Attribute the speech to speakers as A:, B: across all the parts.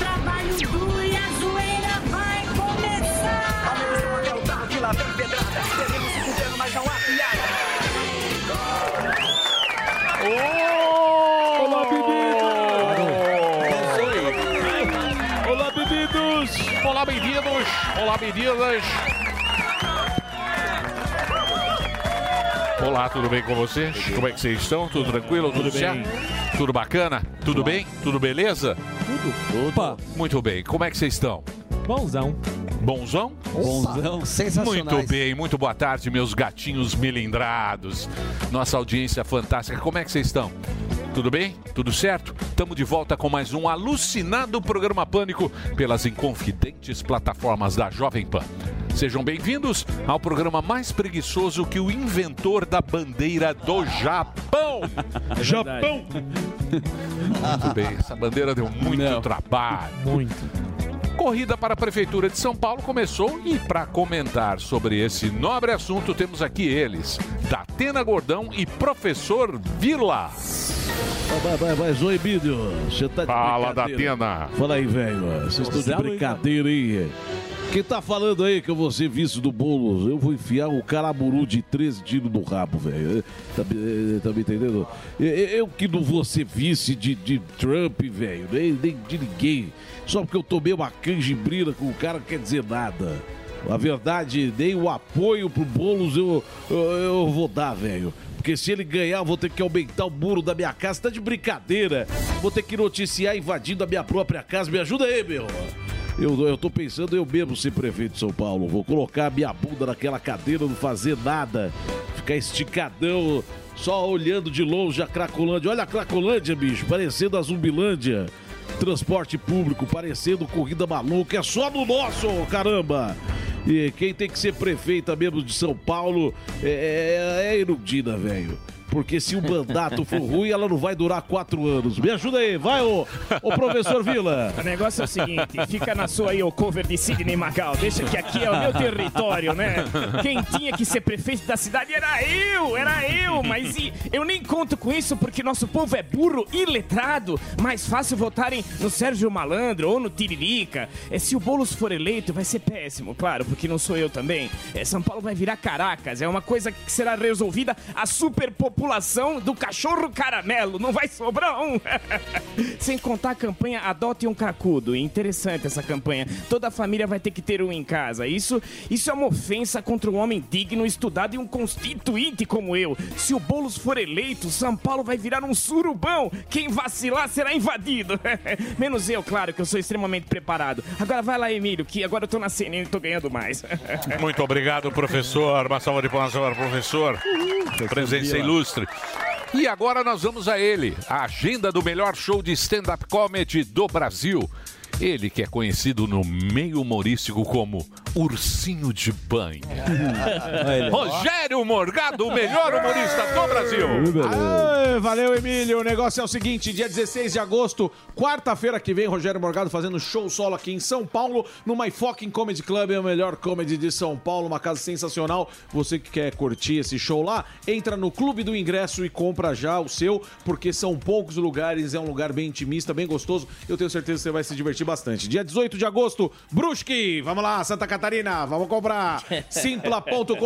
A: Caralho duro e a zoeira vai começar!
B: Atenção até o carro que lá vem pedrada. Devemos se fuder, mas não há piada.
C: Olá, bebidos! Olá, bebidos!
D: Olá, bem-vindos! Olá, bem-vindas! Olá, tudo bem com vocês? Como é que vocês estão? Tudo tranquilo? Tudo, certo? Tudo bacana? Tudo bem? Tudo beleza?
C: Tudo? Opa!
D: Muito bem. Como é que vocês estão?
C: Bonzão.
D: Bonzão?
C: Bonzão.
D: Muito bem, muito boa tarde, meus gatinhos melindrados. Nossa audiência fantástica. Como é que vocês estão? Tudo bem? Tudo certo? Estamos de volta com mais um alucinado programa Pânico pelas inconfidentes plataformas da Jovem Pan. Sejam bem-vindos ao programa mais preguiçoso que o inventor da bandeira do Japão.
C: Japão!
D: Muito bem, essa bandeira deu muito trabalho.
C: Muito.
D: Corrida para a Prefeitura de São Paulo começou e para comentar sobre esse nobre assunto temos aqui eles, Datena Gordão e Professor Vila.
E: Vai, vai, vai, Zoe Bídio. Você tá de
D: Fala,
E: brincadeira.
D: Datena.
E: Fala aí, velho. Vocês estão de
C: Marcelo, hein, cara?
E: brincadeira, hein? Quem tá falando aí que eu vou ser vice do bolo? Eu vou enfiar o caraburu de 13 tiros no rabo, velho. Tá, me- eh, tá me entendendo? Eu, eu que não vou ser vice de, de Trump, velho. Nem, nem de ninguém. Só porque eu tomei uma canjibrina com o cara não quer dizer nada. A verdade, nem o apoio pro Boulos eu, eu, eu vou dar, velho. Porque se ele ganhar, eu vou ter que aumentar o muro da minha casa. Tá de brincadeira. Vou ter que noticiar invadindo a minha própria casa. Me ajuda aí, meu. Eu, eu tô pensando eu mesmo ser prefeito de São Paulo. Vou colocar a minha bunda naquela cadeira, não fazer nada. Ficar esticadão, só olhando de longe a Cracolândia. Olha a Cracolândia, bicho, parecendo a Zumbilândia. Transporte público, parecendo corrida maluca. É só no nosso, caramba! E quem tem que ser prefeita mesmo de São Paulo é, é, é Erundina, velho. Porque se o mandato for ruim, ela não vai durar quatro anos. Me ajuda aí, vai, ô, ô professor Vila.
F: O negócio é o seguinte, fica na sua aí o cover de Sidney Magal, deixa que aqui é o meu território, né? Quem tinha que ser prefeito da cidade era eu, era eu, mas e- eu nem conto com isso porque nosso povo é burro e letrado. Mais fácil votarem no Sérgio Malandro ou no Tiririca. É, se o Boulos for eleito, vai ser péssimo, claro, porque não sou eu também. É, São Paulo vai virar Caracas, é uma coisa que será resolvida a superpopulação do cachorro caramelo, não vai sobrar um. Sem contar a campanha Adote um Cracudo. Interessante essa campanha. Toda a família vai ter que ter um em casa. Isso, isso é uma ofensa contra um homem digno, estudado e um constituinte como eu. Se o Boulos for eleito, São Paulo vai virar um surubão. Quem vacilar será invadido. Menos eu, claro, que eu sou extremamente preparado. Agora vai lá, Emílio, que agora eu tô na CNN e tô ganhando mais.
D: Muito obrigado, professor. Uma salva de palmas para o professor. Presença ilustre. E agora nós vamos a ele, a agenda do melhor show de stand-up comedy do Brasil. Ele que é conhecido no meio humorístico como Ursinho de Banho. Rogério Morgado, o melhor humorista do
F: É
D: Brasil.
G: Ah, valeu, Emílio. O negócio é o seguinte: dia 16 de agosto, quarta-feira que vem, Rogério Morgado fazendo show solo aqui em São Paulo, no My Fucking Comedy Club, é o melhor comedy de São Paulo, uma casa sensacional. Você que quer curtir esse show lá, entra no Clube do Ingresso e compra já o seu, porque são poucos lugares, é um lugar bem intimista, bem gostoso. Eu tenho certeza que você vai se divertir bastante. Dia 18 de agosto, Brusque, vamos lá, Santa Catarina, vamos comprar. Simpla.com.br,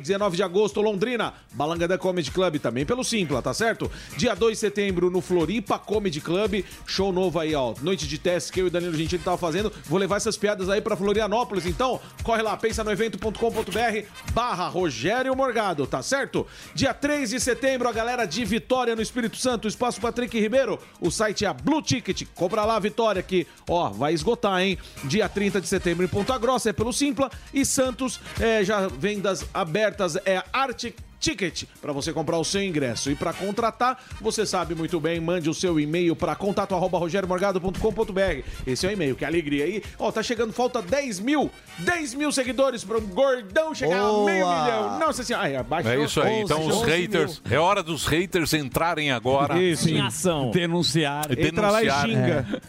G: 19 de agosto, Londrina, Balangada Comedy Club, também pelo Simpla, tá certo? Dia 2 de setembro, no Floripa Comedy Club, show novo aí, ó. Noite de teste que eu e o Danilo Gentili tava fazendo. Vou levar essas piadas aí pra Florianópolis, então corre lá, pensa no evento.com.br barra Rogério Morgado, tá certo? Dia 3 de setembro, a galera de Vitória no Espírito Santo, Espaço Patrick Ribeiro, o site é a Blue Ticket, compra lá a Vitória que, ó, vai esgotar, hein? Dia 30 de setembro em Ponta Grossa, é pelo Simpla e Santos, é, já vendas abertas, é Arte Ticket para você comprar o seu ingresso. E para contratar, você sabe muito bem, mande o seu e-mail para contato@rogeriomorgado.com.br. Esse é o e-mail, que alegria aí. Ó, tá chegando, falta 10 mil, 10 mil seguidores para o gordão chegar a
H: Boa!
G: meio milhão. Nossa senhora, ai, abaixou.
D: É isso aí. Então os
H: 11 mil.
D: haters, é hora dos haters entrarem agora.
G: Isso.
F: Em ação.
C: Denunciar. É.
D: e
G: Entra lá e
D: denunciar.
G: xinga.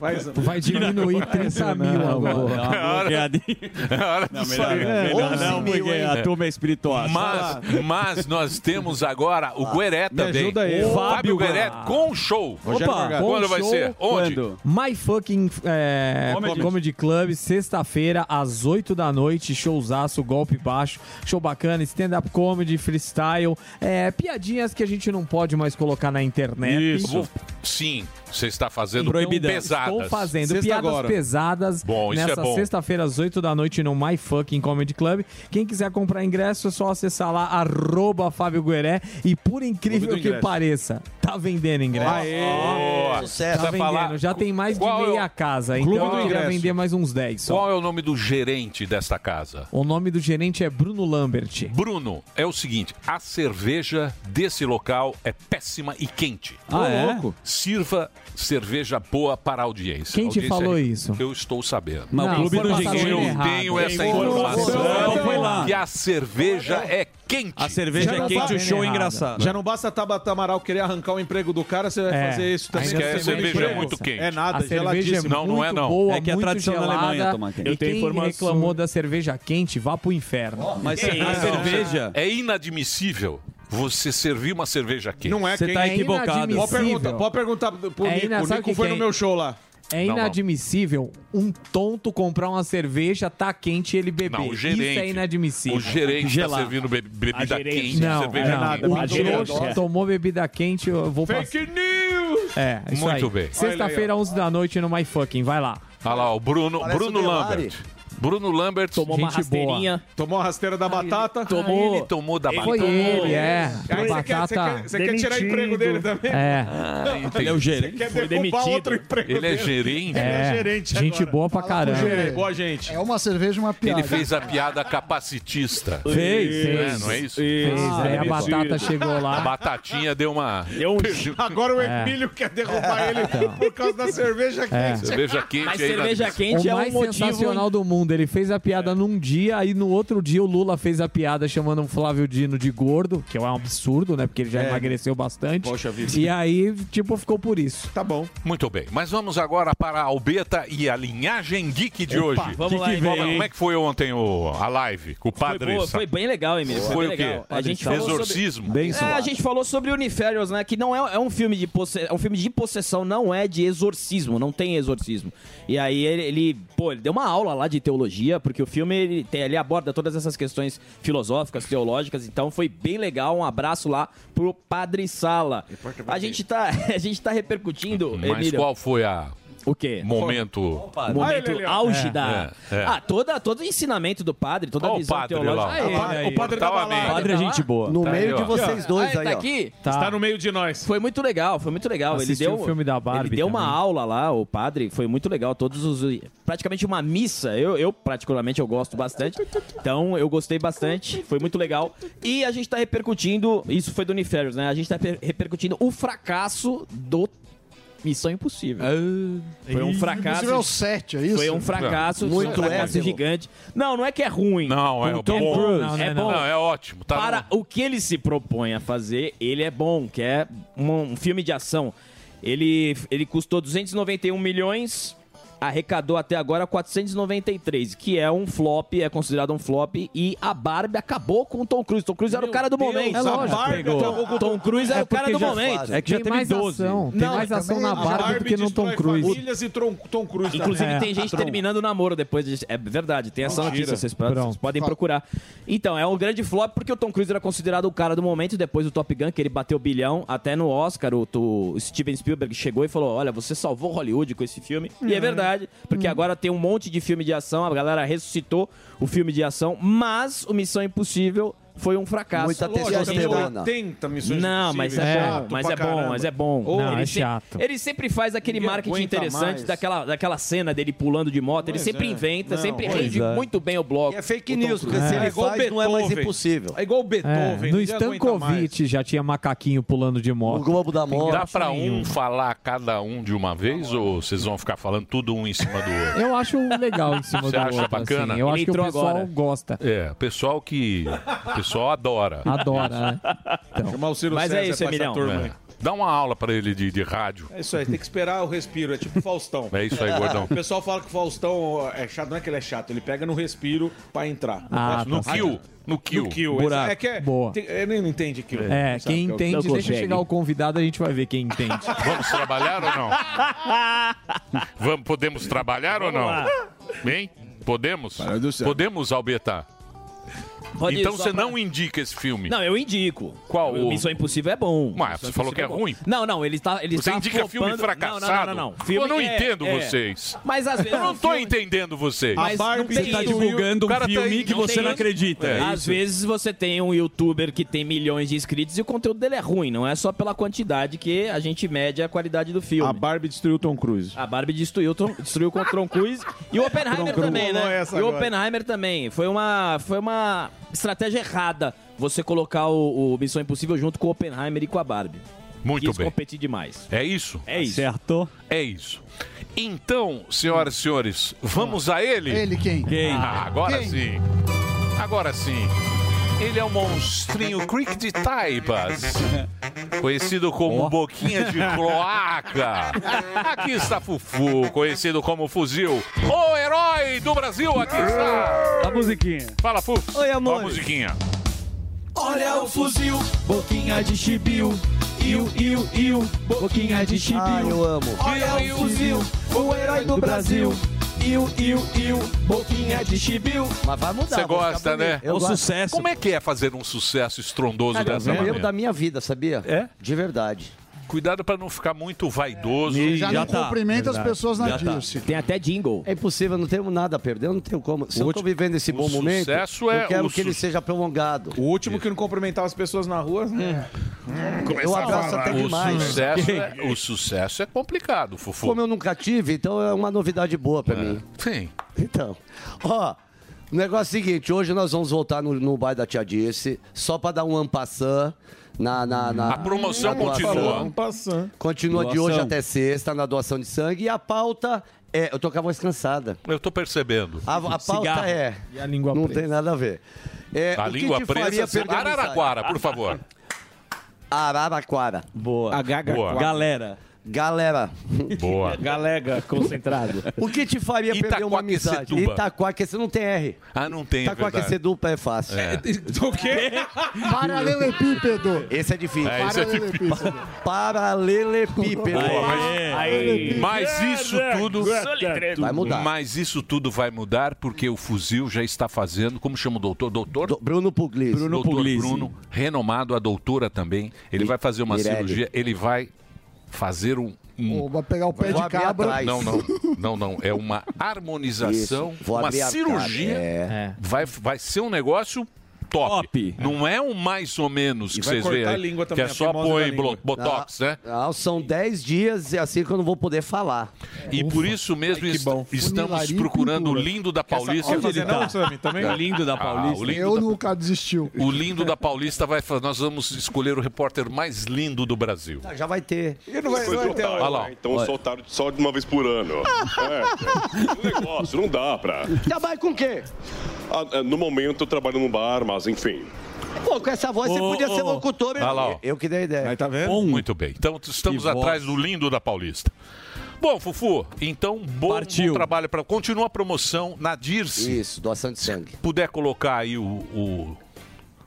G: Vai, Zan.
I: Vai diminuir 30 mil agora.
J: Ah,
C: É uma bloqueadinha.
D: É hora de
C: Melhor,
D: sair.
C: melhor não, porque a turma é espirituosa.
D: Mas Mas nós temos agora
F: Ah,
D: o Gueré também.
I: ajuda aí.
D: O Fábio
I: Fábio
D: Gueré
I: Gueré.
D: com show.
I: Opa,
D: quando vai ser? Onde?
I: My Fucking é, Comedy. Club, sexta-feira, às 8 da noite, showzaço, golpe baixo, show bacana, stand-up comedy, freestyle, é, piadinhas que a gente não pode mais colocar na internet.
D: Eu vou- Sim, você está fazendo
I: Proibidas.
D: pesadas.
I: Estou fazendo piadas pesadas
D: Bom, isso é
I: nessa
D: bom.
I: sexta-feira às 8 da noite no My Fucking Comedy Club. Quem quiser comprar ingresso é só acessar lá arroba Fábio Gueré e por incrível que
D: ingresso.
I: pareça, tá vendendo ingresso.
D: Boa.
I: Tá vendendo, já tem mais de
D: Qual é o-
I: meia casa,
D: Clube
I: então
D: do
I: eu queria
D: ingresso.
I: vender mais uns 10 só.
D: Qual é o nome do gerente desta casa?
I: O nome do gerente é Bruno Lambert.
D: Bruno, é o seguinte, a cerveja desse local é péssima e quente.
I: Ah, é?
D: Sirva cerveja boa para a audiência.
I: Quem te
D: Audiência- é
I: falou isso?
D: Eu estou sabendo.
I: Mas o Não, clube você do tá sabendo
D: Eu
I: errado.
D: tenho
I: Quem
D: essa
I: falou
D: informação
I: isso? Foi lá.
D: que a cerveja é quente.
G: A
D: cerveja
I: tá
D: é quente, o show é engraçado.
G: Já não basta a Tabata Amaral querer arrancar o emprego do cara, você vai
D: É,
G: fazer isso também.
D: ainda Esquece, a
G: Você tem
D: cerveja é
G: emprego.
D: muito quente.
G: É nada,
D: A cerveja é
G: geladíssimo.
D: Não, não é não.
I: Boa,
D: É que é
I: muito
D: tradição da
I: gelada,
D: Alemanha tomar quente.
I: E
D: Eu tenho
I: quem
D: informação.
I: reclamou da cerveja quente, vá pro inferno.
D: Que isso? É inadmissível você servir uma cerveja quente.
G: Não é quem-
I: tá
G: Pode perguntar, pode perguntar pro
I: É
G: Nico.
I: ina-
G: O
I: sabe o
G: Nico
I: que
G: foi
I: que é?
G: no meu show lá.
I: É
G: Não, não.
I: inadmissível um tonto comprar uma cerveja, tá quente e ele beber.
D: Não, o gerente.
I: Isso é inadmissível.
D: O gerente está
I: Gelado.
D: servindo be- bebida
I: gerente.
D: quente,
I: Não,
D: cerveja
I: não.
D: quente.
I: O tá trouxa tomou bebida quente, eu vou Fake
D: news!
I: É, isso
D: Muito
I: aí.
D: bem.
I: Sexta-feira, 11 da noite, no My Fucking. Vai lá.
D: Olha lá, o Bruno,
I: Parece
D: Bruno
I: o Delari.
D: Lambert. Bruno Lambert tomou
I: uma Gente boa. rasteirinha.
G: Tomou a rasteira da batata.
D: tomou. Ele tomou da
G: Ele
D: batata.
G: foi ele,
I: é.
G: Aí você quer- você quer- você quer tirar emprego dele também?
I: É.
G: Ah,
D: Ele é o gerente.
G: Você quer derrubar outro emprego
D: Ele é
G: dele?
D: gerente.
I: Gente boa pra
H: Fala com o
I: caramba.
H: gerente.
G: Boa, gente.
H: É uma cerveja e uma piada.
D: Ele fez a piada capacitista.
H: Fez,
D: É,
H: fez.
D: não é isso? é
H: Fez, Ah, aí a
I: mentira. batata chegou lá.
D: A batatinha deu uma. Perdi-
G: Agora o
D: É.
G: Emílio quer derrubar ele
I: Então.
G: por causa da cerveja quente.
I: É.
D: Cerveja quente
I: Mas
D: aí na-
I: cerveja quente o
D: é um
I: mais
D: motivo-
I: sensacional do mundo. Ele fez a piada num dia, aí no outro dia o Lula fez a piada chamando o Flávio Dino de gordo, que é um absurdo, né? Porque ele já
D: É.
I: emagreceu bastante.
D: Poxa vida.
I: E aí, tipo, ficou por isso.
G: Tá bom.
D: Muito bem, mas vamos agora para a Albeta e a linhagem geek de
K: Opa,
D: hoje.
K: vamos Que lá, que então.
D: como,
K: vem, hein?
D: como é que foi ontem o, a live com o padre?
K: boa,
D: Sa-
K: foi bem legal, Emílio, foi
D: Foi
K: bem
D: o quê?
K: legal. A
D: Padre
K: gente
D: Sa-
K: falou sobre-
D: Exorcismo.
K: É, a gente falou sobre Uniferios, né? Que não é, é um filme de posse, é um filme de possessão, não é de exorcismo, não tem exorcismo. E aí ele, ele, pô, ele deu uma aula lá de teologia, porque o filme ele, tem- ele aborda todas essas questões filosóficas, teológicas, então foi bem legal. Um abraço lá pro Padre Sala. A gente tá, a gente tá repercutindo,
D: Mas
K: Emílio.
D: qual foi a
K: o quê?
D: momento?
K: O momento auge da.
D: É, é.
K: Ah, todo todo o ensinamento do padre, toda a
D: Ó o
K: visão
D: padre
K: teológica.
D: lá.
K: Ah, ele
D: O padre-
K: aí,
D: o padre
K: ó.
D: da Tava balada. bem. Padre é
K: Tá
D: gente
K: lá?
D: boa. No Tá meio aí, de ó. vocês dois
K: Ah, ele
D: aí,
K: tá
D: ó.
K: aqui?
D: Tá. Está no
K: meio de nós. Foi muito legal, foi muito legal.
I: Assistiu
K: ele deu
I: o filme da Barbie
K: Ele deu uma
I: também.
K: aula lá, o padre, foi muito legal. Todos os praticamente uma missa. Eu, eu particularmente eu gosto bastante. Então eu gostei bastante, foi muito legal. E a gente tá repercutindo, isso foi do Uniférios, né? A gente tá per- repercutindo o fracasso do Missão Impossível. Foi um
H: Ih,
K: fracasso.
H: Impossível é o sete, é isso?
K: Foi um fracasso,
H: Não,
K: muito
H: muito
K: um fracasso
H: hétero.
K: gigante. Não, não é que é ruim.
D: Não, é
K: Com
D: o
K: Tom
D: bom.
K: Cruise.
D: Não, não,
K: é
D: não.
K: bom.
D: Não, é ótimo, tá
K: Para o que ele se propõe a fazer, ele é bom, que é um, um filme de ação. Ele, ele custou 291 milhões, arrecadou até agora 493, que é um flop, é considerado um flop, e a Barbie acabou com o Tom Cruise. Tom Cruise era o cara do momento.
I: é lógico.
K: Tom, Tom Cruise
D: É
K: era o cara do momento.
I: tem mais ação. Tem
K: Não,
I: mais
K: também
I: ação na
K: a
I: Barbie do que no Tom Cruise.
G: Filhas e Tom, Tom Cruise.
K: Inclusive,
G: também.
K: tem gente terminando o namoro depois. disso. É verdade, tem essa
G: Mentira.
K: notícia, vocês, podem-
G: Pronto.
K: vocês podem procurar. Então, é um grande flop porque o Tom Cruise era considerado o cara do momento. Depois do Top Gun, que ele bateu bilhão, até no Oscar, o, o Steven Spielberg chegou e falou: Olha, você salvou Hollywood com esse filme. E
G: Uhum.
K: é verdade, porque agora tem um monte de filme de ação, a galera ressuscitou o filme de ação, mas o Missão Impossível. Foi um fracasso.
G: Muita
K: Lógico, a gente-
G: testosterona. 80 Missões
K: Não, mas é,
G: Impossíveis.
K: bom,
G: Chato
K: mas
G: pra
K: é bom,
G: caramba.
K: mas é bom.
G: Não,
K: Ele
G: é
K: se-
G: chato.
K: Ele sempre faz aquele
G: Ninguém
K: marketing
G: aguenta
K: interessante
G: mais.
K: daquela, daquela cena dele pulando de moto. ele
G: Pois
K: sempre
G: é.
K: inventa,
G: Não,
K: sempre
G: pois
K: rende
G: é.
K: muito bem o bloco.
G: É fake
K: O Tom
G: news,
K: Cruise.
G: porque se ele
K: É igual
G: faz, não é mais
K: Beethoven.
G: impossível. É igual o Beethoven.
I: É, no
G: ninguém aguenta mais.
I: Stankovic já tinha macaquinho pulando de moto. O Globo
K: tá
I: da
D: Dá pra um falar cada um de uma vez ou vocês vão ficar falando tudo um em cima do outro?
I: Eu acho legal em cima
D: Você
I: do
D: acha
I: outro,
D: bacana?
I: assim. Eu
D: Ele
I: acho que o
D: entrou
I: pessoal
D: agora.
I: gosta.
D: É, pessoal que. Pessoal adora.
I: Adora, né?
G: Chamar o Ciro
K: Mas
G: César
C: Então.
K: é isso,
G: pra essa
K: Emilhão.
G: turma.
D: É. Dá uma aula pra ele de, de rádio.
G: É isso aí, tem que esperar o respiro, é tipo Faustão.
D: É isso aí, gordão.
G: O pessoal fala que o Faustão é chato, não é que ele é chato, ele pega no respiro pra entrar.
I: Ah,
D: No
I: tá
D: kill.
I: certo.
D: No kill.
I: Buraco.
G: É que é,
I: Boa.
G: tem- ele não entende kill.
I: É,
G: Sabe
I: quem
G: que o-
I: entende,
K: Não
I: deixa
K: consegue.
I: chegar o convidado, a gente vai ver quem entende.
D: Vamos trabalhar ou não? Vamos, podemos trabalhar ou não?
F: lá.
D: Bem, podemos?
E: Parada do céu.
D: Podemos, Albertar.
K: Pode
D: Então
K: só
D: você
K: pra-
D: não indica esse filme.
K: Não, eu indico.
D: Qual
K: O
D: o-
K: Missão Impossível é bom.
D: Mas
K: Missão
D: você falou que é
K: Impossível
D: ruim.
K: bom. Não, não, ele está ele
D: Você
K: está
D: indica filme
K: Tá flopando-
D: fracassado.
K: Não, não, não. não.
D: Eu não
K: é-
D: entendo
K: é.
D: vocês.
K: Mas às vezes
D: Eu não tô entendendo vocês.
K: Mas não
G: Barbie
K: tem
G: tá
K: isso.
C: Divulgando
D: O
C: um
D: cara tá
C: filme
D: aí,
C: que
D: não
C: você
D: tem-
C: não acredita.
D: É.
C: É
K: Às
C: isso.
K: vezes você tem um youtuber que tem milhões de inscritos e o conteúdo dele é ruim, não é só pela quantidade que a gente mede a qualidade do filme.
G: A Barbie destruiu o Tom Cruise.
K: A Barbie destruiu, Tom- destruiu com o Tom Cruise e o Oppenheimer
G: Tom
K: também,
G: Cruise.
K: né?
G: Essa
K: E o
G: agora.
K: Oppenheimer também. Foi uma, foi uma estratégia errada você colocar o, o Missão Impossível junto com o Oppenheimer e com a Barbie.
D: Muito
K: Quis
D: bem.
K: competir demais.
D: É isso?
K: É isso.
C: Certo?
D: É isso. Então, senhoras e senhores, vamos a ele?
H: Ele quem?
D: Ah, agora
H: Quem?
D: sim. Agora sim. Ele é o monstrinho Creek de Taibas, conhecido como Boquinha de Cloaca. Aqui está Fufu, conhecido como Fuzil, o herói do Brasil. Aqui está.
C: A musiquinha.
D: Fala, Fufu.
K: Oi, amor.
D: Ó a musiquinha.
K: Olha o fuzil, boquinha de chibiu. Iu, iu, iu, boquinha de chibiu. eu amo. Olha o fuzil, o herói do Brasil. Iu, iu, iu, boquinha de chibiu. Mas vai mudar.
J: tá
D: Você gosta, né?
J: um
L: Eu
C: O
L: gosto.
C: sucesso.
D: Como é que é fazer um sucesso estrondoso dessa
L: Eu
D: maneira?
L: da minha vida, sabia?
C: É?
L: De verdade.
D: Cuidado para não ficar muito vaidoso.
H: É, Já,
C: Já
H: não
C: tá.
H: cumprimenta as pessoas na
C: Já tá.
H: Dirce.
K: Tem até jingle.
L: É impossível, não tenho nada a perder, eu não tenho como. Se eu tô vivendo esse bom momento,
D: sucesso é
L: eu quero
D: o
L: que ele
D: su-
L: seja prolongado.
G: O último que não cumprimentava as pessoas na rua. né?
L: Eu abraço até
D: O
L: demais.
D: sucesso, é, o sucesso é complicado, Fufu.
L: Como eu nunca tive, então é uma novidade boa pra mim.
D: Sim.
L: Então, ó, o negócio é o seguinte, hoje nós vamos voltar no, no bairro da Tia Dirce, só pra dar um ampassan na, na, na...
D: A promoção
L: na doação.
D: continua.
G: Vamos passando.
L: Continua de
C: Doação.
L: hoje até sexta na doação de sangue. E a pauta é... Eu tô com a voz cansada.
D: Eu tô percebendo.
L: A, a pauta é.
I: E a língua
L: não
I: presa.
L: tem nada a ver. É,
D: A
L: o que
D: língua
L: te faria
D: presa. se-
L: perder a amizade?
D: Araraquara, por favor.
L: Araraquara.
K: Boa.
D: Boa.
I: Galera,
L: Galera,
D: Boa.
K: Galega, concentrado.
L: o que te faria perder uma amizade?
D: Itaquaquecetuba.
L: Itaquaquecetuba não tem R.
D: Ah, não tem,
K: Tá
D: é verdade.
L: Itaquaquecetuba é fácil.
G: O quê?
H: Paralelepípedo.
L: Esse é difícil.
D: É, esse é difícil.
H: Paralelepípedo.
L: Paralelepípedo.
F: Aí.
D: Mas isso tudo...
L: Vai mudar.
D: Mas isso tudo vai mudar porque o fuzil já está fazendo, como chama o doutor? Doutor?
L: Do- Bruno Puglisi.
D: Bruno doutor Bruno, renomado, a doutora também. Ele vai fazer uma
L: Mirelli.
D: cirurgia, ele vai fazer um. um-
H: Pô, Vai pegar o pé
L: Vou
H: de
L: abrir
H: cabra.
L: atrás.
D: não, não, não, não. É uma harmonização,
L: Isso. Vou
D: uma
L: abrir a cara.
D: cirurgia.
L: É.
D: Vai, vai ser um negócio top.
C: Top.
D: Não é um mais ou menos que
G: vai
D: vocês
G: cortar
D: veem. aí,
G: a língua
D: que
G: também,
D: é
G: a
D: só
G: fimose da
D: põe
G: língua.
D: blo- botox,
L: Ah.
D: né?
L: Não, são 10 dias e assim que eu não vou poder falar.
D: E por isso mesmo est- estamos
H: Funilaria e
D: procurando o
H: pintura.
D: lindo da Paulista.
G: Quer fazer não, Sammy? Também?
C: é Lindo
D: Ah,
C: da
D: o
C: Paulista.
D: lindo
H: Eu
D: da-
H: nunca desistiu.
D: o lindo da Paulista vai fazer. Nós vamos escolher o repórter mais lindo do Brasil.
L: Já vai ter.
G: E não vai, não vai ter
D: Olha lá.
J: Então soltaram só de uma vez por ano. É, é um negócio, não dá pra.
L: Trabalha com o quê?
J: Ah, ah, No momento eu trabalho num bar, mas enfim.
L: Pô, com essa voz você
C: Ô,
L: podia ser
C: ô.
L: locutor. hein?
D: Olha lá, ó.
L: Eu que dei a ideia.
G: Aí tá vendo?
D: Muito bem. Então estamos
C: Que
D: atrás
C: voz.
D: do lindo da Paulista. Bom, Fufu, então bom,
C: Partiu.
D: bom trabalho para continua a promoção na Dirce.
L: Isso, doação de sangue.
D: Puder colocar aí o, o,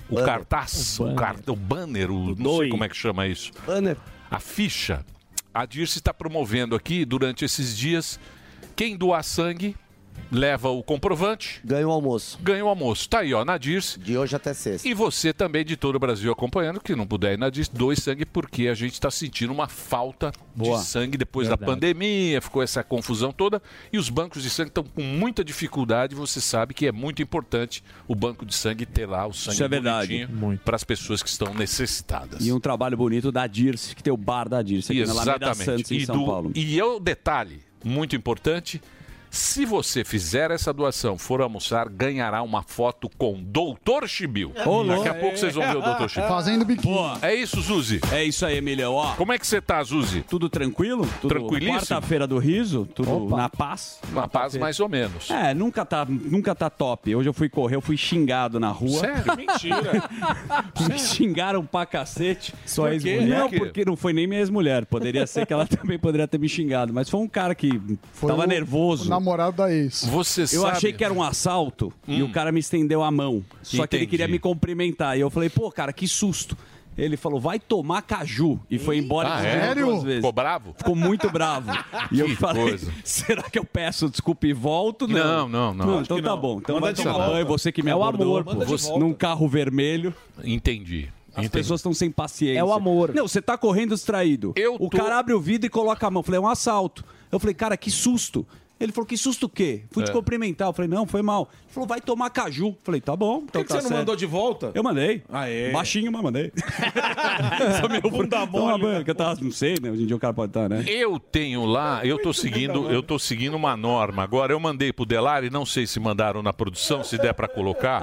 D: o cartaz, o, car- o banner, o, não sei como é que chama isso,
L: Banner.
D: a ficha. A Dirce está promovendo aqui durante esses dias. Quem doar sangue leva o comprovante,
L: Ganha o almoço.
D: ganha o almoço. Tá aí, ó, na Dirce.
L: De hoje até sexta.
D: E você também de todo o Brasil acompanhando, que não puder ir na Dis, doe sangue, porque a gente está sentindo uma falta de sangue depois da pandemia, ficou essa confusão toda, e os bancos de sangue estão com muita dificuldade. Você sabe que é muito importante o banco de sangue ter lá tá? o sangue
C: Isso é verdade.
D: para as pessoas que estão necessitadas.
L: E
C: Um trabalho bonito da Dirce, que tem o bar da Dirce aqui na Alameda Santos, em
D: E,
C: São
D: do-
C: Paulo.
D: e é o detalhe muito importante. Se você fizer essa doação, for almoçar, ganhará uma foto com Doutor Chibiu.
C: Ô,
D: Daqui a
C: louco.
D: pouco vocês vão ver o Doutor Chibiu.
H: Fazendo biquíni.
D: É isso, Zuzi.
C: É isso aí, Emílio. Ó,
D: Como é que você tá, Zuzi?
C: Tudo tranquilo? Tudo
D: Tranquilíssimo?
C: Quarta-feira do riso, tudo na paz.
D: Na paz, mais ou menos.
C: É, nunca tá, nunca tá top. Hoje eu fui correr, eu fui xingado na rua.
D: Sério? Mentira.
C: Me xingaram pra cacete.
I: Só
C: Por quê?
I: ex-mulher?
C: Não, porque não foi nem minha ex-mulher. Poderia ser que ela também poderia ter me xingado. Mas foi um cara que tava
I: um
H: o-
C: nervoso.
H: O namorado da ex.
D: Você Hum.
C: Eu achei que era um assalto e o cara me estendeu a mão. Só que ele
D: Entendi.
C: queria me cumprimentar. E eu falei, pô, cara, que susto. Ele falou, vai tomar caju. E foi embora
D: Ah,
C: e pediu
D: é?
C: duas vezes.
D: Ficou bravo?
C: Ficou muito bravo. E eu falei,
D: coisa.
C: será que eu peço desculpa e volto?
D: Não, não, não. Acho
C: então
D: que
C: tá
D: não.
C: bom. Então
D: Manda
C: vai
D: de
C: tomar
D: volta.
C: banho, você que me
D: É o
C: abordou.
D: amor, pô. Manda de
C: Você-
D: volta.
C: Num carro vermelho.
D: Entendi.
C: As pessoas estão sem paciência.
D: É o
C: amor. Não, você tá correndo distraído.
D: Eu
C: O
D: tô-
C: cara abre o vidro e coloca a mão. Eu falei, é um assalto. Eu falei, cara, que susto. Ele falou, que susto o quê? Fui te
D: É.
C: cumprimentar. Eu falei, não, foi mal. Ele falou, vai tomar caju. Eu falei, tá bom.
G: Por
C: Então
G: que, que você
C: tá
G: não
C: certo.
G: mandou de volta?
C: Eu mandei. Baixinho, mas mandei. Só meu bunda mole. Eu tava, não sei, né? Hoje em dia o cara pode estar, né?
D: Eu tenho lá, eu tô seguindo, eu tô seguindo uma norma. Agora eu mandei pro Delari, não sei se mandaram na produção, se der pra colocar,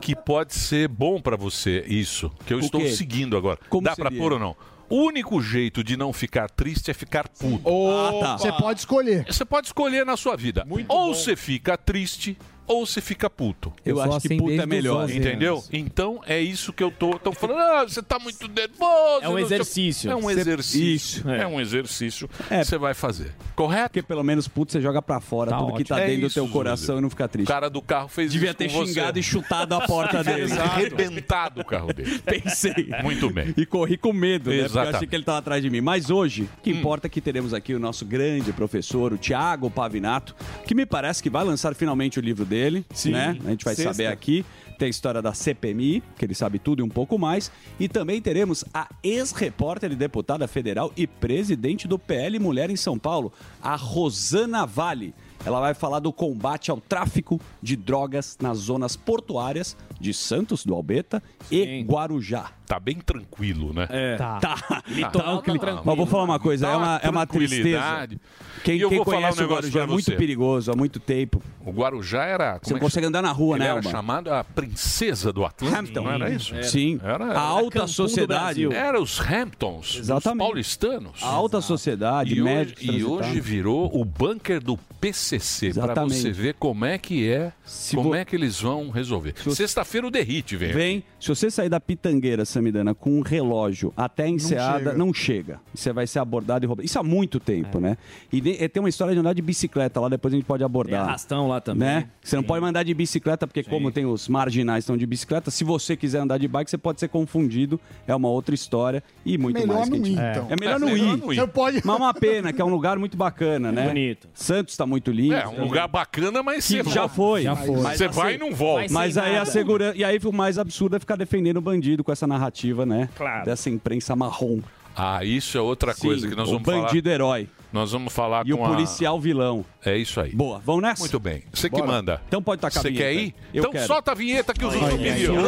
D: que pode ser bom pra você isso, que eu
C: O
D: estou
C: quê?
D: seguindo agora.
C: Como
D: Dá pra
C: seria?
D: pôr ou não? O único jeito de não ficar triste é ficar puto.
I: Ah, tá.
H: Você pode escolher.
D: Você pode escolher na sua vida. ou você fica triste ou você fica puto.
I: Eu Eu sou acho que assim puto é desde os melhor. 11
D: Entendeu?
I: anos.
D: Então é isso que eu tô. Estão falando, ah, você tá muito nervoso.
I: É
D: não
I: um
D: sei-
I: exercício.
D: É um
I: Você-
D: exercício.
I: Isso,
D: É.
I: é.
D: um exercício
C: É.
D: que você vai fazer. Correto?
C: Porque pelo menos, puto, você joga pra fora
D: Tá
C: tudo que
D: ótimo.
C: tá
D: É
C: dentro do
D: isso,
C: teu
D: Zuzu.
C: coração e não fica
D: O
C: triste.
D: cara do carro fez
C: Devia
D: isso
C: ter
D: com você.
C: xingado e chutado a porta dele.
D: Exato. Arrebentado o carro dele.
C: Pensei.
D: Muito bem.
C: E corri com medo, né? Porque eu achei
D: Exatamente. Hum.
C: que ele estava atrás de mim. Mas hoje, o que importa é que teremos aqui o nosso grande professor, o Tiago Pavinato, que me parece que vai lançar finalmente o livro dele,
E: Sim.
C: né? A gente vai
E: Sexta.
C: saber aqui. Tem a história da CPMI, que ele sabe tudo e um pouco mais. E também teremos a ex-repórter e deputada federal e presidente do PL Mulher em São Paulo, a Rosana Vale. Ela vai falar do combate ao tráfico de drogas nas zonas portuárias de Santos do Albeta e Guarujá.
D: Tá bem tranquilo, né?
C: É. Tá. Tá.
D: Litoral
C: Tá.
D: tranquilo.
C: Mas vou falar uma coisa, é uma, é uma tristeza.
D: Tá tranquilidade.
C: Quem,
D: E eu
C: quem
D: vou falar um
C: conhece o
D: negócio
C: Guarujá é
D: pra
C: muito
D: você.
C: perigoso há muito tempo.
D: O Guarujá era.
C: Você
D: como
C: não
D: é que
C: consegue
D: chama?
C: andar na rua,
D: Ele
C: né,
D: Era
C: Elba?
D: chamado a princesa do Atlântico.
C: Hampton. É.
D: Não era isso?
C: Sim.
D: Era,
C: A alta
D: Cancún do
C: sociedade.
D: Brasil. Era os Hamptons, os paulistanos.
C: A alta sociedade,
D: E hoje,
C: médicos
D: e
C: transitados.
D: hoje virou o bunker do PCC, para
C: Exatamente.
D: você ver como é que é, como é que eles vão resolver. Sexta-feira o derrite, velho.
C: Vem. Se você sair da pitangueira, Samidana, com um relógio até a enseada,
D: chega.
C: não chega. Você vai ser abordado e roubado. Isso há muito tempo,
H: É.
C: né? E de- e tem uma história de andar de bicicleta lá, depois a gente pode abordar.
K: Tem arrastão lá também.
C: Né? Você não pode mandar de bicicleta, porque como tem os marginais que estão de bicicleta, se você quiser andar de bike, você pode ser confundido. É uma outra história e muito
H: Melhor
C: mais. que a
H: não
C: gente-
H: ir, então.
C: É melhor
H: É,
C: não
H: melhor
C: ir.
H: não ir. Você pode-
C: Mas uma pena, que é um lugar muito bacana, né?
D: Bonito.
C: Santos está muito lindo.
D: É, um lugar bacana, mas
C: Que
D: você
C: já foi. Mas
D: Você
C: assim,
D: vai e não volta.
C: Mas aí é a segurança. E aí o mais absurdo é ficar defendendo o bandido com essa narrativa, né? Claro. Dessa imprensa marrom.
D: Ah, isso é outra coisa que nós
C: o
D: vamos falar.
C: bandido herói.
D: Nós vamos falar
C: E o
D: com a-
C: policial vilão.
D: É isso aí.
C: Então, Boa, vamos nessa?
D: Muito bem. Você que
C: Bora.
D: manda.
C: Então pode tacar a
D: Você quer ir?
C: vinheta. Eu
D: então
C: quero.
D: solta a vinheta que o Zuzu pediu. Vem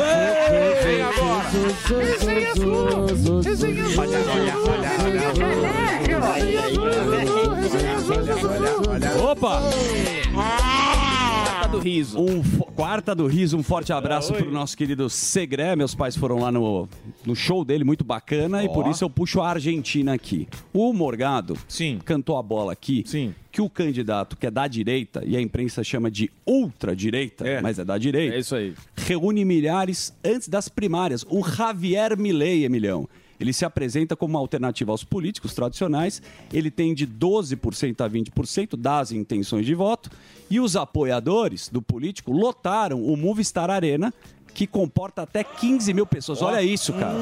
D: agora.
C: Opa! Quarta do Riso. Um fo- Quarta do Riso, um forte abraço pro nosso querido Segré. Meus pais foram lá no, no show dele, muito bacana, e por isso eu puxo a Argentina aqui. O Morgado cantou a bola aqui que o candidato que é da direita, e a imprensa chama de ultradireita, mas é da direita. É isso aí. Reúne milhares antes das primárias. O Javier Milei, Emilhão. Ele se apresenta como uma alternativa aos políticos tradicionais. Ele tem de 12% a 20% das intenções de voto. E os apoiadores do político lotaram o Movistar Arena, que comporta até 15 mil pessoas. Olha isso, cara.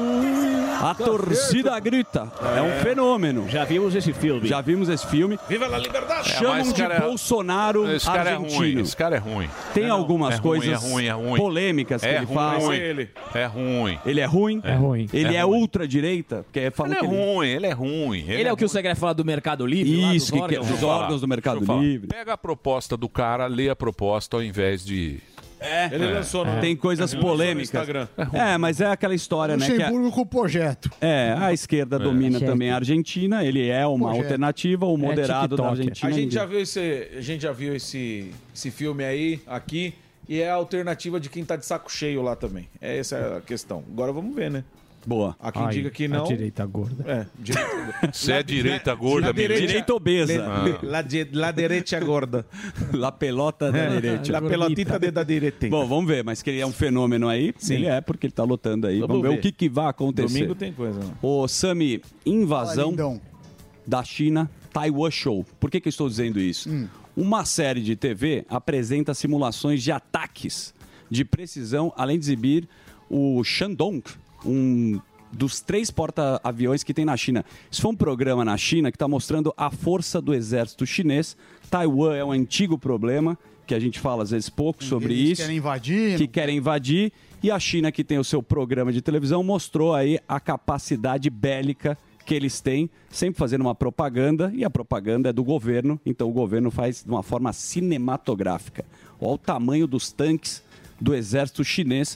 C: A torcida grita. É um fenômeno. Já vimos esse filme. Já vimos esse filme.
D: Viva a liberdade!
C: Chamam de Bolsonaro
D: é- Esse cara é ruim,
C: argentino.
D: esse cara é ruim.
C: Tem algumas
D: É ruim,
C: coisas
D: é ruim, é ruim.
C: polêmicas que
D: É
C: ele
D: ruim.
C: faz.
D: É ruim.
C: Ele é ruim?
D: É ruim.
C: Ele é,
D: É ruim.
C: ultradireita? Porque falou
D: Ele é
C: que
D: ruim, ele é ruim.
K: Ele é o que o Segre fala do Mercado
D: é
K: Livre? lá, dos
C: Isso, que, que
K: órgãos?
C: os órgãos do Mercado
D: Deixa eu falar.
C: Livre.
D: Pega a proposta do cara, lê a proposta ao invés de
C: É.
G: Ele lançou no-
C: Tem coisas
G: ele lançou no
C: polêmicas.
G: Instagram.
C: É, mas é aquela história, né? Que a,
H: Luxemburgo com o projeto.
C: é, a esquerda domina também a Argentina, ele é uma
H: Projeto.
C: alternativa, o
H: É
C: moderado da Argentina.
G: A gente
C: ainda.
G: já viu esse, a gente já viu esse, esse filme aí, aqui, e é a alternativa de quem tá de saco cheio lá também. É essa é a questão. Agora vamos ver, né?
C: Boa.
G: Há quem
I: Ai,
G: diga que
I: a
G: não.
I: direita gorda.
G: É, direita gorda.
D: Você é direita gorda,
G: La
D: menino.
G: direita-
D: Ah.
G: Le- La, di- la direita gorda. É.
C: La pelota da direita.
G: La pelotita de da direita.
C: Bom, vamos ver, mas que ele é um fenômeno aí, ele é, porque ele tá lotando aí. Vamos,
G: Vamos
C: ver,
G: ver.
C: o que, que vai acontecer.
G: Domingo tem coisa, né?
C: Ô, Sami,
G: Fala,
C: invasão
G: lindão.
C: da China, Taiwan Show. Por que, que eu estou dizendo isso?
H: Hum.
C: Uma série de TV apresenta simulações de ataques de precisão, além de exibir o Shandong, um dos três porta-aviões que tem na China. Isso foi um programa na China que está mostrando a força do exército chinês. Taiwan é um antigo problema que a gente fala às vezes pouco sobre
H: Eles
C: isso
H: querem invadir.
C: que querem invadir. E a China, que tem o seu programa de televisão, mostrou aí a capacidade bélica que eles têm, sempre fazendo uma propaganda, e a propaganda é do governo, então o governo faz de uma forma cinematográfica. Olha o tamanho dos tanques do exército chinês,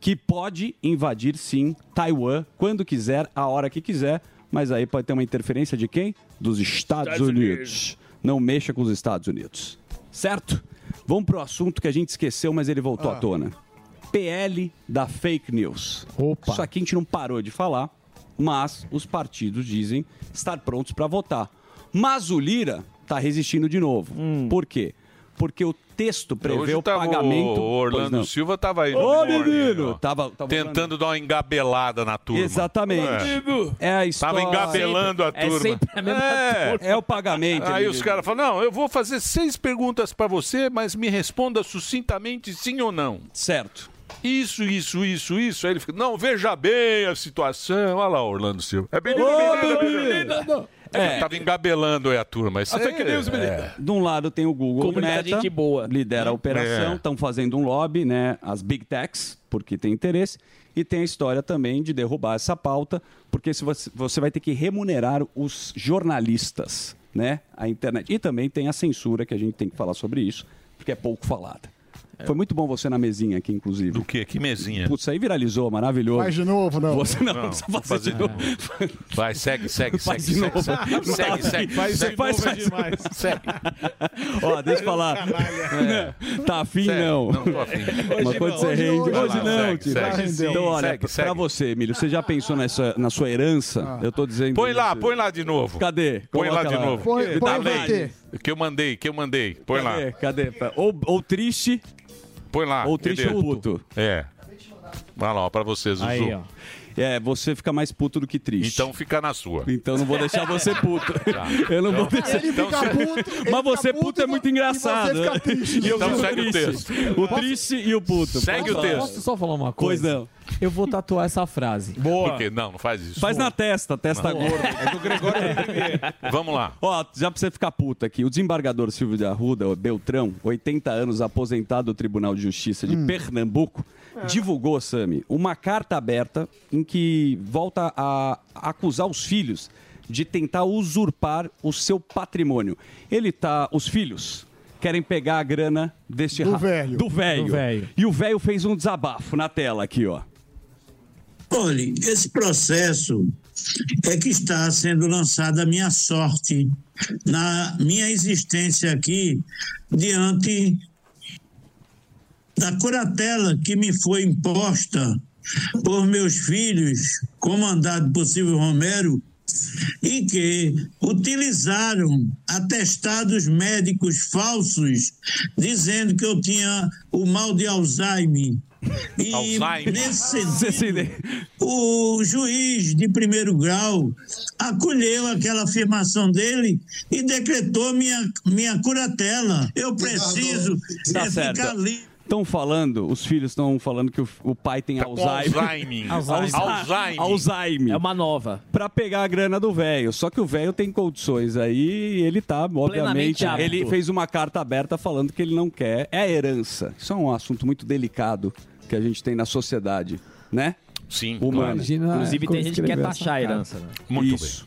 C: que pode invadir, sim, Taiwan, quando quiser, a hora que quiser, mas aí pode ter uma interferência de quem? Dos Estados,
M: Estados
C: Unidos.
M: Unidos.
C: Não mexa com os Estados Unidos. Certo? Vamos pro assunto que a gente esqueceu, mas ele voltou à
M: Ah.
C: tona. PL da fake news. Opa. Isso aqui a gente não parou de falar, mas os partidos dizem estar prontos para votar. Mas o Lira tá resistindo de novo. Por quê? Porque o texto prevê
D: Hoje
C: o
D: tava
C: pagamento.
D: O
C: Pois não.
D: Orlando Silva tava aí. no
C: Ô,
D: morning,
C: menino!
D: ó.
C: Tava, tava
D: Tentando dar uma engabelada na turma.
C: Exatamente. É, a história.
D: Tava engabelando a turma. É.
C: É o pagamento.
D: Aí
C: ele
D: os
C: diz.
D: caras falam: não, eu vou fazer seis perguntas pra você, mas me responda sucintamente sim ou não.
C: Certo.
D: Isso, isso, isso, isso. Aí ele fica: não, veja bem a situação. Olha lá, Orlando Silva. É bem. É, que tava engabelando aí a turma. Isso
C: A fake
D: é-
C: news, menino.
D: é.
C: De um lado tem o Google
D: Comunidade
C: Meta,
D: gente boa.
C: lidera a operação,
D: É.
C: estão fazendo um lobby, né? As big techs, porque tem interesse. E tem a história também de derrubar essa pauta, porque se você, você vai ter que remunerar os jornalistas, né? A internet. E também tem a censura, que a gente tem que falar sobre isso, porque é pouco falada.
D: É.
C: Foi muito bom você na mesinha aqui, inclusive. Do
D: quê? Que mesinha?
C: Putz, aí viralizou, maravilhoso.
H: Faz de novo, não.
C: Você não,
D: Não,
C: precisa
D: vou
C: fazer, de novo.
D: Vai, segue, segue,
C: Faz
D: segue,
C: de
D: segue,
C: novo.
D: segue.
C: É
D: Segue, segue,
C: Faz de
D: segue.
C: novo, é demais. Ó, deixa eu falar. Não, Tá afim, não.
D: Não, tô afim.
C: Mas
D: Hoje
C: quando
D: não,
C: você
D: hoje
C: rende.
D: não,
C: Hoje,
D: hoje não.
C: não,
D: Segue,
C: tio.
D: segue,
C: Vai render.
D: segue,
C: Então, olha,
D: segue,
C: pra
D: segue. Ah.
C: você, Emílio, você já pensou nessa, na sua herança? Eu tô dizendo.
D: Põe lá,
C: isso.
D: põe lá de novo.
C: Cadê?
D: Põe lá
C: Coloca
D: de novo.
C: Põe-
D: Dá
C: põe, vai
D: lei.
C: ter.
D: Que eu mandei, que eu mandei. Põe lá.
C: Cadê? Cadê? Ou, ou triste.
D: Põe lá.
C: Ou triste
D: cadê?
C: ou puto.
D: É. Vai lá, ó, pra você, Zuzu.
C: Aí, ó. É, você fica mais puto do que triste.
D: Então fica na sua.
C: Então não vou deixar você puto.
D: Tá.
C: Eu não
D: Então-
C: vou deixar.
D: Ele fica
C: você-
D: puto,
C: Mas você puto, é muito engraçado.
I: fica triste.
C: E eu
I: Então
C: fico
I: segue o é
C: triste. O triste e o puto.
D: Segue
C: Posso
D: o
C: falar?
D: texto.
I: Posso só falar uma
C: Pois
I: coisa?
C: não.
I: Eu vou tatuar essa frase.
D: Por quê? Não, não faz isso.
C: Faz na testa, testa
D: Não.
C: gorda.
D: Vamos lá.
C: Ó, já pra você ficar puto aqui, o desembargador Silvio de Arruda, o Beltrão, 80 anos, aposentado do Tribunal de Justiça
H: Hum.
C: de Pernambuco,
H: É.
C: divulgou, Sami, uma carta aberta em que volta a acusar os filhos de tentar usurpar o seu patrimônio. Ele tá. Os filhos querem pegar a grana deste
H: Do
C: ra-
H: velho.
C: Do velho.
H: Do velho.
C: E o velho fez um desabafo na tela aqui, ó.
N: Olhe, esse processo é que está sendo lançada a minha sorte na minha existência aqui diante da curatela que me foi imposta por meus filhos, comandado por Silvio Romero, e que utilizaram atestados médicos falsos dizendo que eu tinha o mal de Alzheimer. E nesse sentido, o juiz de primeiro grau acolheu aquela afirmação dele e decretou minha, minha curatela. Eu preciso é,
C: Tá
N: ficar
C: certo.
N: livre.
C: Estão falando, os filhos estão falando que o, o pai tem
D: Tá com
C: Alzheimer.
D: Alzheimer. Alzheimer.
C: Alzheimer. É uma nova. Pra pegar a grana do velho. Só que o velho tem condições aí e ele tá, obviamente.
M: Plenamente apto.
C: Ele fez uma carta aberta falando que ele não quer. É a herança. Isso é um assunto muito delicado que a gente tem na sociedade, né?
D: Sim.
C: Humana.
I: Imagina
K: Inclusive, tem gente que quer taxar a herança. né?
D: Muito
C: Isso.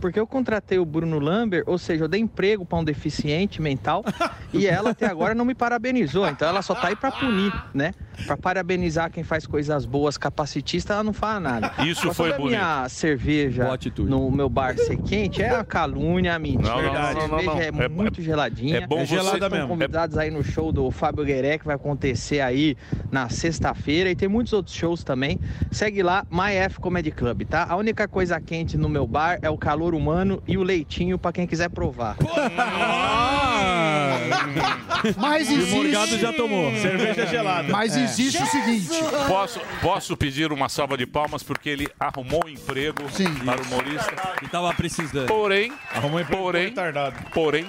O: Porque eu contratei o Bruno Lambert, ou seja, eu dei emprego para um deficiente mental e ela até agora não me parabenizou. Então ela só tá aí para punir, né? Para parabenizar quem faz coisas boas, capacitista, ela não fala nada.
D: Isso
O: Mas
D: foi
O: sobre
D: bonito.
O: a minha cerveja no meu bar ser quente é a calúnia, a mentira.
D: Não, não,
O: a
D: não, não,
O: cerveja
D: não.
O: é,
D: É-
O: muito geladinha.
D: é bom É você- gelada
O: Vocês estão
D: mesmo.
O: convidados aí no show do Fábio Gueré, que vai acontecer aí na sexta-feira. E tem muitos outros shows também. Segue lá, MyF Comedy Club, tá? A única coisa quente no meu bar é o calor humano e o leitinho pra quem quiser provar.
H: Mas
O: E o
H: existe.
O: Morgado já tomou.
D: Cerveja gelada.
H: Mas
D: É.
H: existe o seguinte.
D: Posso, posso pedir uma salva de palmas porque ele arrumou um emprego para o humorista.
C: E tava precisando.
D: Porém,
H: um
D: porém, porém,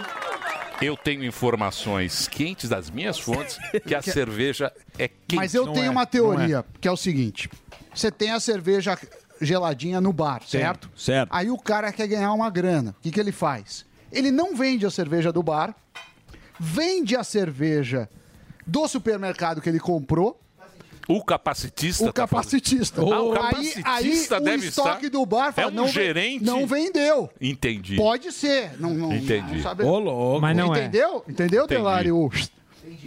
D: eu tenho informações quentes das minhas fontes que a
H: Que-
D: cerveja é quente.
H: Mas eu
D: Não
H: tenho
D: é,
H: uma
D: não
H: teoria,
D: é.
H: que é o seguinte: você tem a cerveja geladinha no bar, certo?
C: Certo.
H: Aí o cara quer ganhar uma grana. O que, que ele faz? Ele não vende a cerveja do bar, vende a cerveja do supermercado que ele comprou.
D: O capacitista.
H: O
D: tá falando.
H: capacitista.
D: Ah, o
H: aí, aí
D: capacitista
H: o
D: deve
H: estoque
D: estar.
H: do bar fala,
D: é um
H: não, ven-
D: gerente.
H: não vendeu.
D: Entendi.
H: Pode ser. Não, não,
D: Entendi.
H: Não sabe...
D: Ô, louco. Mas não é.
H: Entendeu? Entendeu,
D: Entendi.
H: Delari? O-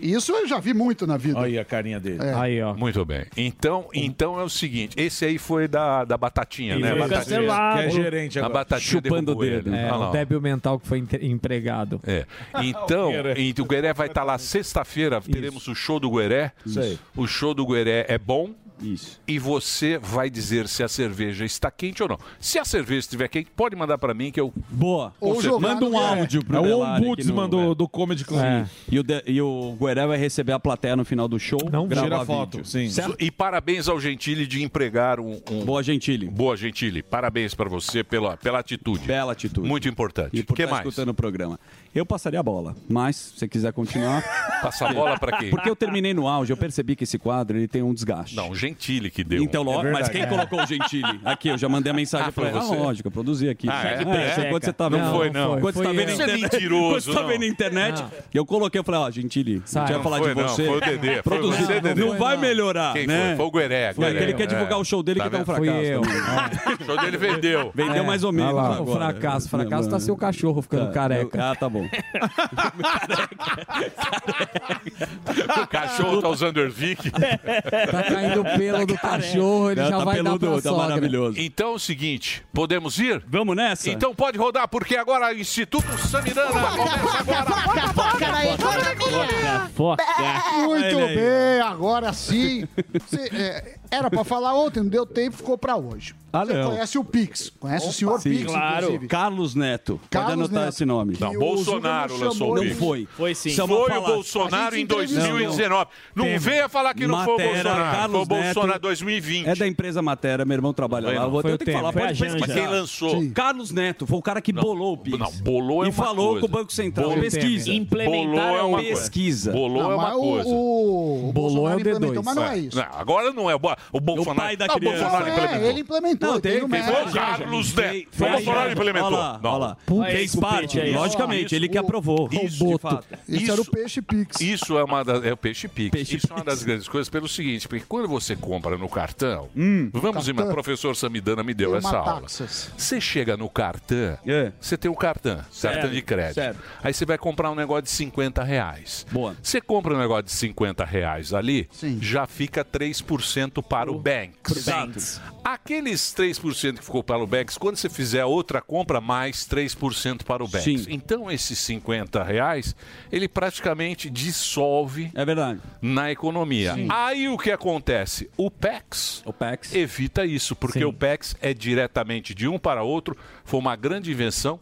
H: Isso eu já vi muito na vida.
D: Olha a carinha dele.
H: É.
D: Aí, ó. Muito bem. Então, então é o seguinte: esse aí foi da, da batatinha,
I: Ele
D: né?
I: foi
D: Batatinha.
I: cancelado. Que é
D: A
I: gerente
D: agora. Tá batatinha
I: Chupando o
D: derrubou
I: dedo.
D: ele.
I: É,
D: Ah,
I: um
D: não.
I: débil mental que foi inte- empregado.
D: É. Então, e o Gueré vai estar lá sexta-feira, teremos o show do Gueré.
I: Isso aí.
D: O show do Gueré é bom.
C: Isso.
D: E você vai dizer se a cerveja está quente ou não. Se a cerveja estiver quente, pode mandar para mim que eu.
C: Boa.
D: Ou jogar
C: Manda
D: no
C: um
D: Gueré.
C: áudio pro
D: É o
C: Delari aqui
D: ombudsman
C: no- É.
D: do-
C: do Comedy
D: Club.
C: E o, de, e o Gueré vai receber a plateia no final do show. Não
D: Gravar vídeo.
C: Certo?
D: E parabéns ao Gentili de empregar um. um-
C: Boa Gentili.
D: Boa Gentili. Parabéns para você pela, pela atitude.
C: Bela atitude.
D: Muito importante.
C: E por
D: que
C: estar
D: mais?
C: Tá escutando o programa. Eu passaria a bola, mas se você quiser continuar...
D: Passa a bola pra quem?
C: Porque eu terminei no auge, eu percebi que esse quadro ele tem um desgaste.
D: Não, o Gentili que deu.
C: Então, logo, mas
D: É.
C: quem colocou o Gentili? Aqui, eu já mandei a mensagem
D: Ah,
C: pra
D: foi
C: ele. Ah,
D: você?
C: lógico, eu produzi aqui.
D: Ah, é?
C: É,
D: Que
C: você- quando você tá vendo,
D: Não foi, não.
C: Quando você
D: Foi
C: tá vendo
D: eu.
C: na
D: Você é
C: internet-
D: mentiroso,
C: Quando você tá
D: não.
C: vendo na internet,
D: Não.
C: eu coloquei, eu falei, ó, Gentili,
D: Sai.
C: a gente vai
D: Não
C: falar
D: foi,
C: de
D: não,
C: você.
D: foi o Dedê, foi
C: Produzi.
D: você, Dedê.
C: Não vai melhorar,
D: Quem
C: né?
D: foi? Foi o Gueré,
C: Foi,
D: Gueré,
C: ele quer
D: é.
C: divulgar o show dele
D: Tá
C: que tá um
D: vendo? Fui
C: fracasso.
D: eu.
C: também.
D: O show dele vendeu.
C: Vendeu mais ou menos.
I: Olha É. lá,
C: agora. É,
I: fracasso, fracasso tá seu cachorro ficando
C: Tá.
I: careca.
C: Ah, tá bom.
D: O cachorro tá usando Ervic.
I: Tá caindo o pelo do
C: é.
I: cachorro, ele
C: tá
I: já vai dar pra sogra.
D: Então é o seguinte, podemos ir?
C: Vamos nessa?
D: Então pode rodar, porque agora o Instituto Sanirana começa
P: Tá
D: agora.
P: né?
H: Muito
D: Olha aí,
H: bem, agora sim. Cê, é, era pra falar ontem, não deu tempo, ficou pra hoje.
C: Ah,
H: Você
C: não.
H: conhece o Pix, conhece o senhor
C: Sim.
H: Pix, inclusive.
C: Carlos Neto. Pode
H: Carlos
C: anotar
H: Neto,
C: esse nome.
H: que Não, o Bolsonaro Zuckerman lançou chamou o
C: Não
H: ele. Pix.
C: foi.
D: Foi sim.
C: Chamou
D: Foi o
C: falar-
D: Bolsonaro
C: A gente
D: em
C: entrevistou.
D: 2019. Não
C: Teve.
D: venha falar que não foi o
C: Matéria,
D: Bolsonaro. Foi o Bolsonaro
C: Neto.
D: 2020.
C: É da empresa Matéria, meu irmão trabalha
D: Foi
C: lá. Eu vou
D: não.
C: ter que
D: Foi o
C: falar,
D: Temer,
C: pode
D: foi a Janja.
C: pesquisar.
D: Mas quem lançou? Sim.
C: Carlos Neto, foi o cara que bolou o Pix.
D: Não, bolou é
C: E
D: uma
C: falou
D: coisa.
C: com o Banco Central.
D: Bolou-
C: pesquisa.
D: Bolou é uma
C: pesquisa.
D: coisa. Bolou é uma coisa.
H: O,
D: Bolou
H: o Bolsonaro implementou, mas não é isso.
D: agora não é. O Bo- o Bolsonaro.
C: pai da
D: Não, o
C: criança.
D: Bolsonaro
C: Não, é,
D: implementou.
H: Ele implementou,
C: Não,
H: tem
C: tem,
H: o
C: fez
H: mérito.
D: O Carlos Neto. O Bolsonaro implementou.
C: Olha lá,
D: Não.
C: olha lá. Fez parte, logicamente, ele que aprovou.
D: Isso, de fato.
H: Esse
D: Isso-
H: era o peixe Pix.
D: Isso é uma das, é o peixe pix. isso é uma das grandes coisas pelo seguinte, porque quando você compra no cartão, vamos
H: Hum, cartão.
D: imaginar, o professor Samidana me deu
H: Tem
D: essa
H: uma
D: aula.
H: taxas.
D: Você chega no cartão,
H: É.
D: você tem o cartão,
H: Certo,
D: cartão de crédito.
H: certo.
D: Aí você vai comprar um negócio de 50 reais.
C: Boa.
D: Você compra um negócio de 50 reais ali, já fica 3% para o Banks.
C: Exato.
D: Aqueles 3% que ficou para o Banks, quando você fizer outra compra, mais 3% para o Banks.
C: Sim.
D: Então, esses 50 reais, ele praticamente dissolve na economia.
C: É Sim.
D: Aí o que acontece? O PEX, evita isso, porque o PEX é diretamente de um para outro, foi uma grande invenção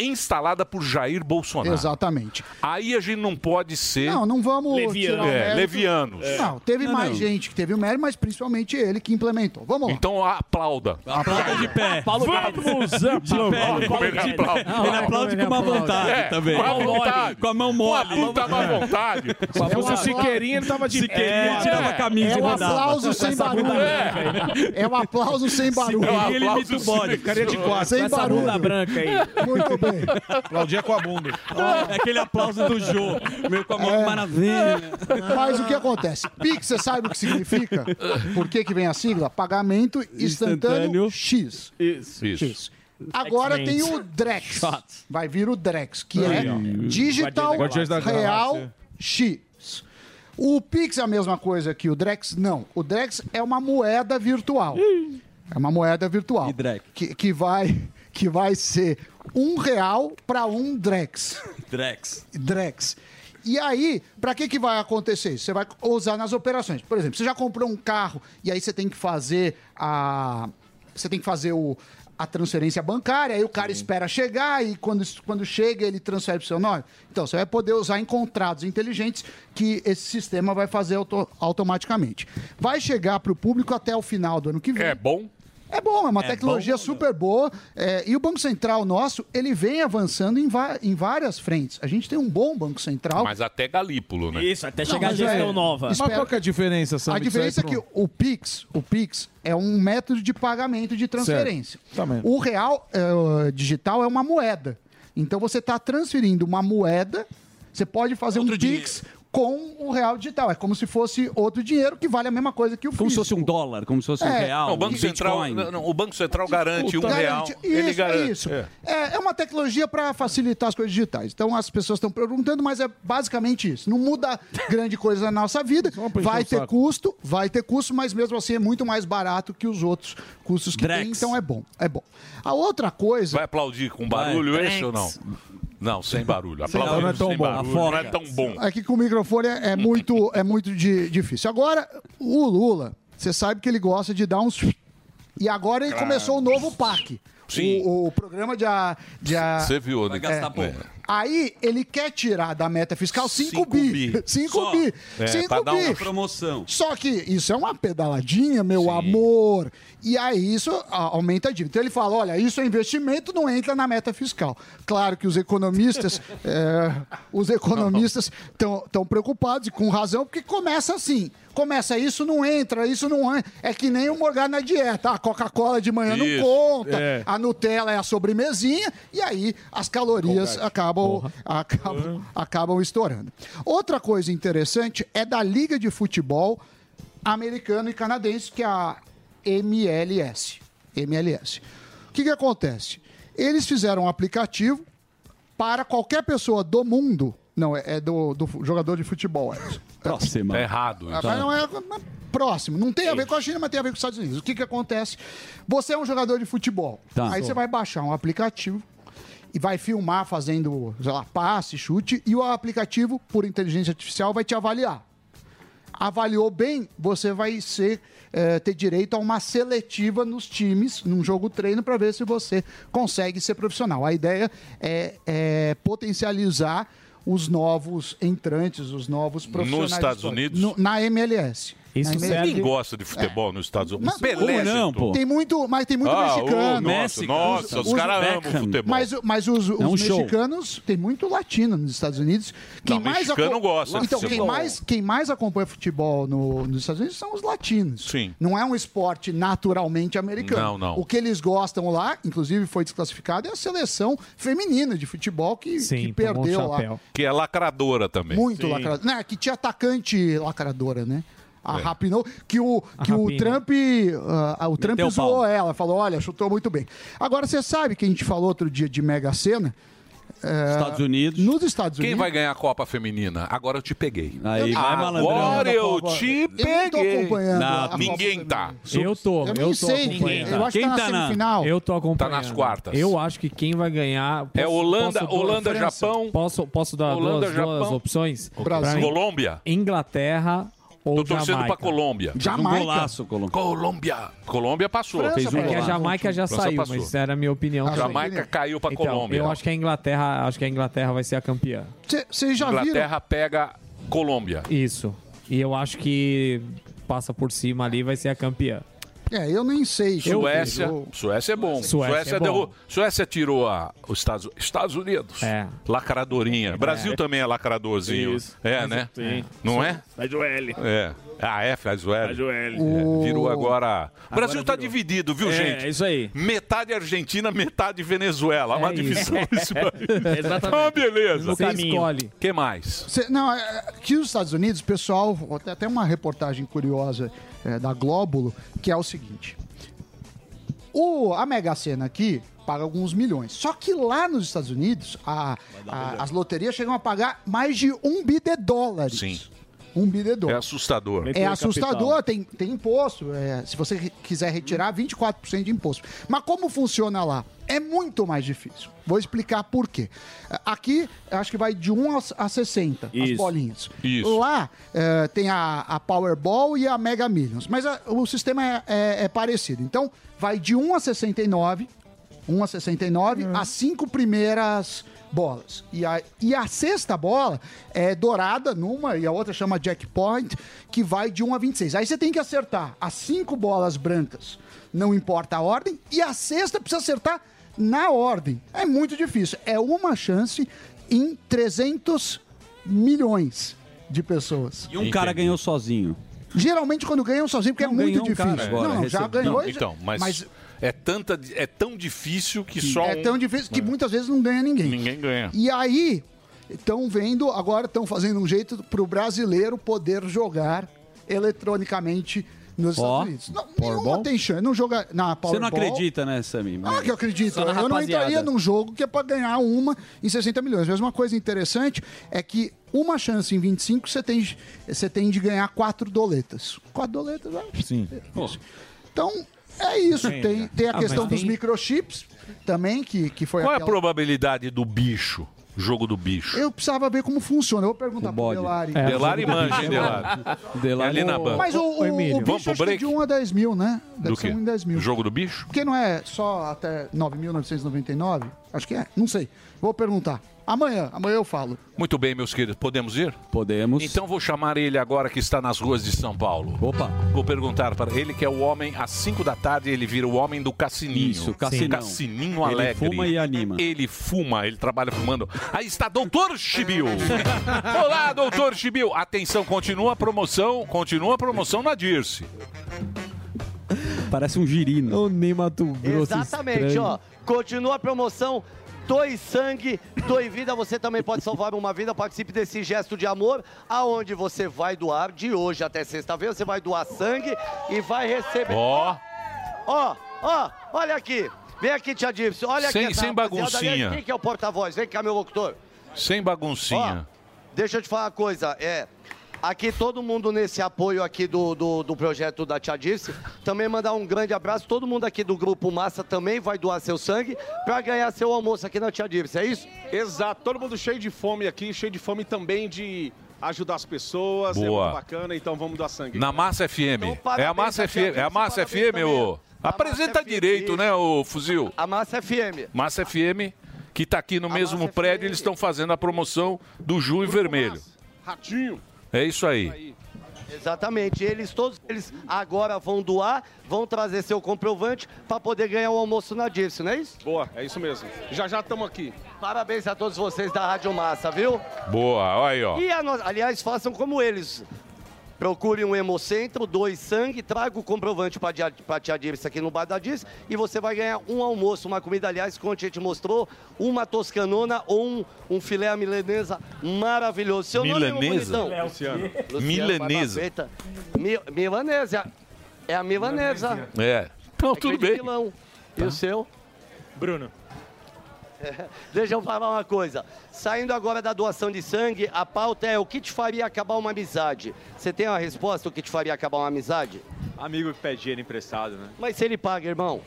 D: instalada por Jair Bolsonaro.
H: Exatamente.
D: Aí a gente não pode ser.
H: Não, não vamos. tirar o
D: É,
H: mérito.
D: levianos.
H: Não, teve
D: Não,
H: mais
D: não.
H: gente que teve o mérito, mas principalmente ele que implementou. Vamos lá.
D: Então aplauda.
H: Aplauda de pé. Paulo Vamos Guedes. aplaudir.
D: De pé,
H: Paulo
D: ele
H: Guedes.
D: aplaude.
H: Ele aplaude com uma vontade
D: É,
H: também.
D: Com a
H: Mão mole.
D: vontade.
C: Com a mão mole. É.
D: Com a puta má vontade.
C: Se fosse o Siqueirinha, ele tava de Siqueirinha, pé. tirava a camisa
H: É
C: e
H: um
C: rodava.
H: aplauso sem barulho. É um aplauso sem barulho.
G: um
C: Siqueirinha,
G: É
C: ele imita o bode. Ficaria de costas.
H: Sem
C: Com essa
H: barulho.
C: bunda branca aí.
H: Muito bem.
G: Claudia com a bunda.
C: É aquele aplauso do Jô. Meu com a mão
J: É.
C: maravilha.
H: É. Mas o que acontece? PIX, você sabe o que significa? Por que, que vem a sigla? Pagamento instantâneo, X.
D: Isso. Isso.
H: Agora tem o
D: X-Men.
H: Drex. Vai vir o Drex, que
D: Aí,
H: é
D: ó.
H: Digital
D: Guardiões da Galáxia.
H: Real
D: Guardiões
H: X. O Pix é a mesma coisa que o Drex? Não. O Drex é uma moeda virtual. É uma moeda virtual. Que, que vai, que vai ser um real para um Drex.
C: Drex.
H: Drex. E aí, para que, que vai acontecer isso? Você vai usar nas operações. Por exemplo, você já comprou um carro e aí você tem que fazer a. Você tem que fazer o, a transferência bancária, aí o cara espera chegar e quando, quando chega ele transfere para seu nome. Então, você vai poder usar em contratos inteligentes que esse sistema vai fazer auto- automaticamente. Vai chegar para o público até o final do ano que vem. É
D: bom?
H: É bom, é uma
D: É
H: tecnologia super boa. é, e o Banco Central nosso, ele vem avançando em, va- em várias frentes. A gente tem um bom Banco Central.
D: Mas até Galípolo, né? Isso,
H: até Não, chegar a mas gestão é- nova.
E: Mas
H: espera-
E: qual que é a diferença, Sam?
H: a diferença é que o Pix, o Pix é um método de pagamento de transferência.
E: Certo. Tá mesmo.
H: O real eh, digital é uma moeda. Então você está transferindo uma moeda, você pode fazer um Pix com o real digital. É como se fosse outro dinheiro que vale a mesma coisa que o
C: Como se
H: físico.
C: fosse um dólar, como se fosse um
H: É.
C: real.
D: Não, o, Banco
C: um
D: Central,
C: Bitcoin.
D: não, não, o Banco Central garante um
H: Garante.
D: real.
H: Isso,
D: ele garante.
H: é isso.
D: É.
H: É, é uma tecnologia para facilitar as coisas digitais. Então as pessoas estão perguntando, mas é basicamente isso. Não muda grande coisa na nossa vida.
E: encher
H: Vai
E: o
H: ter
E: saco.
H: custo, vai ter custo, mas mesmo assim é muito mais barato que os outros custos que tem. Então é bom, é bom. A outra coisa.
D: Vai aplaudir com barulho
H: Vai.
D: esse ou não? Não, sem barulho.
H: Sem
D: Aplaudir
H: barulho. Não é
D: sem
H: tão bom.
D: barulho.
H: Afoga.
D: Não é tão bom.
H: É que com o microfone é é muito, é muito di- difícil. Agora, o Lula, você sabe que ele gosta de dar uns. E agora ele
D: Claro.
H: começou o novo PAC.
D: Sim.
H: O, o programa de. a- de a-
D: Você viu, né?
H: É. Aí ele quer tirar da meta fiscal 5 bi. 5
C: Só.
H: bi.
C: É,
H: 5
C: pra dar uma
H: bi.
C: promoção.
H: Só que isso é uma pedaladinha, meu amor. E aí isso a- aumenta a dívida. Então ele fala: olha, isso é investimento, não entra na meta fiscal. Claro que os economistas, é, os economistas estão preocupados e com razão, porque começa assim. Começa isso, não entra, isso não entra. É que nem o Morgado na dieta. A Coca-Cola de manhã
Q: Isso,
H: não conta,
Q: é.
H: a Nutella é a sobremesinha, e aí as calorias acabam,
Q: É.
H: acabam, acabam estourando. Outra coisa interessante é da Liga de Futebol Americano e Canadense, que é a MLS. MLS. O que, que acontece? Eles fizeram um aplicativo para qualquer pessoa do mundo. Não, é, é do, do jogador de futebol. É,
C: Próxima.
D: É errado.
H: ah, mas não é mas próximo. Não tem a ver com a China, mas tem a ver com os Estados Unidos. O que, que acontece? Você é um jogador de futebol.
C: Tá.
H: Aí você vai baixar um aplicativo e vai filmar fazendo, sei lá, passe, chute, e o aplicativo, por inteligência artificial, vai te avaliar. Avaliou bem, você vai ser eh, ter direito a uma seletiva nos times, num jogo treino, para ver se você consegue ser profissional. A ideia é, é potencializar os novos entrantes, os novos profissionais.
D: Nos Estados
H: históricos.
D: Unidos?
H: No- na MLS. Na MLS.
D: Ninguém gosta de futebol nos Estados Unidos. Pelé citou.
H: Tem muito, mas tem muito
D: Ah, o
H: mexicano.
D: Messi, nossa, os caras amam
H: Beckham.
D: futebol.
H: Mas, mas os, os
D: É um show.
H: mexicanos, tem muito latino nos Estados Unidos. Quem
D: Não,
H: mais
D: mexicano gosta de
H: Então, quem
D: futebol.
H: mais, quem mais acompanha futebol no- nos Estados Unidos são os latinos.
D: Sim.
H: Não é um esporte naturalmente americano.
D: Não, não.
H: O que eles gostam lá, inclusive foi desclassificado, é a seleção feminina de futebol que, que perdeu lá.
D: Que é lacradora também.
H: Muito lacradora. Não, que tinha atacante lacradora, né? A
D: É.
H: Rapinoe, que o, que o
D: Rapinoe.
H: Trump, ah, o Trump
C: o
H: zoou ela, falou, olha, chutou muito bem. Agora, você sabe que a gente falou outro dia de Mega Sena? É,
D: Estados
C: Unidos.
H: Nos Estados
D: Quem
H: Unidos.
D: vai ganhar a Copa Feminina? Agora eu te peguei.
C: Aí, vai, malandrão.
D: Agora eu te
H: Eu não tô
D: peguei.
H: acompanhando a Copa
D: ninguém tá.
I: Eu tô, eu,
D: Eu nem
I: tô
D: sei
I: acompanhando.
D: ninguém tá. Eu acho que Quem tá na tá na- semifinal?
I: Eu tô acompanhando.
D: Tá nas quartas.
I: Eu acho que quem vai ganhar...
D: É Holanda-
I: posso-
D: Holanda, Japão.
I: Posso, posso dar
D: Holanda,
I: duas, duas
D: Japão.
I: opções?
D: Brasil.
I: Pra mim,
D: Colômbia.
I: Inglaterra
D: Tô torcendo
I: Jamaica.
D: pra Colômbia.
I: Jamaica.
D: Um golaço,
C: Colômbia.
D: Colômbia. Colômbia passou.
I: Fez um golaço. É que a Jamaica já
D: França
I: saiu,
D: passou.
I: mas era a minha opinião.
D: A Jamaica caiu pra
I: Então,
D: Colômbia.
I: Eu acho que a Inglaterra, acho que a Inglaterra vai ser a campeã.
H: Vocês já viram?
D: Inglaterra pega Colômbia.
I: Isso. E eu acho que passa por cima ali vai ser a campeã.
H: É, eu nem sei.
D: Suécia.
H: Eu-
D: Suécia é bom.
I: Suécia é bom.
D: derru- Suécia tirou a, os Estados, Estados Unidos. É. Lacradorinha. Brasil também é lacradorzinho.
Q: Isso.
D: É,
Q: Mas
D: né?
Q: tem.
D: Não é?
Q: Faz o L.
D: É. Ah, é, faz o L.
Q: Faz o L.
D: É. Virou agora. O
Q: Agora
D: Brasil tá dividido, viu,
Q: É,
D: gente?
Q: é
D: isso aí. Metade Argentina, metade Venezuela. uma
Q: É
D: divisão
Q: isso.
D: isso aí.
Q: É exatamente.
D: Ah, beleza.
H: No Você caminho. escolhe.
D: que mais?
H: Cê- não, é, é, que os Estados Unidos, pessoal, tem até uma reportagem curiosa é, da Glóbulo, que é o seguinte. O, a Mega Sena aqui paga alguns milhões. Só que lá nos Estados Unidos, a- a- as loterias chegam a pagar mais de um bi de dólares.
D: Sim.
H: Um bi de dólares.
D: É assustador.
H: É assustador, tem, tem imposto. é, se você re- quiser retirar, 24% de imposto. Mas como funciona lá? É muito mais difícil. Vou explicar por quê. É, Aqui, acho que vai de 1 aos- a 60, as
Q: Isso.
H: bolinhas.
Q: Isso.
H: Lá é, tem a, a Powerball e a Mega Millions. Mas a- o sistema é, é- é parecido. Então, vai de 1 a 69, 1 a 69, as cinco primeiras bolas. E a, e a sexta bola é dourada numa e a outra chama jackpoint, que vai de 1 a 26. Aí você tem que acertar as cinco bolas brancas, não importa a ordem, e a sexta precisa acertar na ordem. É muito difícil. É uma chance em 300 milhões de pessoas.
C: E um cara ganhou sozinho.
H: Geralmente quando ganham sozinho, porque é muito
C: ganhou um
H: difícil.
C: cara agora,
H: não, não, já
C: recebeu.
H: ganhou. e já-
D: Então, mas, é, tanta, é tão difícil que só.
H: é
D: um-
H: tão difícil que muitas vezes não ganha ninguém.
D: Ninguém ganha.
H: E aí, estão vendo, agora estão fazendo um jeito pro brasileiro poder jogar eletronicamente nos
C: Ó,
H: Estados Unidos. Não, nenhuma tem chance. Não joga na
C: Você não
H: Powerball.
C: acredita, né, Samir?
H: Ah, que eu acredito.
C: Só na
H: Eu não
C: rapaziada.
H: entraria num jogo que é pra ganhar uma em 60 milhões. Mas uma coisa interessante é que uma chance em 25 você tem, você tem de ganhar quatro doletas. Quatro doletas, vai.
Q: Sim.
H: Então, é isso.
D: Sim,
H: Tem,
D: cara.
H: tem a
D: Ah, mas
H: questão dos
D: tem-
H: microchips também, que, que foi
D: Qual é a
H: aquela-
D: probabilidade do bicho? Jogo do bicho.
H: Eu precisava ver como funciona. Eu vou perguntar pro Tá Delari.
D: Delari manja, hein, Delari?
C: Delari-
D: É ali na banca.
H: Mas o, o, o
D: Vamos
H: bicho
D: pro
H: acho que é
D: break?
H: de 1 a 10 mil, né? Deve
D: Do
H: ser
D: quê?
H: 1 em 10 mil.
D: Jogo do bicho?
H: Porque não é só até 9.999? Acho que é. Não sei. Vou perguntar. Amanhã. Amanhã eu falo.
D: Muito bem, meus queridos. Podemos ir?
C: Podemos.
D: Então vou chamar ele agora que está nas ruas de São Paulo.
C: Opa.
D: Vou perguntar para ele que é o homem, às 5 da tarde, ele vira o homem do Cassininho.
C: Isso, Cassinão.
D: Cassininho
C: Ele
D: Alegre.
C: fuma e anima.
D: Ele fuma, ele trabalha fumando. Aí está Doutor Chibiu. Olá, Doutor Chibiu. Atenção, continua a promoção, continua a promoção na Dirce.
C: Parece um girino.
I: O Nimato Grosso.
L: Exatamente,
I: estranho.
L: ó. Continua a promoção. Doe sangue, doe vida. Você também pode salvar uma vida. Participe desse gesto de amor, aonde você vai doar de hoje até sexta-feira. Você vai doar sangue e vai receber.
D: Ó.
L: Ó, ó, olha aqui. Vem aqui, Tia Dirce. Olha
D: Sem-
L: aqui. essa
D: sem
L: rapaziada.
D: baguncinha.
L: Aliás, Quem que é o porta-voz? Vem cá, meu locutor.
D: Sem baguncinha.
L: Deixa eu te falar uma coisa, é. Aqui todo mundo nesse apoio aqui do, do, do projeto da Tia Dirce, também mandar um grande abraço. Todo mundo aqui do Grupo Massa também vai doar seu sangue para ganhar seu almoço aqui na Tia Dirce, é isso?
Q: Exato, todo mundo cheio de fome aqui, cheio de fome também de ajudar as pessoas.
D: Boa.
Q: É muito bacana, então vamos doar sangue.
D: Na Massa FM.
L: Então
D: é a Massa FM, é a Massa FM, ô. Apresenta direito, né, ô Fuzil?
L: A Massa FM.
D: Massa FM, que tá aqui no mesmo prédio, eles estão fazendo a promoção do Ju e Vermelho.
L: Ratinho.
D: É isso aí.
L: Exatamente. Eles todos eles agora vão doar, vão trazer seu comprovante para poder ganhar o almoço na Dirce, não é isso?
Q: Boa, é isso mesmo. Já já estamos aqui.
L: Parabéns a todos vocês da Rádio Massa, viu?
D: Boa, olha aí, ó.
L: E a no- aliás, façam como eles. Procure um hemocentro, doe sangue, traga o comprovante para a Tia Dirce aqui no Bar da Dirce e você vai ganhar um almoço, uma comida, aliás, como a gente mostrou, uma toscanona ou um, um filé à milanesa maravilhoso. Seu
D: Milanesa?
L: nome é um
D: Luciano.
L: bonitão.
D: Milanesa.
L: Barbareta. Mi, milanesa. É a milanesa.
D: É. Então,
L: É que
D: tudo
L: vem de
D: bem.
L: Milão. E o seu?
Q: Bruno.
L: Deixa eu falar uma coisa. Saindo agora da doação de sangue, a pauta é o que te faria acabar uma amizade. Você tem uma resposta o que te faria acabar uma amizade?
R: Amigo que pede dinheiro emprestado, né?
L: Mas se ele paga, irmão?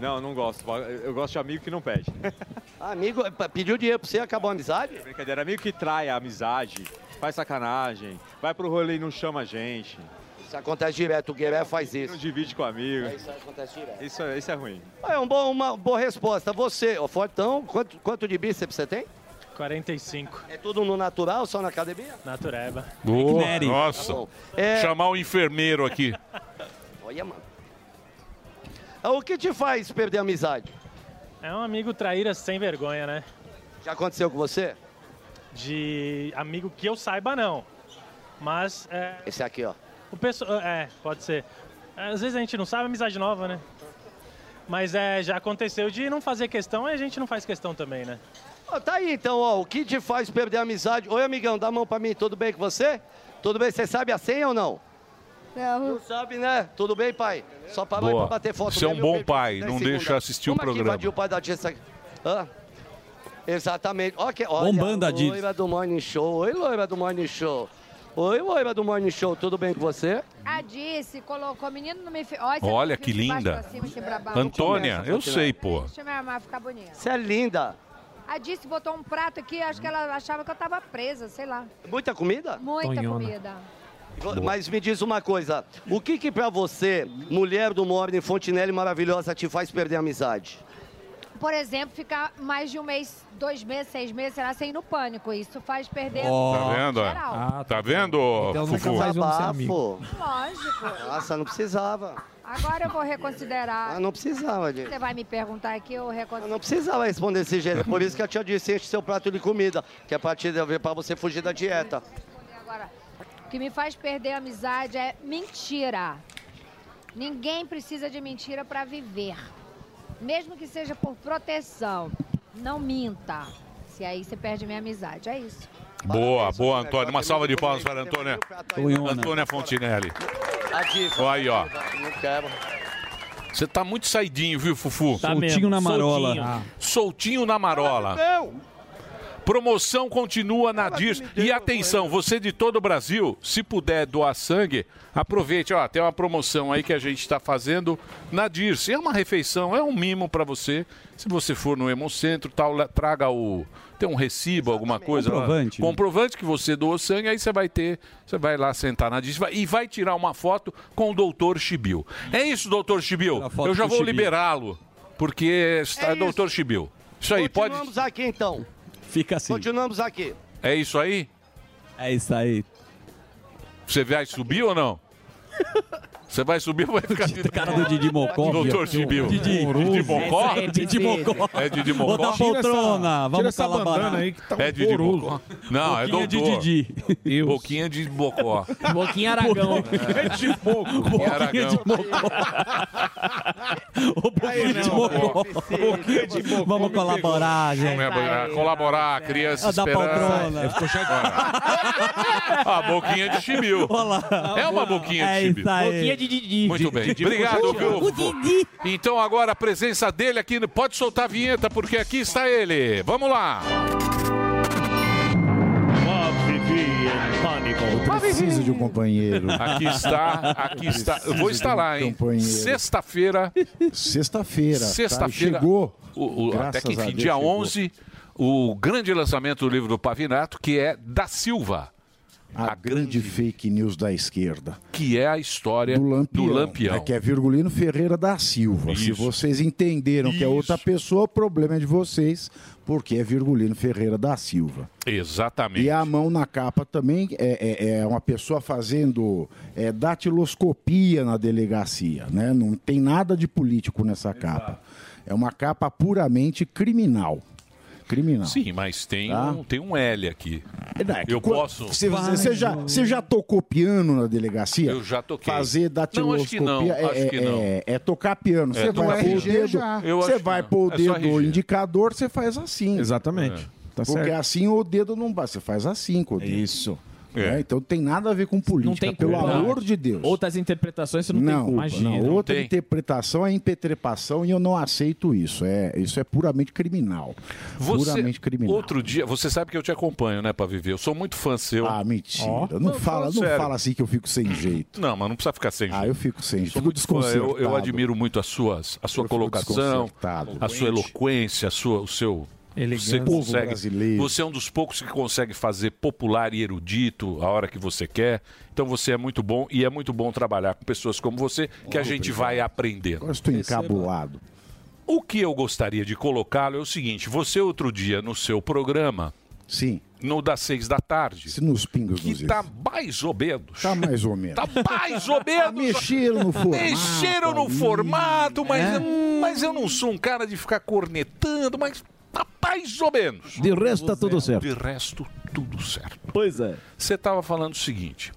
R: Não, não gosto. Eu gosto de amigo que não pede.
L: Amigo, p- pediu dinheiro pra você, acabou a amizade?
R: É Brincadeira, amigo que trai a amizade, faz sacanagem, vai pro rolê e não chama a gente.
L: Isso acontece direto, o Gueré faz isso.
R: Não divide com amigo.
L: isso acontece direto.
R: Isso, isso é ruim.
L: Ah, É um bom- uma boa resposta. Você, ô Fortão, quanto, quanto de bíceps você tem? 45. É tudo no natural, só na academia? Natureba.
D: Boa,
L: Neri.
D: nossa.
L: Tá bom. É-
D: Chamar o enfermeiro aqui.
L: Olha, mano. Ah, O que te faz perder a amizade?
S: É um amigo traíra sem vergonha, né?
L: Já aconteceu com você?
S: De amigo que eu saiba, não. Mas é,
L: Esse aqui, ó.
S: o pessoal. É, pode ser. Às vezes a gente não sabe, amizade nova, né? Mas é, já aconteceu de não fazer questão e a gente não faz questão também, né?
L: Ó, tá aí então, ó. O que te faz perder a amizade? Oi, amigão, dá a mão pra mim, tudo bem com você? Tudo bem, você sabe a senha ou não? Não. Não sabe, né? Tudo bem, pai? Só parou aí
D: Boa.
L: pra bater foto.
D: Você é um
L: mesmo, eu
D: bom
L: vejo
D: pai,
L: dez
D: não
L: segundos.
D: deixa assistir o
L: Como é que
D: programa.
L: invadiu o pai da Jessa? Hã? Exatamente. Ó que- olha,
C: Bombando a Adidas.
L: Loira do Morning Show. Oi, loira do Morning Show. Oi, loira do Morning Show, tudo bem com você?
T: A Disse colocou, menino não me... fe- Olha, você
D: Olha
T: não me
D: que
T: fez de baixo
D: linda.
T: pra cima, esse brabão.
D: Antônia,
L: Começa,
D: eu
L: continua.
D: sei, pô.
T: Deixa minha mãe ficar bonita.
L: Você é linda.
T: A Disse botou um prato aqui, acho que ela achava que eu tava presa, sei lá.
L: Muita comida?
T: Muita comida.
L: Mas me diz uma coisa, o que que pra você, mulher do Morning Fontinelli maravilhosa, te faz perder a amizade?
T: Por exemplo, ficar mais de um mês, dois meses, seis meses, será sem ir no pânico. Isso faz perder
D: Tá vendo? é?
T: geral.
D: tá vendo, Fufu? Tá
T: Lógico.
L: Nossa, não precisava.
T: Agora eu vou reconsiderar.
L: Ah, não precisava, de...
T: Você vai me perguntar aqui, eu reconsidero.
L: Não precisava responder desse jeito. Por isso que a tia disse, enche seu prato de comida, que é pra, te, pra você fugir da dieta.
T: Agora, o que me faz perder a amizade é mentira. Ninguém precisa de mentira para viver. Mesmo que seja por proteção. Não minta. Se aí você perde minha amizade. É isso.
D: Boa, boa, Antônia. Uma salva de palmas para a Antônia. Antônia Fontinelli. Olha aí, ó.
L: Não quero.
D: Você tá muito saidinho, viu, Fufu?
C: Tá Soltinho mesmo, na marola. soltinho. Ah.
D: Soltinho na marola. Promoção continua na DIRS. E atenção, você de todo o Brasil, se puder doar sangue, aproveite. Ó, tem uma promoção aí que a gente está fazendo na DIRS. É uma refeição, é um mimo para você. Se você for no Hemocentro, tal, lá- traga o. Tem um recibo, alguma coisa. lá.
C: Comprovante, né?
D: Comprovante que você doou sangue, aí você vai ter. Você vai lá sentar na DIRS vai- e vai tirar uma foto com o doutor Chibiu. É isso, doutor Chibiu.
L: foto
D: Eu já
L: com o
D: vou
L: Chibiu.
D: liberá-lo. Porque está
L: É isso.
D: doutor Chibiu. Isso aí, pode.
L: Continuamos aqui, então.
C: Fica assim.
L: Continuamos aqui.
D: É isso aí?
C: É isso aí.
D: Você vai subir ou não? Você vai subir ou vai ficar de
C: cara do Didi Mocó,
D: Doutor
C: viu?
D: Chibiu.
C: Didi-
D: Didi Mocó?
C: Essa é Didi Mocó.
D: É Didi Mocó.
C: Bota a poltrona, vamos calabarar.
D: É Didi Mocó. Não, é
C: Boquinha de
D: doutor.
C: Didi.
D: Boquinha de Mocó.
C: Boquinha
D: Aragão.
K: né?
C: Boquinha de Moco. Boquinha de Moco. Boquinha de Moco. Boquinha né? de Moco. Vamos colaborar, gente.
D: Vamos colaborar, é colaborar, criança
C: Ah, da
D: esperando. É,
C: poltrona.
D: A Ah, boquinha de Chibiu. É uma boquinha de
C: É
D: Chibiu.
C: isso aí. Boquinha
D: de Didi. Muito bem.
C: Didi
D: Obrigado,
C: Mocó.
D: viu? Então agora a presença dele aqui. Pode soltar a vinheta, porque aqui está ele. Vamos lá.
U: Eu preciso de um companheiro.
D: Aqui está, aqui está. Eu vou estar lá, hein? Sexta-feira.
U: Sexta-feira. um tá?
D: Sexta-feira.
U: Chegou.
D: O- o- até
U: Graças
D: que
U: a
D: enfim,
U: Deus
D: dia
U: chegou.
D: 11, o grande lançamento do livro do Pavinato, que é Da Silva,
U: A, grande fake news da esquerda.
D: que é a história do Lampião.
U: Lampião, É que é Virgulino Ferreira da Silva. Se vocês entenderam que é outra pessoa, o problema é de vocês, porque é Virgulino Ferreira da Silva.
D: Exatamente.
U: E a mão na capa também é, é- é uma pessoa fazendo é, datiloscopia na delegacia, né? Não tem nada de político nessa capa. É uma capa puramente criminal. Criminal.
D: Sim, mas tem,
U: Tá. É,
D: um, tem um L aqui. Eu
U: Quando-
D: posso.
U: Você, você já, você já tocou piano na delegacia?
D: Eu já toquei.
U: Fazer datiloscopia
D: Não, acho que não,
U: é,
D: acho que
U: é-
D: não.
U: é- é tocar piano.
D: É
U: Você
D: tocar
U: vai pôr o
D: piano.
U: dedo,
D: Eu
U: você
D: acho que
U: vai
D: não.
U: pôr o
D: É só
U: dedo
D: RG.
U: no indicador, você faz assim. Exatamente.
D: Tá
U: Porque
D: certo.
U: assim o dedo não bate. Você faz assim com o dedo. Isso.
D: É.
U: né? Então tem nada a ver com política, pelo amor de Deus.
K: Outras interpretações você não, tem
U: não,
K: culpa.
U: não, outra interpretação é impetrepação e eu não aceito isso. É, isso é puramente criminal.
D: Você,
U: puramente criminal.
D: Outro dia, você sabe que eu te acompanho, né, pra viver? Eu sou muito fã seu.
U: Ah, mentira. Não, fala, não fala assim que eu fico sem jeito.
D: Não, mas não precisa ficar sem
U: Ah, eu fico sem jeito.
D: Sou
U: Fico
D: muito fã,
U: desconcertado.
D: Eu, eu admiro muito as suas, a sua
U: Eu fico
D: colocação,
U: desconcertado.
D: a sua eloquência, a sua, o seu.
U: Elegância.
D: Você,
U: Povo
D: consegue,
U: brasileiro.
D: você é um dos poucos que consegue fazer popular e erudito a hora que você quer. Então você é muito bom e é muito bom trabalhar com pessoas como você que a gente vai aprender.
U: Agora estou encabulado.
D: O que eu gostaria de colocá-lo é o seguinte: você outro dia no seu programa,
U: sim,
D: no das seis da tarde,
U: Se nos pingos nos
D: que tá mais ou menos.
U: Tá mais ou menos. Ah,
D: Tá mais ou menos.
U: Mexeram no formato. né?
D: Mexeram no formato, mas, mas eu não sou um cara de ficar cornetando, mas tá mais ou menos.
E: De resto, tá tudo certo.
D: De resto, tudo certo. Pois é. Você tava falando o seguinte,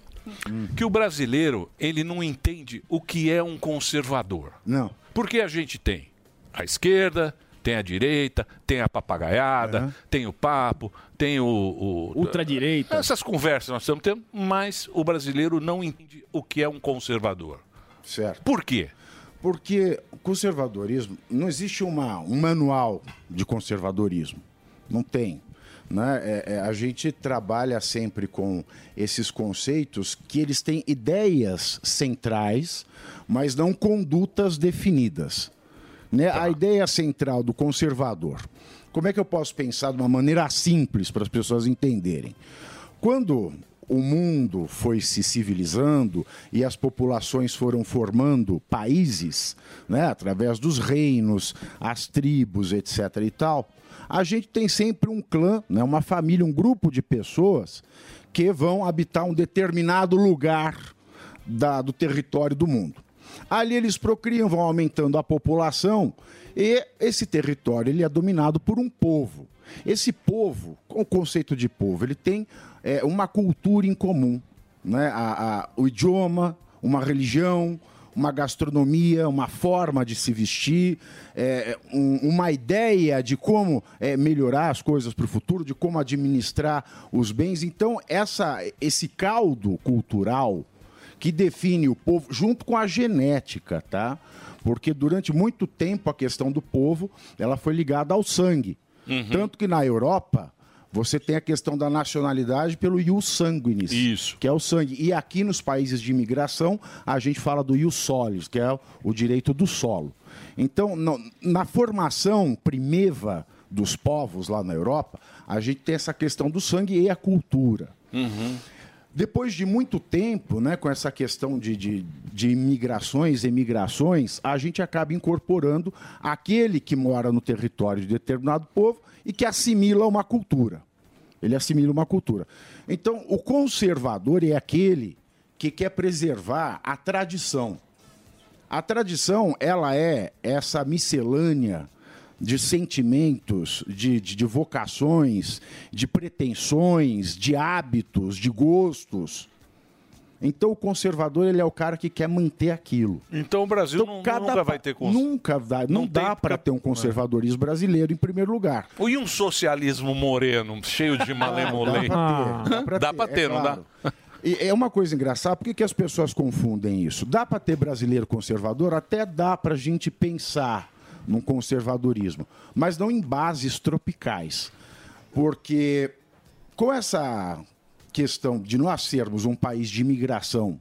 D: que o brasileiro, ele não entende o que é um conservador.
U: Não.
D: Porque a gente tem a esquerda, tem a direita, tem a papagaiada, tem o papo, tem o, o. Ultradireita. Essas conversas nós estamos tendo, mas o brasileiro não entende o que é um conservador.
U: Certo.
D: Por quê?
U: Porque o conservadorismo, não existe uma, um manual de conservadorismo. Não tem. Né? É- é, a gente trabalha sempre com esses conceitos que eles têm ideias centrais, mas não condutas definidas. Né? A ideia central do conservador. Como é que eu posso pensar de uma maneira simples para as pessoas entenderem? Quando o mundo foi se civilizando e as populações foram formando países, né, através dos reinos, as tribos, etc. e tal, a gente tem sempre um clã, né, uma família, um grupo de pessoas que vão habitar um determinado lugar da- do território do mundo. Ali eles procriam, vão aumentando a população e esse território ele é dominado por um povo. Esse povo, com o conceito de povo, ele tem é, uma cultura em comum, né? A- a- o idioma, uma religião, uma gastronomia, uma forma de se vestir, é, um- uma ideia de como é, melhorar as coisas para o futuro, de como administrar os bens. Então essa, esse caldo cultural que define o povo, junto com a genética, tá? Porque durante muito tempo a questão do povo ela foi ligada ao sangue.
J: Uhum.
D: Uhum.
U: Tanto que na Europa você tem a questão da nacionalidade pelo ius sanguinis, Isso. que é o sangue. E aqui nos países de imigração a gente fala do ius solis, que é o direito do solo. Então, no- na formação primeva dos povos lá na Europa, a gente tem essa questão do sangue e a cultura. Depois de muito tempo, né, com essa questão de, de, de imigrações, emigrações, a gente acaba incorporando aquele que mora no território de determinado povo e que assimila uma cultura. Ele assimila uma cultura. Então, o conservador é aquele que quer preservar a tradição. A tradição, ela é essa miscelânea de sentimentos, de, de, de vocações, de pretensões, de hábitos, de gostos. Então, o conservador, ele é o cara que quer manter aquilo.
D: Então o Brasil não- nunca vai ter cons-
U: Nunca dá, não, dá para ter um
D: é.
U: conservadorismo brasileiro em primeiro lugar.
D: E um socialismo moreno, cheio de malemolê?
U: Ah, dá pra ter, dá pra
D: Dá pra
U: ter,
D: ter,
U: é
D: não
U: claro. E é uma coisa engraçada, por que que as pessoas confundem isso? Dá para ter brasileiro conservador? Até dá para a gente pensar num conservadorismo, mas não em bases tropicais. Porque com essa questão de nós sermos um país de imigração,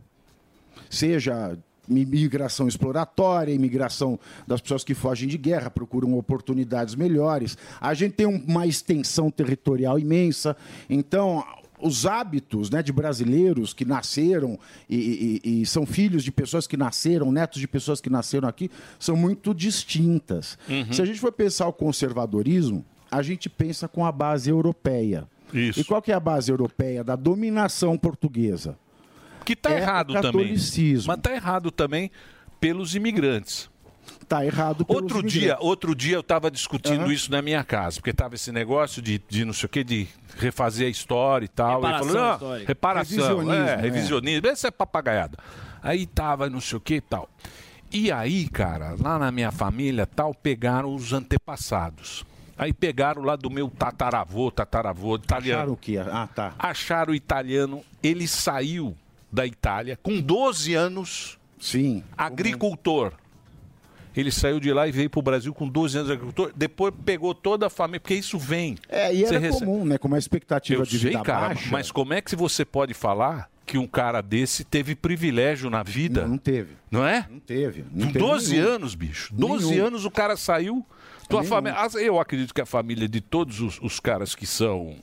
U: seja imigração exploratória, imigração das pessoas que fogem de guerra, procuram oportunidades melhores. A gente tem um- uma extensão territorial imensa, então os hábitos né, de brasileiros que nasceram e, e- e são filhos de pessoas que nasceram, netos de pessoas que nasceram aqui, são muito distintas.
D: Uhum.
U: Se a gente for pensar o conservadorismo, a gente pensa com a base europeia. E qual que é a base europeia da dominação portuguesa?
D: Que tá
U: É
D: errado
U: o
D: também.
U: catolicismo.
D: Mas tá errado também pelos imigrantes.
U: Tá errado pelos
D: Outro
U: imigrantes.
D: dia, outro dia eu estava discutindo
U: Aham.
D: isso na minha casa, porque estava esse negócio de, de não sei o que, de refazer a história e tal.
R: Reparação
D: Ele falou, "Não,
R: histórica."
D: reparação,
R: Revisionismo,
D: é,
R: é.
D: revisionismo, essa é papagaiada. Aí tava não sei o que e tal. E aí, cara, lá na minha família tal, pegaram os antepassados. Aí pegaram lá do meu tataravô, tataravô italiano.
U: Acharam o quê? Ah, tá.
D: Acharam o italiano, ele saiu da Itália com 12 anos.
U: Sim.
D: Agricultor. Ele saiu de lá e veio para o Brasil com 12 anos de agricultor. Depois pegou toda a família, porque isso vem.
U: É, e
D: Você
U: era
D: recebe-
U: comum, né? Com uma expectativa
D: Eu
U: de
D: sei,
U: vida
D: cara,
U: baixa.
D: mas como é que você pode falar que um cara desse teve privilégio na vida? Não,
U: teve.
D: Não é?
U: Não teve.
D: Com 12 anos, bicho. 12 anos o cara saiu. Tua
U: Nenhum.
D: família, as- eu acredito que a família de todos os, os caras que são.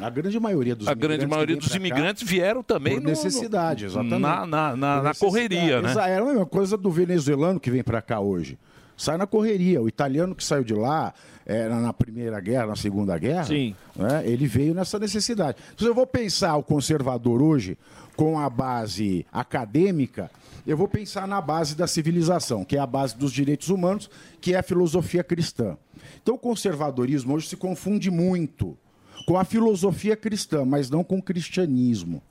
U: A grande maioria dos
D: A grande
U: imigrantes
D: maioria
U: que vêm
D: dos
U: pra cá
D: imigrantes vieram também
U: por
D: no- no-
U: necessidade, exatamente.
D: na- na- na-
U: Por
D: na correria, né?
U: Exa- Era a mesma coisa do venezuelano que vem pra cá hoje. Sai na correria. O italiano que saiu de lá era na Primeira Guerra, na Segunda Guerra,
A: Sim.
U: né, ele veio nessa necessidade. Se eu vou pensar o conservador hoje com a base acadêmica, eu vou pensar na base da civilização, que é a base dos direitos humanos, que é a filosofia cristã. Então o conservadorismo hoje se confunde muito com a filosofia cristã, mas não com o cristianismo.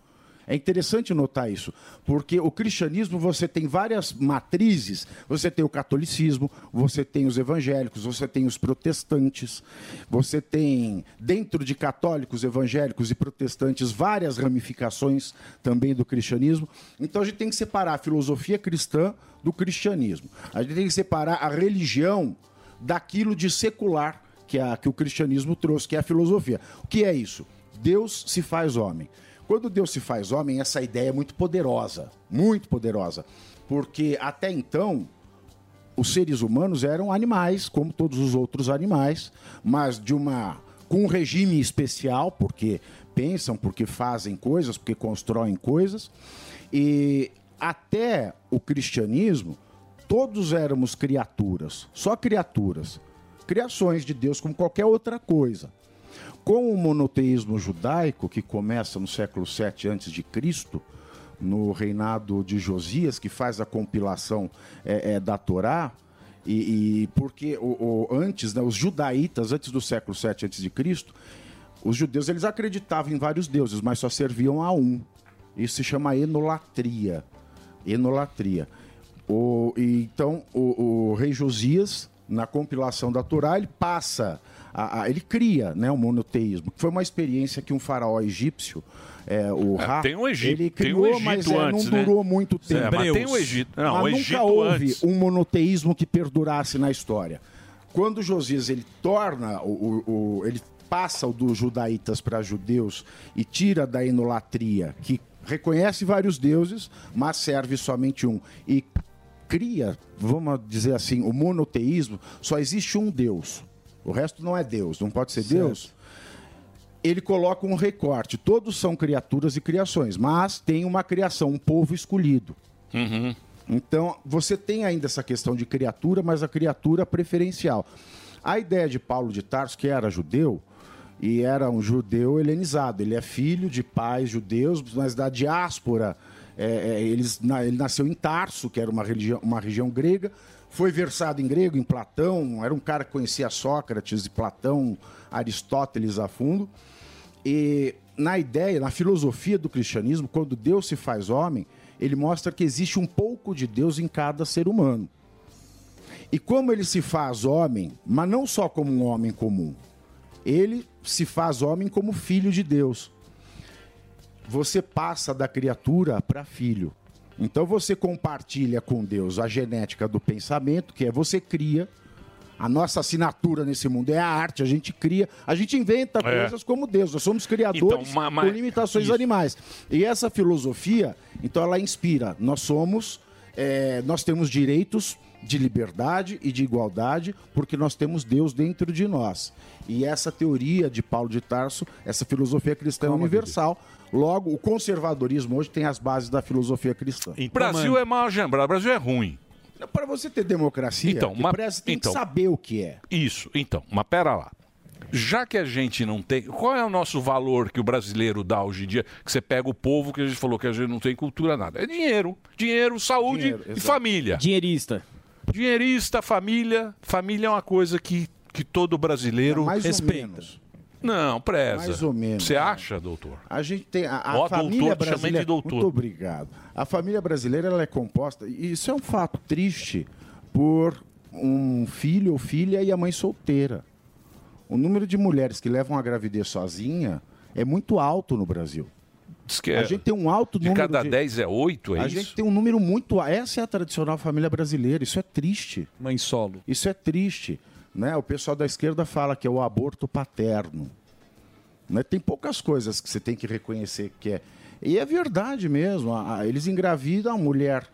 U: É interessante notar isso, porque o cristianismo você tem várias matrizes. Você tem o catolicismo, você tem os evangélicos, você tem os protestantes, você tem dentro de católicos, evangélicos e protestantes várias ramificações também do cristianismo. Então a gente tem que separar a filosofia cristã do cristianismo. A gente tem que separar a religião daquilo de secular que, a, que o cristianismo trouxe, que é a filosofia. O que é isso? Deus se faz homem. Quando Deus se faz homem, essa ideia é muito poderosa, muito poderosa, porque até então os seres humanos eram animais, como todos os outros animais, mas de uma com um regime especial, porque pensam, porque fazem coisas, porque constroem coisas. E até o cristianismo, todos éramos criaturas, só criaturas, criações de Deus como qualquer outra coisa. Com o monoteísmo judaico, que começa no século VII a.C., no reinado de Josias, que faz a compilação eh, eh, da Torá, e, e porque o, o- antes, né, os judaítas, antes do século VII a.C., os judeus eles acreditavam em vários deuses, mas só serviam a um. Isso se chama enolatria. Enolatria. O- e então, o, o rei Josias, na compilação da Torá, ele passa, a- a- ele cria né, o monoteísmo, que foi uma experiência que um faraó egípcio, é, o
D: Ah,
U: Ra,
D: tem um Egito-
U: ele
D: tem um
U: criou,
D: Egito
U: mas é,
D: antes,
U: não
D: né?
U: durou muito
D: É,
U: tempo.
D: mas tem um Egito- não,
U: Mas
D: o
U: nunca
D: Egito
U: houve
D: antes.
U: um monoteísmo que perdurasse na história. Quando Josias ele torna o, o- o- ele passa o dos judaítas para judeus e tira da enolatria que reconhece vários deuses, mas serve somente um e cria, vamos dizer assim, o monoteísmo, só existe um Deus. O resto não é Deus, não pode ser Deus ele coloca um recorte. Todos são criaturas e criações, mas tem uma criação, um povo escolhido.
D: Uhum.
U: Então, você tem ainda essa questão de criatura, mas a criatura preferencial. A ideia de Paulo de Tarso, que era judeu, e era um judeu helenizado. Ele é filho de pais judeus, mas da diáspora. É, é, eles, na- ele nasceu em Tarso, que era uma, religião, uma região grega, foi versado em grego, em Platão, era um cara que conhecia Sócrates e Platão, Aristóteles a fundo. E na ideia, na filosofia do cristianismo, quando Deus se faz homem, ele mostra que existe um pouco de Deus em cada ser humano. E como ele se faz homem, mas não só como um homem comum, ele se faz homem como filho de Deus você passa da criatura para filho. Então você compartilha com Deus a genética do pensamento, que é você cria. A nossa assinatura nesse mundo é a arte, a gente cria, a gente inventa
D: É.
U: coisas como Deus, nós somos criadores
D: Então, ma- ma-
U: com limitações
D: isso.
U: animais. E essa filosofia, então ela inspira, nós somos, é, nós temos direitos de liberdade e de igualdade, porque nós temos Deus dentro de nós. E essa teoria de Paulo de Tarso, essa filosofia cristã é universal. Logo, o conservadorismo hoje tem as bases da filosofia cristã.
D: O Brasil é mal jambrado, o Brasil é ruim.
U: Para você ter democracia,
D: Então,
U: que
D: mas-
U: presta, tem
D: então.
U: que saber o que é.
D: Isso, então, mas pera lá. Já que a gente não tem. Qual é o nosso valor que o brasileiro dá hoje em dia? Que você pega o povo que a gente falou que a gente não tem cultura, nada. É dinheiro. Dinheiro, saúde e família.
K: Dinheirista.
D: Dinheirista, família. Família é uma coisa que, que todo brasileiro
U: É mais ou
D: respeita.
U: menos.
D: Não, preza.
U: Mais ou menos,
D: Você
U: né?
D: acha, doutor?
U: A gente tem a, a
D: Ó,
U: família
D: doutor, te chamei
U: brasileira.
D: de doutor.
U: Muito obrigado. A família brasileira ela é composta e isso é um fato triste por um filho ou filha e a mãe solteira. o número de mulheres que levam a gravidez sozinha é muito alto no Brasil.
D: Diz que
U: A
D: é-
U: gente tem um alto
D: de
U: número
D: cada
U: de-
D: 10 é 8, é
U: a
D: isso?
U: gente tem um número muito. Essa é a tradicional família brasileira. Isso é triste.
C: Mãe solo.
U: Isso é triste. Né? O pessoal da esquerda fala que é o aborto paterno. Né? Tem poucas coisas que você tem que reconhecer que é. E é verdade mesmo. a- a- Eles engravidam a mulher.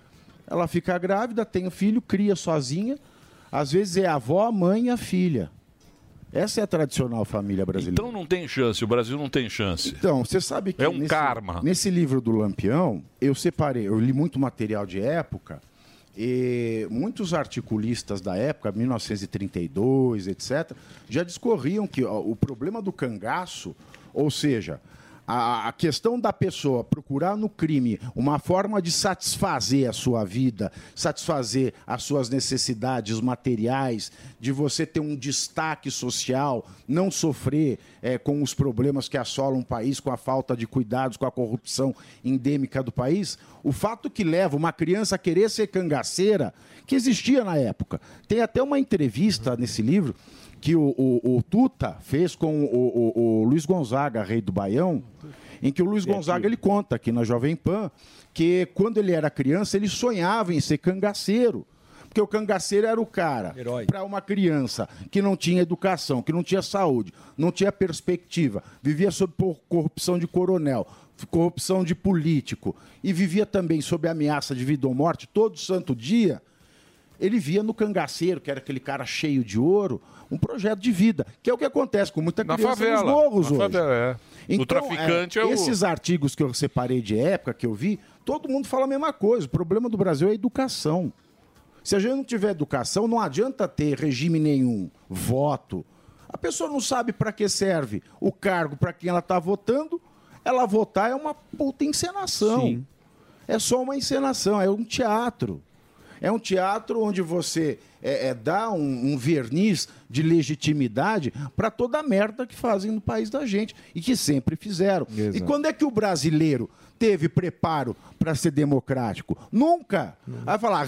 U: Ela fica grávida, tem o filho, cria sozinha. Às vezes é a avó, a mãe e a filha. Essa é a tradicional família brasileira.
D: Então não tem chance, o Brasil não tem chance.
U: Então, você sabe que.
D: É um
U: nesse,
D: karma.
U: Nesse livro do Lampião, eu separei, eu li muito material de época, e muitos articulistas da época, 1932, etc., já discorriam que ó, o problema do cangaço, ou seja, a, a questão da pessoa procurar no crime uma forma de satisfazer a sua vida, satisfazer as suas necessidades materiais, de você ter um destaque social, não sofrer eh, com os problemas que assolam o país, com a falta de cuidados, com a corrupção endêmica do país, o fato que leva uma criança a querer ser cangaceira, que existia na época. Tem até uma entrevista nesse livro que o, o- o Tuta fez com o, o- o Luiz Gonzaga, rei do Baião, em que o Luiz Gonzaga ele conta aqui na Jovem Pan que quando ele era criança ele sonhava em ser cangaceiro. Porque o cangaceiro era o cara para uma criança que não tinha educação, que não tinha saúde, não tinha perspectiva, vivia sob por- corrupção de coronel, corrupção de político e vivia também sob ameaça de vida ou morte todo santo dia. Ele via no cangaceiro, que era aquele cara cheio de ouro, um projeto de vida, que é o que acontece com muita
D: Na
U: criança
D: favela,
U: nos morros
D: na
U: hoje. Então,
D: favela, é. O traficante é o-
U: Esses artigos que eu separei de época, que eu vi, todo mundo fala a mesma coisa. O problema do Brasil é a educação. Se a gente não tiver educação, não adianta ter regime nenhum, voto. A pessoa não sabe para que serve o cargo, para quem ela está votando. Ela votar é uma puta encenação. É só uma encenação, é um teatro. É um teatro onde você é, é, dá um, um verniz de legitimidade para toda a merda que fazem no país da gente e que sempre fizeram. E quando é que o brasileiro teve preparo para ser democrático? Nunca. Vai falar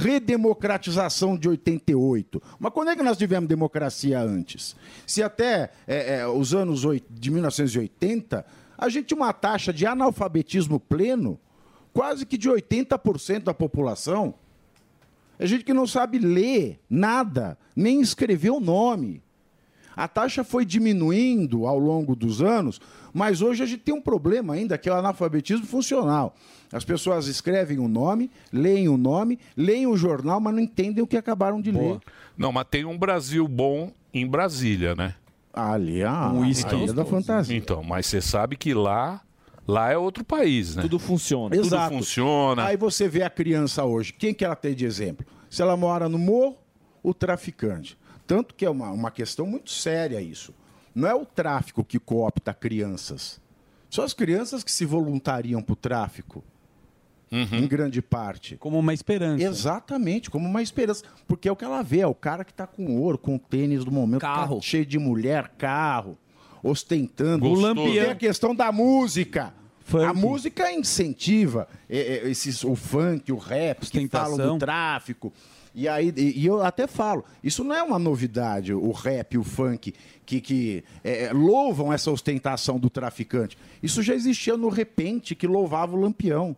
U: redemocratização de 88. Mas quando é que nós tivemos democracia antes? Se até é, é, os anos oit- de 1980 a gente tinha uma taxa de analfabetismo pleno quase que de 80% da população. É gente que não sabe ler nada, nem escrever o nome. A taxa foi diminuindo ao longo dos anos, mas hoje a gente tem um problema ainda, que é o analfabetismo funcional. As pessoas escrevem o nome, leem o nome, leem o jornal, mas não entendem o que acabaram de ler.
D: Não, mas tem um Brasil bom em Brasília, né?
U: Aliás, é a Ilha da fantasia.
D: Então, mas você sabe que lá, lá é outro país, né? Tudo
K: funciona.
U: Exato.
D: Tudo funciona.
U: Aí você vê a criança hoje, quem que ela tem de exemplo? Se ela mora no morro, o traficante. Tanto que é uma, uma questão muito séria isso. Não é o tráfico que coopta crianças. São as crianças que se voluntariam para o tráfico.
D: Uhum.
U: Em grande parte.
C: Como uma esperança.
U: Exatamente, como uma esperança. Porque é o que ela vê, é o cara que tá com ouro, com tênis do momento, carro. cheio de mulher, carro, ostentando.
C: O Lampião.
U: Tem a questão da música. A música incentiva é, é, esses, o funk, o rap, que falam do
C: Ostentação.
U: tráfico. E, aí, e, e eu até falo, isso não é uma novidade, o rap, o funk, que, que é, é, louvam essa ostentação do traficante. Isso já existia no Repente, que louvava o Lampião.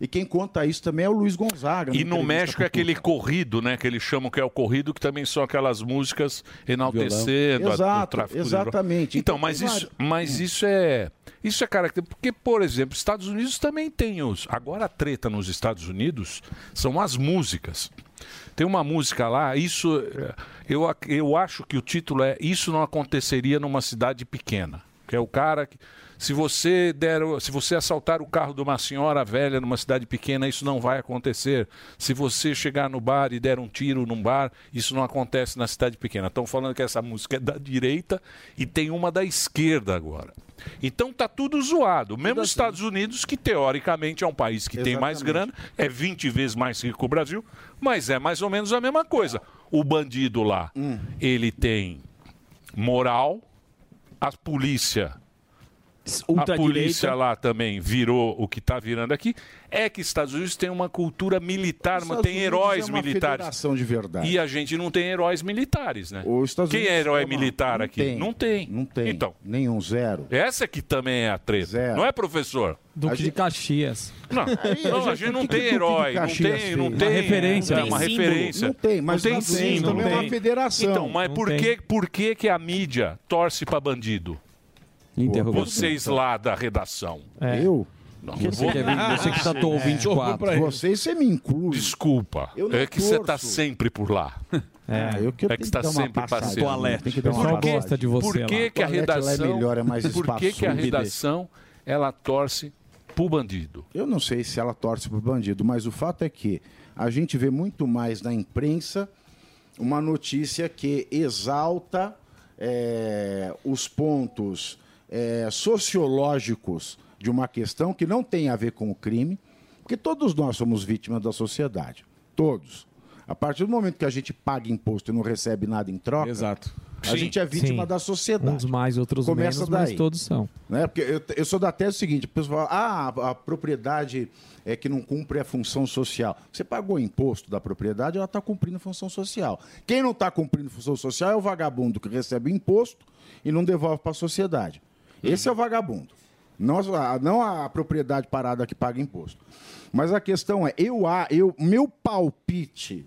U: E quem conta isso também é o Luiz Gonzaga.
D: E
U: na
D: no
U: entrevista
D: México é
U: com o
D: aquele corrido, né? Que eles chamam que é o corrido, que também são aquelas músicas enaltecendo a- o
U: Exato,
D: tráfico
U: exatamente.
D: De... Então,
U: Então,
D: mas
U: tem
D: isso,
U: vários. Hum.
D: mas isso é isso é característico. Porque, por exemplo, Estados Unidos também tem os. Agora a treta nos Estados Unidos são as músicas. Tem uma música lá, isso. eh, Eu, ac- eu acho que o título é Isso Não Aconteceria numa Cidade Pequena. Que é o cara que. Se você der, o- se você assaltar o carro de uma senhora velha numa cidade pequena, isso não vai acontecer. Se você chegar no bar e der um tiro num bar, isso não acontece na cidade pequena. Estão falando que essa música é da direita e tem uma da esquerda agora. Então tá tudo zoado. Mesmo os Estados Unidos, que teoricamente é um país que tem mais grana, é 20 vezes mais rico que o Brasil, mas é mais ou menos a mesma coisa. O bandido lá, ele tem moral, a polícia a polícia lá também virou o que está virando aqui, é que Estados Unidos tem uma cultura militar, mas
U: é
D: tem heróis militares.
U: de verdade.
D: E a gente não tem heróis militares, né?
U: Os Estados
D: Quem é
U: Unidos
D: herói
U: é uma-
D: militar
U: não
D: aqui?
U: tem.
D: Não tem. Não tem. Então,
U: Nenhum zero.
D: essa que também é a treta. Não é, professor?
I: Duque de Caxias.
D: Não, não, a gente não tem herói, não tem, não tem,
I: Uma referência.
D: não tem uma referência.
I: Não tem, mas
D: não
I: não
D: tem
I: tem,
D: símbolo,
I: também é uma federação.
D: Então, mas
I: Não
D: por
I: tem.
D: que, por que que a mídia torce para bandido?
C: Interrogação.
D: Vocês lá da redação.
U: É. Eu?
D: Não,
U: Você
D: vou-
U: que é vinte- você que tatuou o 24. Você, você me inclui.
D: Desculpa.
U: Eu não
D: É que você
U: torço.
D: tá sempre por lá.
U: É, eu que
D: é
U: tenho
D: que
U: que
D: está
U: dar uma
D: sempre
U: passada.
D: passeando.
U: Toalete. Tem que dar uma
D: Por que-
U: gosta de você
D: Por que,
U: lá.
D: que a
U: Toalete lá é
D: redação.
U: melhor, é mais
D: por que, que a
U: espaçoso.
D: redação ela torce pro bandido?
U: Eu não sei se ela torce pro bandido, mas o fato é que a gente vê muito mais na imprensa uma notícia que exalta eh, os pontos eh, sociológicos de uma questão que não tem a ver com o crime, porque todos nós somos vítimas da sociedade. Todos. A partir do momento que a gente paga imposto e não recebe nada em troca, a
I: Sim.
U: gente é vítima
I: Sim. Um
U: da sociedade.
I: Uns mais, outros
U: Começa
I: menos,
U: daí.
I: mas todos são.
U: Né? Porque eu, eu sou da tese seguinte: o pessoal fala, ah, a, a propriedade é que não cumpre a função social. Você pagou o imposto da propriedade, ela está cumprindo a função social. Quem não está cumprindo a função social é o vagabundo que recebe o imposto e não devolve para a sociedade. Esse é o vagabundo. Não a, não a propriedade parada que paga imposto. Mas a questão é: eu, a, eu meu palpite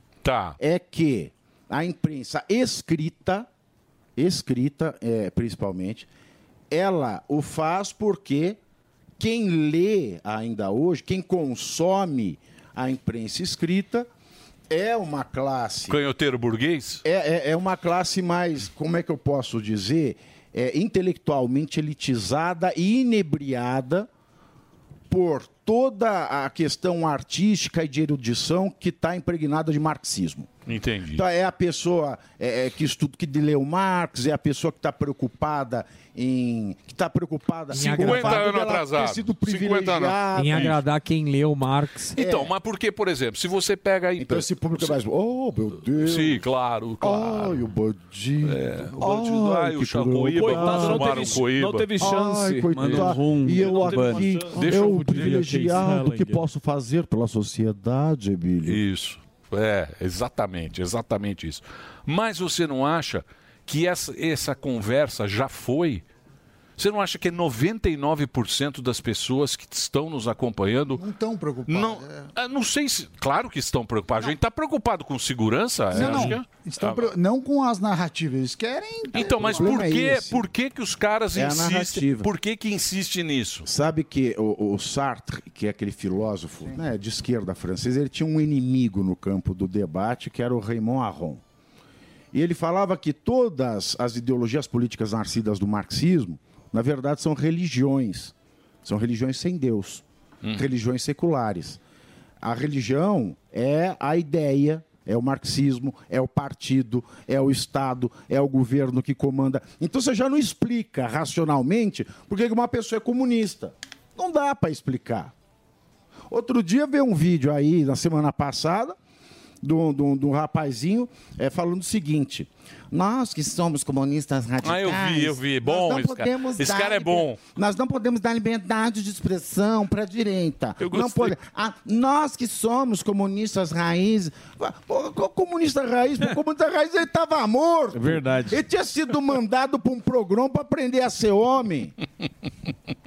U: é que a imprensa escrita, escrita é, principalmente, ela o faz porque quem lê ainda hoje, quem consome a imprensa escrita, é uma classe.
D: Canhoteiro burguês?
U: É, é- é uma classe mais, como é que eu posso dizer? É, intelectualmente elitizada e inebriada por toda a questão artística e de erudição que está impregnada de marxismo.
D: Entendi.
U: Então, é a pessoa é, é, que estuda, que leu Marx, é a pessoa que está preocupada em. que está preocupada com o
D: 50
U: fato
D: anos
U: dela ter
D: atrasado.
U: sido
D: 50 anos.
U: privilegiada.
I: Em agradar quem leu Marx.
D: Então, mas por que, por exemplo, se você pega a imprensa. Então
U: É, esse público vai. Oh, meu Deus!
D: Sim, claro, claro. É,
U: Ai, o bandido.
D: o bandido.
U: Ai,
D: Ai, o
U: que
D: Chacoíba.
U: coitado, não
D: tomaram um
U: teve-
D: Coíba.
U: não teve chance. Ai, coitado. E eu aqui,
D: um Deixa
U: eu
D: eu-
U: privilegiado, o que posso fazer pela sociedade, Emílio?
D: Isso. É, exatamente, exatamente isso. Mas você não acha que essa, essa conversa já foi? Você não acha que é 99% das pessoas que estão nos acompanhando. Não
H: estão preocupadas.
D: Não,
U: é.
D: Ah, não sei se. Claro que estão preocupados. A gente está preocupado com segurança? é,
H: Não,
D: acho que
H: não.
D: é.
H: Estão
D: Ah,
H: pre- não com as narrativas, eles querem.
D: Então, mas
H: O
D: por
H: problema é
D: que,
H: esse.
D: por que, que os caras
U: É a
D: insistem?
U: narrativa.
D: Por que, que insiste nisso?
U: Sabe que o, o Sartre, que é aquele filósofo né, de esquerda francesa, ele tinha um inimigo no campo do debate, que era o Raymond Aron. E ele falava que todas as ideologias políticas nascidas do marxismo, na verdade, são religiões. São religiões sem Deus, religiões seculares. A religião é a ideia, é o marxismo, é o partido, é o Estado, é o governo que comanda. Então você já não explica racionalmente por que que uma pessoa é comunista. Não dá para explicar. Outro dia veio um vídeo aí, na semana passada, de um, de um- de um rapazinho eh, falando o seguinte: Nós que somos comunistas radicais.
D: Ah, eu vi, eu vi. Bom,
U: nós não
D: esse cara.
U: podemos
D: Esse
U: dar
D: cara é
U: liber-
D: bom.
U: Nós não podemos dar liberdade de expressão para a direita.
D: Eu
U: não
D: gostei.
U: pode... Ah, nós que somos comunistas raiz. Pô, co- comunista raiz, pô, comunista raiz, ele estava morto. É
I: verdade.
U: Ele tinha sido mandado para um programa para aprender a ser homem.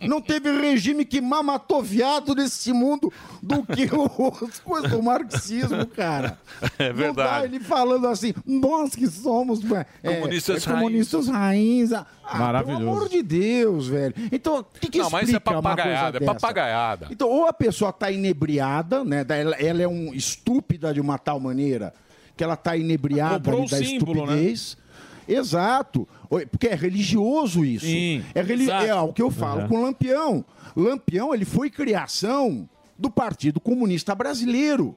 U: Não teve regime que mais matou viado nesse mundo do que o- as coisas do marxismo, cara.
D: É
U: Não dá,
D: verdade.
U: ele falando assim, nós que somos é,
D: Comunistas
U: é, comunistas raiz. Ah,
D: Maravilhoso.
U: Pelo amor de Deus, velho. Então, o que, que
D: Não, mas isso é
U: explica uma coisa
D: papagaiada, é
U: dessa?
D: papagaiada.
U: Então, ou a pessoa está inebriada, né? da- Ela, ela é um estúpida de uma tal maneira que ela está inebriada
E: Comprou
U: ali
E: o
U: da
E: símbolo, né?
U: estupidez. Exato. Oi, Porque é religioso isso.
E: Sim,
U: é, reli
E: exato.
U: é o que eu falo
E: Uhum.
U: com Lampião. Lampião, ele foi criação do Partido Comunista Brasileiro.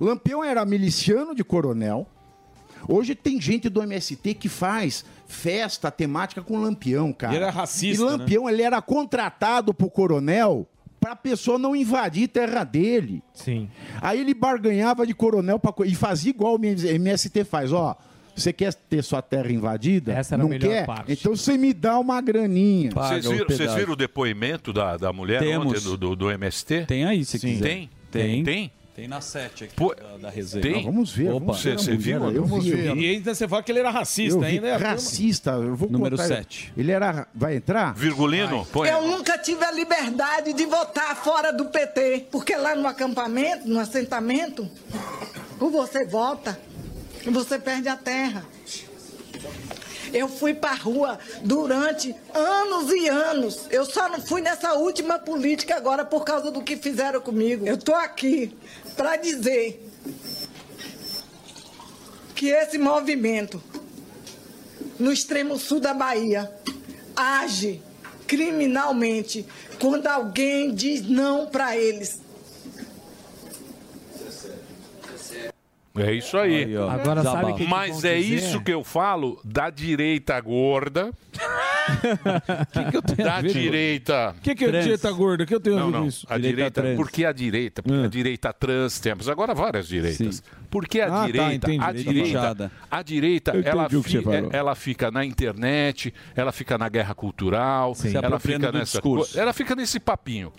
U: Lampião era miliciano de coronel. Hoje tem gente do MST que faz festa temática com Lampião, cara.
E: Ele era racista,
U: E Lampião, Então, ele era contratado pro coronel pra pessoa não invadir terra dele.
I: Sim.
U: Aí ele barganhava de coronel pra, co- e fazia igual o MST faz, ó. Você quer ter sua terra invadida?
I: Essa
D: era a
U: Não
D: melhor
U: quer?
D: parte.
U: Então você me dá uma graninha.
D: Vocês viram, vocês
U: pedágio.
D: viram o depoimento da, da mulher
C: Temos.
D: ontem do, do, do MST?
C: Tem aí, se quiser.
D: Tem?
C: Tem.
D: Tem?
C: Tem na 7 aqui
D: Pô,
C: da, da resenha.
D: tem?
C: Não,
U: Ah, vamos ver,
C: Opa,
U: vamos ver a
C: você
U: mulher,
C: viu?
U: eu vi, eu vi.
G: E ainda você fala que ele era racista
U: Eu vi,
G: ainda. é a turma.
U: Racista, eu vou
C: Número
U: contar.
C: sete.
U: Ele era. Vai entrar?
D: Virgulino? Põe.
A: Eu nunca tive a liberdade de votar fora do PT, porque lá no acampamento, no assentamento, ou você vota, ou você perde a terra. Eu fui pra rua durante anos e anos. Eu só não fui nessa última política agora por causa do que fizeram comigo. Eu tô aqui pra dizer que esse movimento no extremo sul da Bahia age criminalmente quando alguém diz não pra eles.
D: É isso aí.
I: Agora sabe Desabafo. o que que
D: Mas
I: vão
D: é
I: dizer?
D: isso que eu falo da direita gorda. Da
G: a ver com-
D: direita.
G: O que, que é
D: Trans.
G: dieta gorda? O que eu tenho a
D: Não,
G: ver com
D: não.
G: isso?
D: A direita, porque a direita, porque a direita trans temos agora várias direitas. Porque a
G: Ah, tá,
D: direita,
G: entendi.
D: a
G: Direita
D: direita,
G: manchada.
D: a direita,
G: Eu
D: ela,
G: entendi o que você
D: fi- é,
G: falou.
D: ela fica na internet, ela fica na guerra cultural,
G: Se
D: ela
G: apropriando
D: fica
G: do
D: nessa,
G: discurso.
D: co- ela fica nesse papinho.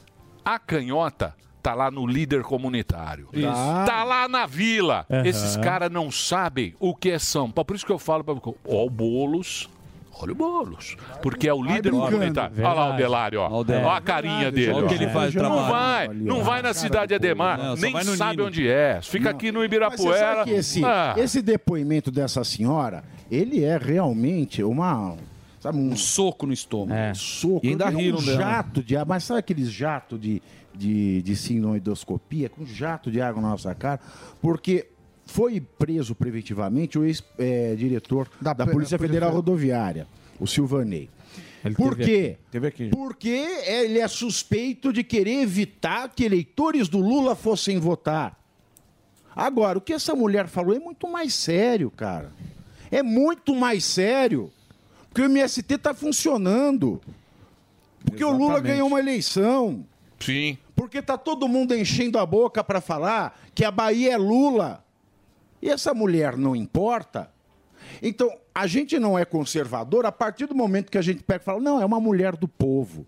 D: A canhota tá lá no líder comunitário.
G: Isso.
D: Tá lá na vila.
G: Aham.
D: Esses caras não sabem o que é São Paulo. Por isso que eu falo para ó o Boulos, olha o Boulos, porque é o
U: Tá
D: líder
G: brincando.
D: comunitário. Olha lá o
G: Verdade.
D: Delário, ó.
G: Aldeia.
D: Ó a carinha
G: Verdade,
D: dele.
G: olha o
D: ó.
G: que ele faz,
D: não
G: trabalho.
D: vai, não vai na cidade Ademar,
G: Não, só
D: nem
G: vai no
D: sabe
G: Nino.
D: onde é. Fica aqui no
U: Mas você sabe
D: Ibirapuera.
U: que esse,
D: Ah,
U: esse depoimento dessa senhora, ele é realmente uma. Sabe, um
C: soco no estômago.
U: Um soco.
G: E ainda
U: Ele é
G: riram
U: um
G: dela.
U: jato de água. Mas sabe aqueles jato de, de, de sinoidoscopia? Com jato de água na nossa cara? Porque foi preso preventivamente o ex-diretor da, pe- Polícia Polícia Federal Federal. Rodoviária, o Silvanei. Por quê? Porque ele é suspeito de querer evitar que eleitores do Lula fossem votar. Agora, o que essa mulher falou é muito mais sério, cara. É muito mais sério. Porque o MST está tá funcionando. Porque o Lula
G: Exatamente.
U: ganhou uma eleição.
D: Sim.
U: Porque tá todo mundo enchendo a boca para falar que a Bahia é Lula. E essa mulher não importa. Então, a gente não é conservador a partir do momento que a gente pega e fala, não, é uma mulher do povo.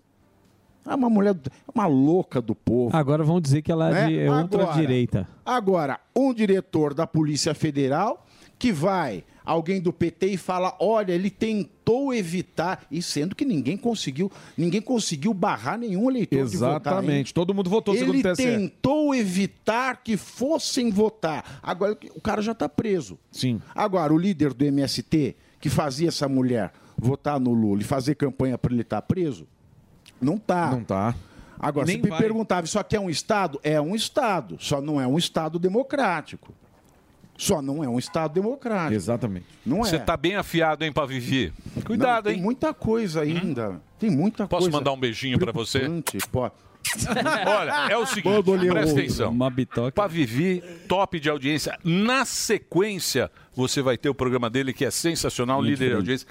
U: É uma mulher, do- é uma louca do povo.
I: Agora vão dizer que ela é,
U: Né?
I: de é
U: Agora.
I: ultradireita.
U: Agora, um diretor da Polícia Federal que vai alguém do PT e fala: "Olha, ele tentou evitar", e sendo que ninguém conseguiu, ninguém conseguiu barrar nenhum eleitor de votar. hein?
G: Exatamente. Todo mundo votou segundo
U: Ele
G: o TSE.
U: tentou evitar que fossem votar. Agora o cara já está preso.
G: Sim.
U: Agora o líder do MST que fazia essa mulher votar no Lula e fazer campanha para ele estar preso, não tá. Não
G: tá.
U: Agora,
G: Nem
U: se me
G: vai.
U: perguntava, isso aqui é um Estado? É um Estado, só não é um Estado democrático. Só não é um Estado democrático.
G: Exatamente.
U: Não é.
D: Você tá bem afiado, hein, pra viver. Hum?
U: Cuidado, hein? Tem muita coisa ainda. Tem muita
D: Posso
U: coisa.
D: mandar um beijinho pra você?
U: Pode.
D: Olha, é o seguinte,
U: Mandou-lhe
D: presta
U: o-
D: atenção. Pra Vivi, top de audiência. Na sequência, você vai ter o programa dele, que é sensacional,
U: Muito
D: líder de
U: bem.
D: audiência.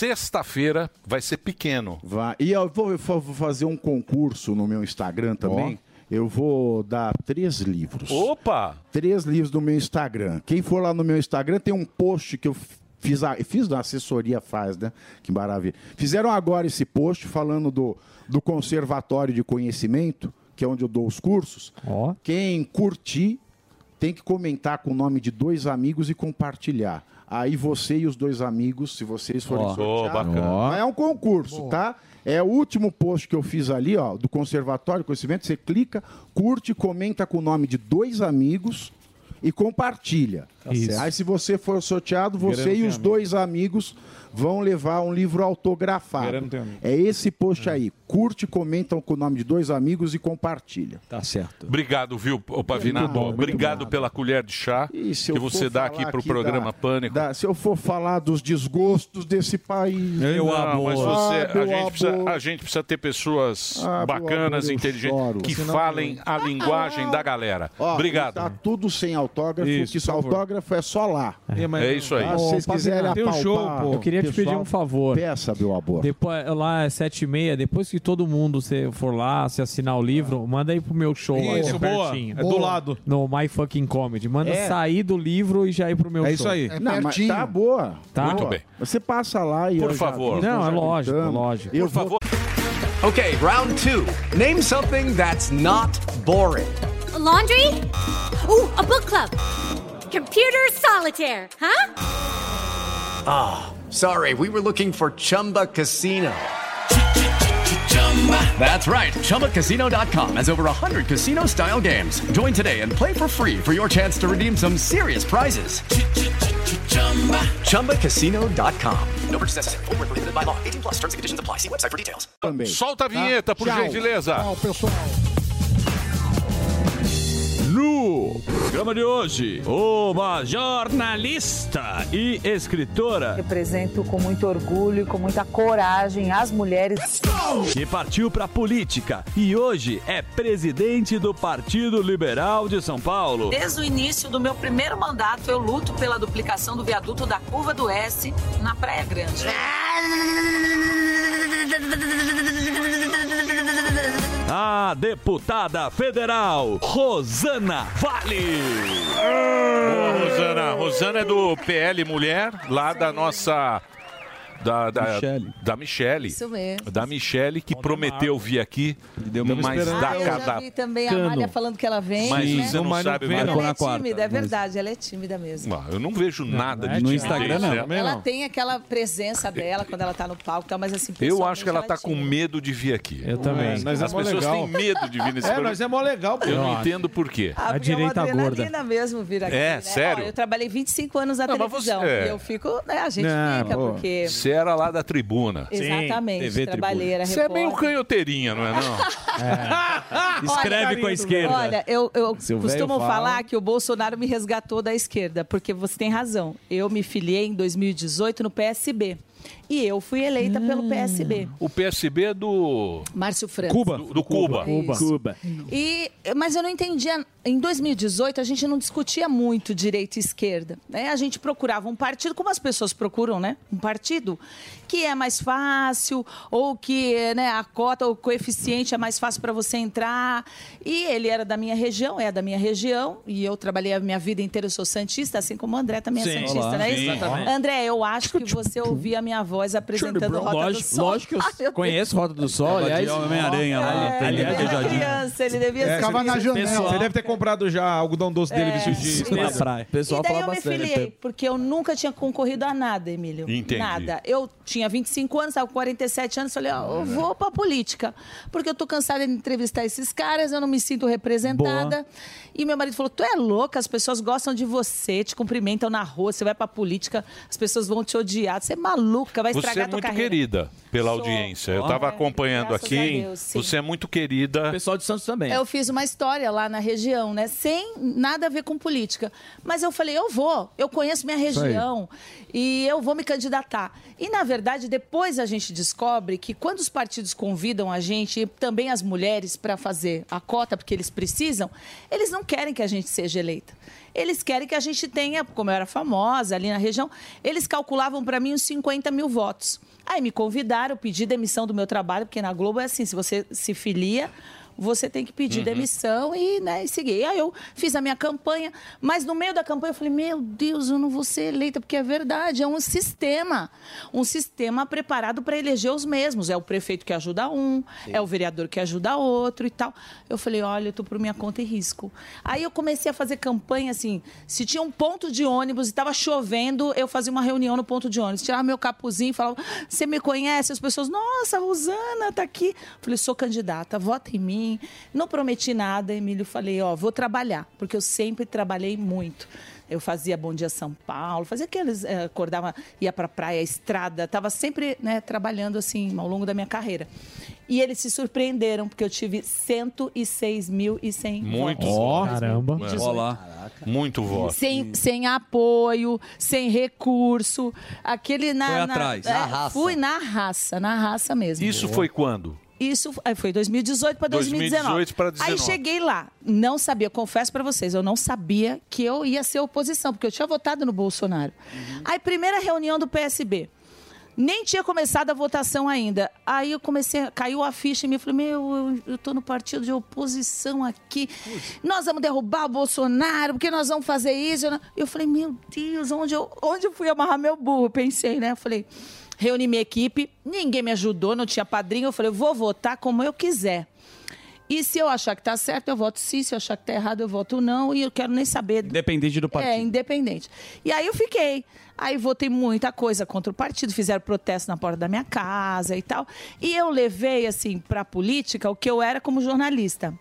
D: Sexta-feira vai ser pequeno.
U: Vai. E eu vou, eu vou fazer um concurso no meu Instagram também. Eu vou dar três livros.
D: Opa!
U: Três livros no meu Instagram. Quem for lá no meu Instagram tem um post que eu fiz, a, fiz na assessoria faz, né? Que maravilha. Fizeram agora esse post falando do, do Conservatório de Conhecimento, que é onde eu dou os cursos. Quem curtir tem que comentar com o nome de dois amigos e compartilhar. Aí você e os dois amigos, se vocês forem
D: Ó.
U: sorteados,
D: Ô, bacana.
U: Ó. Mas é um concurso, tá? É o último post que eu fiz ali, ó, do Conservatório de Conhecimento. Você clica, curte, comenta com o nome de dois amigos e compartilha.
G: Tá certo.
U: Aí, se você for sorteado, você
G: Grande
U: e os
G: amigo.
U: dois amigos vão levar um livro autografado.
G: Grande amigo.
U: É esse post aí. Curte, comentam com o nome de dois amigos e compartilha.
C: Tá certo.
D: Obrigado, viu, ô, Pavinato?
U: Muito bom, muito
D: Obrigado pela colher de chá
U: se
D: que
U: eu
D: você
U: for
D: dá
U: falar
D: aqui pro
U: aqui
D: programa
U: da-
D: Pânico.
U: da- se eu for falar dos desgostos desse país.
D: Não, Mas você,
U: Ah, meu
D: a, gente precisa,
U: amor.
D: a gente precisa ter pessoas
U: Ah, meu
D: bacanas,
U: amor, eu
D: inteligentes,
U: choro.
D: que
U: Senão- Ah,
D: falem a linguagem da galera.
U: Ó,
D: Obrigado.
U: Tá tudo sem autógrafo,
D: Isso,
U: que
D: por favor.
U: autógrafo é só lá.
D: É isso aí.
U: Ah, se vocês quiserem apalpar.
I: um Eu queria te pedir um favor.
U: Peça, meu amor.
I: Depois, lá é sete e meia, depois que todo mundo se for lá, se assinar o livro, manda aí pro meu show. lá,
G: Isso,
I: que é
G: boa.
I: pertinho.
G: É do Boa. lado.
I: No My Fucking Comedy. Manda
U: É.
I: sair do livro e já ir pro meu show.
U: É isso aí. É Não, mas pertinho. tá boa.
I: Tá?
U: Muito bem. Você passa lá e
I: Por
U: eu já
I: favor.
U: vi,
I: Não,
U: já
I: é lógico,
U: gritando.
I: lógico.
U: Eu
I: Por
U: vou-
B: Okay, round two. Name something that's not boring.
V: A laundry? Ooh, a book club. Computer solitaire, huh?
B: Ah, sorry, we were looking for Chumba Casino. That's right, ChumbaCasino.com has over 100 casino style games. Join today and play for free for your chance to redeem some serious prizes. ChumbaCasino.com. No purchase necessary, Void where prohibited by law, 18 plus terms and conditions apply. See website for details.
D: Solta a vinheta, por
B: Tchau.
D: gentileza.
U: Tá? Tchau, pessoal.
C: No programa de hoje, uma jornalista e escritora
P: Represento com muito orgulho e com muita coragem as mulheres.
C: que partiu para política e hoje é presidente do Partido Liberal de São Paulo.
P: Desde o início do meu primeiro mandato, eu luto pela duplicação do viaduto da Curva do S na Praia Grande.
N: É.
C: A deputada federal Rosana Vale.
D: Boa, Rosana. Rosana é do PL Mulher, lá da nossa. Da, da Michele. Da Michele.
W: Isso mesmo.
D: Da Michele, que
W: né?
D: prometeu vir aqui, mas
W: Ah,
D: dá
W: eu já
D: cada.
W: vi também a
D: Cano.
W: Amália falando que ela vem.
D: Mas
W: né?
D: você não Mas não sabe vem, mais. não.
W: Ela é
D: Na quarta,
W: tímida, é
D: mas-
W: verdade, ela é tímida mesmo.
D: Ah, eu não vejo nada
W: é
D: de
W: tímida. No
D: timidez, né?
W: Ela tem aquela presença dela quando ela tá no palco e tal, mas assim,
D: Eu acho que ela tá com
W: pessoalmente
D: medo de vir aqui. Eu
W: também.
D: As
W: Mas é mó
D: pessoas
W: legal.
D: têm medo de vir nesse
W: É,
D: programa.
W: mas é mó legal, pô.
D: Eu não
W: Ah,
D: entendo por quê.
W: Ah, porque é uma adrenalina mesmo vir aqui.
D: É,
W: né? Ó,
D: sério?
W: eu trabalhei 25 anos na
D: Não, mas
W: televisão.
D: você- é.
W: E eu fico, né? A gente fica, porque.
D: Você era lá da tribuna.
W: Sim, Exatamente, TV Tribuna. trabalhei, era
D: Você é meio
W: repórter.
D: canhoteirinha, não é não?
W: Olha,
D: Escreve com a esquerda.
W: Olha, eu, eu
D: Seu
W: costumo
D: velho fala.
W: falar que o Bolsonaro me resgatou da esquerda, porque você tem razão. Eu me filiei em 2018 no PSB. E eu fui eleita pelo PSB.
D: O PSB é do.
W: Márcio França.
D: Do, do Cuba.
W: Cuba. E, mas eu não entendia. Em 2018, a gente não discutia muito direita e esquerda. Né? A gente procurava um partido, como as pessoas procuram, né? Um partido que é mais fácil, ou que né, a cota, o coeficiente é mais fácil para você entrar. E ele era da minha região, é da minha região, e eu trabalhei a minha vida inteira, eu sou santista, assim como o André também é
K: Sim.
W: santista,
K: Olá.
W: né?
K: Sim. Exatamente.
W: André, eu acho que você ouvia a minha voz apresentando Roda do
K: Lógico,
W: Sol.
K: lógico
W: Ai,
K: que
W: meu
K: eu conheço Roda do Sol,
E: Tava de
K: aliás.
E: Homem-Aranha lá na
W: É,
E: frente.
W: Aliás, ele
E: do
W: era
E: jardim.
W: criança, ele devia
E: É,
W: ser.
E: você deve- Você deve ter comprado já algodão doce dele
W: É.
E: vestido de
W: Sim.
E: espada.
W: Na praia.
K: O pessoal
W: e daí
K: fala
W: eu me
K: bastante.
D: né?
W: filiei, porque eu nunca tinha concorrido a nada, Emílio.
K: Entendi.
W: Nada. Eu tinha 25 anos, estava com 47 anos, falei, ó, eu
D: Uhum.
W: vou pra política. Porque eu tô cansada de entrevistar esses caras, eu não me sinto representada. E meu marido falou: tu é louca, as pessoas gostam de você, te cumprimentam na rua, você vai pra política, as pessoas vão te odiar, você é maluca, vai
D: Você
W: estragar
D: é
W: a tua
D: muito
W: carreira.
D: querida pela audiência. Eu
W: Ó.
D: estava acompanhando
W: Graças
D: aqui.
W: a Deus, sim.
D: você é muito querida. O
K: pessoal de Santos também.
W: Eu fiz uma história lá na região, né? Sem nada a ver com política. Mas eu falei, eu vou, eu conheço minha
P: Isso aí.
W: região e eu vou me candidatar. E, na verdade, depois a gente descobre que quando os partidos convidam a gente e também as mulheres para fazer a cota, porque eles precisam, eles não querem que a gente seja eleita. Eles querem que a gente tenha, como eu era famosa ali na região, eles calculavam para mim uns 50 mil votos. Aí me convidaram, eu pedi demissão do meu trabalho, porque na Globo é assim, se você se filia, você tem que pedir
P: Uhum.
W: demissão e, né, e seguir. E aí eu fiz a minha campanha, mas no meio da campanha eu falei, meu Deus, eu não vou ser eleita, porque é verdade, é um sistema. Um sistema preparado para eleger os mesmos. É o prefeito que ajuda um, é o vereador que ajuda outro e tal. Eu falei, olha, eu tô por minha conta e risco. Aí eu comecei a fazer campanha assim, se tinha um ponto de ônibus e estava chovendo, eu fazia uma reunião no ponto de ônibus, tirava meu capuzinho e falava: "Você me conhece?" As pessoas: "Nossa, a Rosana tá aqui". Falei: "Sou candidata, vota em mim". Não prometi nada, Emílio, falei: "Ó, vou trabalhar", porque eu sempre trabalhei muito. Eu fazia Bom Dia São Paulo, fazia aqueles, eh, acordava, ia pra praia, estrada, tava sempre, né, trabalhando assim ao longo da minha carreira. E eles se surpreenderam, porque eu tive 106.100
D: Muito.
W: votos.
D: voto.
W: Caramba.
D: É. Olá. Muito voto.
W: Sem, sem apoio, sem recurso. Aquele na.
D: Foi
W: na-
D: atrás.
W: é,
D: Na raça.
W: Fui na raça, na raça mesmo.
D: Isso foi quando?
W: Isso aí foi 2018 para 2019.
D: 2018 pra
W: Aí
D: 19.
W: cheguei lá, não sabia, confesso para vocês, eu não sabia que eu ia ser oposição, porque eu tinha votado no Bolsonaro. Aí primeira reunião do PSB. Nem tinha começado a votação ainda. Aí eu comecei, caiu a ficha em mim. Eu falei, meu, eu, eu tô no partido de oposição aqui. Nós vamos derrubar o Bolsonaro, porque nós vamos fazer isso. Eu não- Eu falei, meu Deus, onde eu, onde eu fui amarrar meu burro? Pensei, né? Eu falei, reuni minha equipe, ninguém me ajudou, não tinha padrinho. Eu falei, vou votar como eu quiser. E se eu achar que tá certo, eu voto sim. Se eu achar que tá errado, eu voto não. E eu quero nem saber
C: Independente do partido.
W: é, independente. E aí eu fiquei. Aí votei muita coisa contra o partido, fizeram protesto na porta da minha casa e tal. E eu levei, assim, pra política o que eu era como jornalista.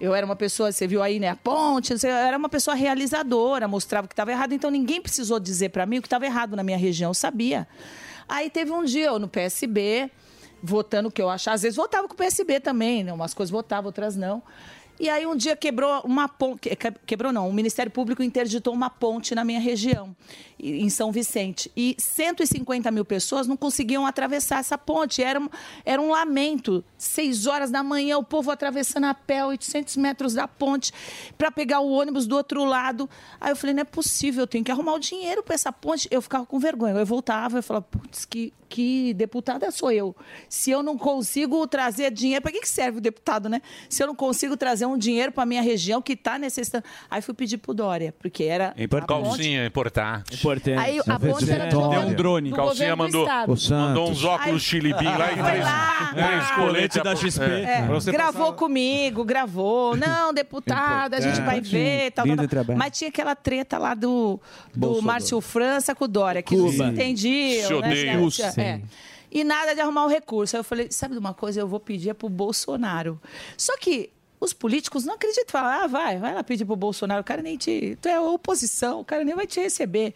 W: Eu era uma pessoa, você viu aí, né? A ponte, eu era uma pessoa realizadora, mostrava o que estava errado, então ninguém precisou dizer pra mim o que estava errado na minha região, eu sabia. Aí teve um dia eu no PSB, votando o que eu achava. Às vezes votava com o PSB também, né? Umas coisas votava, outras não. E aí um dia quebrou uma ponte, que- quebrou não, o Ministério Público interditou uma ponte na minha região, e- em São Vicente. E 150 mil pessoas não conseguiam atravessar essa ponte, era, um- era um lamento. Seis horas da manhã, o povo atravessando a pé, 800 metros da ponte, para pegar o ônibus do outro lado. Aí eu falei, não é possível, eu tenho que arrumar o dinheiro para essa ponte. Eu ficava com vergonha, eu voltava, eu falava, putz, que, que deputada sou eu? Se eu não consigo trazer dinheiro, para que, que serve o deputado, né? Se eu não consigo trazer um dinheiro para minha região que está necessitando. Aí fui pedir pro Dória, porque era.
D: Calcinha, importante.
C: Importante.
W: Aí a ponte era do governo-
D: um drone.
W: do
D: Calcinha
W: governo do
D: mandou,
W: estado. O Santos.
D: mandou uns óculos
W: Aí-
D: chilibim lá e
W: Foi
D: três, três coletes da XP.
W: É, gravou comigo, gravou. Não, deputado, a gente vai
F: Importante.
W: ver. Tal, tal,
F: Lindo
W: tal.
F: trabalho.
W: Mas tinha aquela treta lá do, do
F: Bolsonaro.
W: Márcio França com o Dória, que não se
F: Cuba.
W: entendiam.
F: Se
W: né?
F: odeiam.
W: Tinha- é.
F: Sim.
W: E nada de arrumar o recurso. Aí eu falei, sabe de uma coisa? Eu vou pedir é pro Bolsonaro. Só que os políticos não acreditam. Falam, ah, vai, vai lá pedir pro Bolsonaro. O cara nem te... Tu é oposição, o cara nem vai te receber.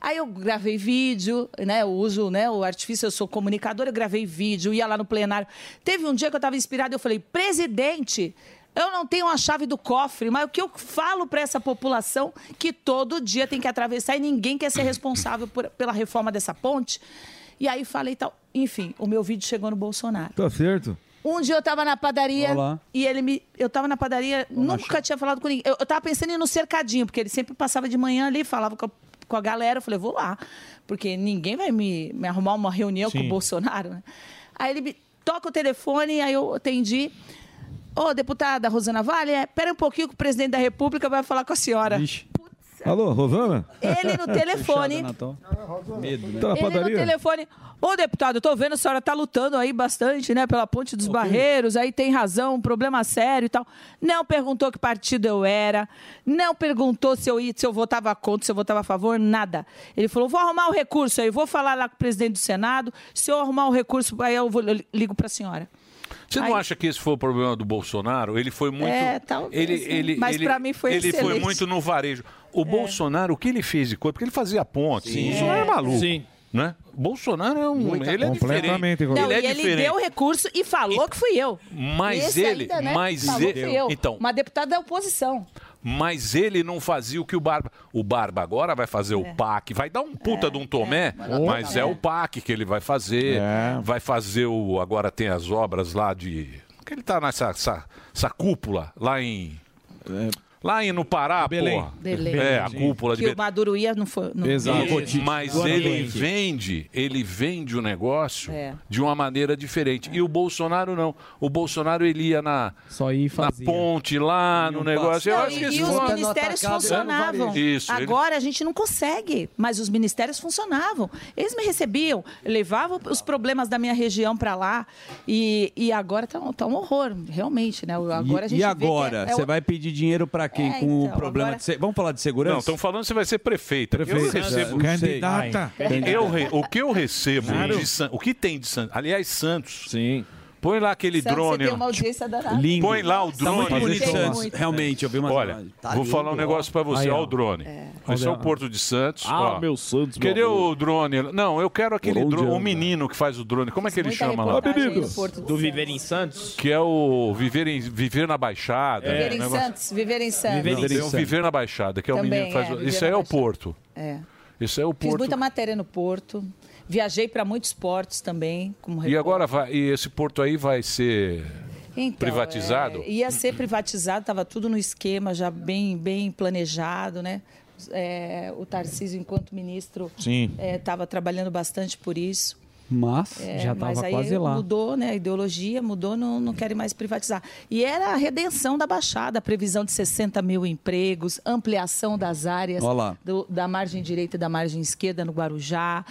W: Aí eu gravei vídeo, né? Eu uso né, o artifício, eu sou comunicadora, eu gravei vídeo, ia lá no plenário. Teve um dia que eu estava inspirada, eu falei, presidente... Eu não tenho a chave do cofre, mas o que eu falo para essa população que todo dia tem que atravessar e ninguém quer ser responsável por- pela reforma dessa ponte? E aí falei tal. Enfim, o meu vídeo chegou no Bolsonaro.
F: Tá certo.
W: Um dia eu tava na padaria
F: Olá.
W: e ele me. Eu tava na padaria, nunca tinha falado com ninguém. Eu, eu tava pensando em ir no cercadinho, porque ele sempre passava de manhã ali, falava com a, com a galera. Eu falei, vou lá, porque ninguém vai me, me arrumar uma reunião com
F: Sim.
W: o Bolsonaro. né? Aí ele me toca o telefone, aí eu atendi. Ô, deputada Rosana Vale, é, pera um pouquinho que o presidente da República vai falar com a senhora.
F: Alô, Rosana?
W: Ele no telefone.
F: Medo, né?
J: Tá
W: Ele no telefone. Ô, deputado, eu tô vendo a senhora tá lutando aí bastante, né? Pela Ponte dos Barreiros, aí tem razão, um problema sério e tal. Não perguntou que partido eu era, não perguntou se eu ia, se eu votava contra, se eu votava a favor, nada. Ele falou: vou arrumar o recurso aí, vou falar lá com o presidente do Senado. Se eu arrumar o recurso, aí eu, vou, eu ligo pra senhora.
D: Você não acha que esse foi o problema do Bolsonaro? Ele foi muito.
W: É, talvez,
D: ele,
W: né?
D: ele,
W: Mas
D: ele-
W: pra mim foi
D: Ele foi
W: excelente. É.
D: muito no varejo. O Bolsonaro, o que ele fez de coisa? Porque ele fazia ponte. O Bolsonaro é maluco.
W: Sim.
D: Né? Bolsonaro é um.
W: Muita-
D: ele é
W: Completamente
D: diferente.
W: Não,
D: ele é
W: e ele
D: diferente.
W: deu o recurso e falou que fui eu.
D: Mas
W: Esse
D: ele-
W: ainda, né,
D: mas
W: falou que
D: ele-
W: fui eu.
D: então.
W: Uma deputada da oposição.
D: Mas ele não fazia o que o Barba. O Barba agora vai fazer
W: É.
D: o PAC, vai dar um puta de um Tomé, mas é. o PAC que ele vai fazer.
W: É.
D: Vai fazer o. Agora tem as obras lá de. Que ele tá nessa essa, essa cúpula lá em. Lá em, no Pará,
W: É. Belém.
D: porra.
W: Belém.
D: É, a cúpula de
W: Que o
D: Belém.
W: Maduro ia, não foi. Não.
D: E- Mas ele vende, ele vende o negócio
W: É.
D: de uma maneira diferente. E o Bolsonaro não. O Bolsonaro ele ia na, na ponte lá, no negócio. Eu
W: Não,
D: acho
W: e,
D: que
W: e
D: isso
W: os
D: foi-
W: ministérios
D: um
W: funcionavam.
D: Isso, ele-
W: Agora a gente não consegue, mas os ministérios funcionavam. Eles me recebiam, levavam os problemas da minha região para lá e, e agora tá, um- tá um horror, realmente, né?
C: E-
W: Agora a gente
C: e
W: vê
C: agora?
W: que é- é
C: Você
W: o-
C: vai pedir dinheiro pra quem
W: É,
C: com o
W: então,
C: problema
W: agora-
C: de se- Vamos falar de segurança?
D: Não, estão falando que você vai ser prefeita. eu
C: Prefeita.
D: recebo.
C: Não sei. Candidata.
D: Eu re- o que eu recebo de San- O que tem de Santos? Aliás, Santos.
C: Sim.
D: Põe lá aquele
W: Sabe,
D: drone.
W: Você tem
D: ó.
W: uma audiência danada.
D: Lindo. Põe lá o drone.
C: Tá muito bonito,
W: Tem
C: Santos.
W: muito. Tá
C: Realmente, eu vi uma
D: Olha, vou falar um negócio pra você. Olha o drone. Esse é o Porto de Santos.
C: Ah,
D: ó.
C: meu Santos, meu
D: Queria
C: amor.
D: o drone. Não, eu quero aquele
C: Por onde
D: drone. O
C: anda?
D: menino que faz o drone. Como é que ele
C: Muita
D: chama lá?
C: reportagem aí do Porto
K: Do Viver em Santos? É.
D: Que é o Viver, em- viver na Baixada.
W: Viver
D: um
W: em
D: negócio-
W: Santos, viver em Santos.
D: Não, tem o Viver na Baixada, que é o
W: Também
D: menino que faz.
W: é,
D: o-
W: Viver
D: Isso
W: na
D: aí é o
W: Baixada.
D: Porto.
W: É.
D: Isso aí é o
W: Fiz
D: Porto.
W: muita matéria no Porto. Viajei para muitos portos também, como
D: E
W: repórter.
D: agora vai, e esse porto aí vai ser
W: Então,
D: privatizado?
W: é, ia ser privatizado, estava tudo no esquema, já bem, bem planejado, né? É, o Tarcísio, enquanto ministro,
D: Sim.
W: estava trabalhando bastante por isso.
I: Mas
W: É,
I: já estava
W: mas aí
I: quase lá.
W: Mudou, né? A ideologia mudou, não, não querem mais privatizar. E era a redenção da Baixada, a previsão de 60 mil empregos, ampliação das áreas
C: Ó lá.
W: do- da margem direita e da margem esquerda no Guarujá,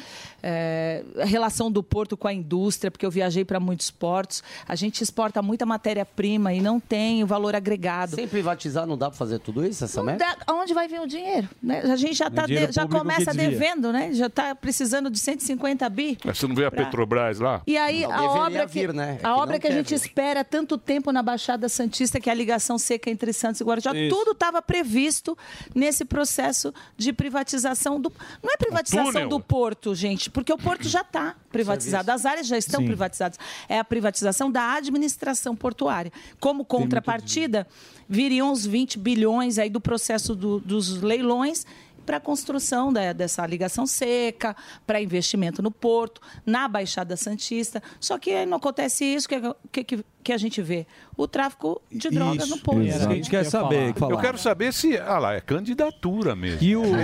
W: é, a relação do porto com a indústria, porque eu viajei para muitos portos. A gente exporta muita matéria-prima e não tem o valor agregado.
J: Sem privatizar, não dá pra fazer tudo isso, essa
L: né?
J: merda?
W: Da- Onde vai vir o dinheiro? né? A gente já,
J: É
W: tá de-
J: dinheiro
W: já
J: público que
W: começa
J: desvia.
W: devendo, né? Já está precisando de 150 bi.
D: Mas Você não vê a
W: Pra-
D: Petrobras lá?
W: E aí,
J: Não,
W: a
J: deveria
W: obra, que,
J: vir, né? É que
W: a,
J: não
W: obra que a
J: quer
W: gente
J: vir.
W: espera há tanto tempo na Baixada Santista, que é a ligação seca entre Santos e Guarujá,
J: Isso.
W: tudo estava previsto nesse processo de privatização do. Não
J: túnel.
W: é privatização do porto, gente, porque o porto já está
D: é
W: privatizado, as áreas já estão
P: Sim.
W: privatizadas. É a privatização da administração portuária. Como contrapartida, viriam os 20 bilhões aí do processo do- dos leilões para a construção da- dessa ligação seca, para investimento no porto, na Baixada Santista. Só que aí não acontece isso, que, é que, que- que a gente vê? O tráfico de drogas
D: Isso,
W: no porto.
D: isso que a gente quer
C: Isso que eu ia saber, falar.
D: Eu quero saber se. Ah lá, é candidatura mesmo.
C: E o. e o- Ô,
D: Não,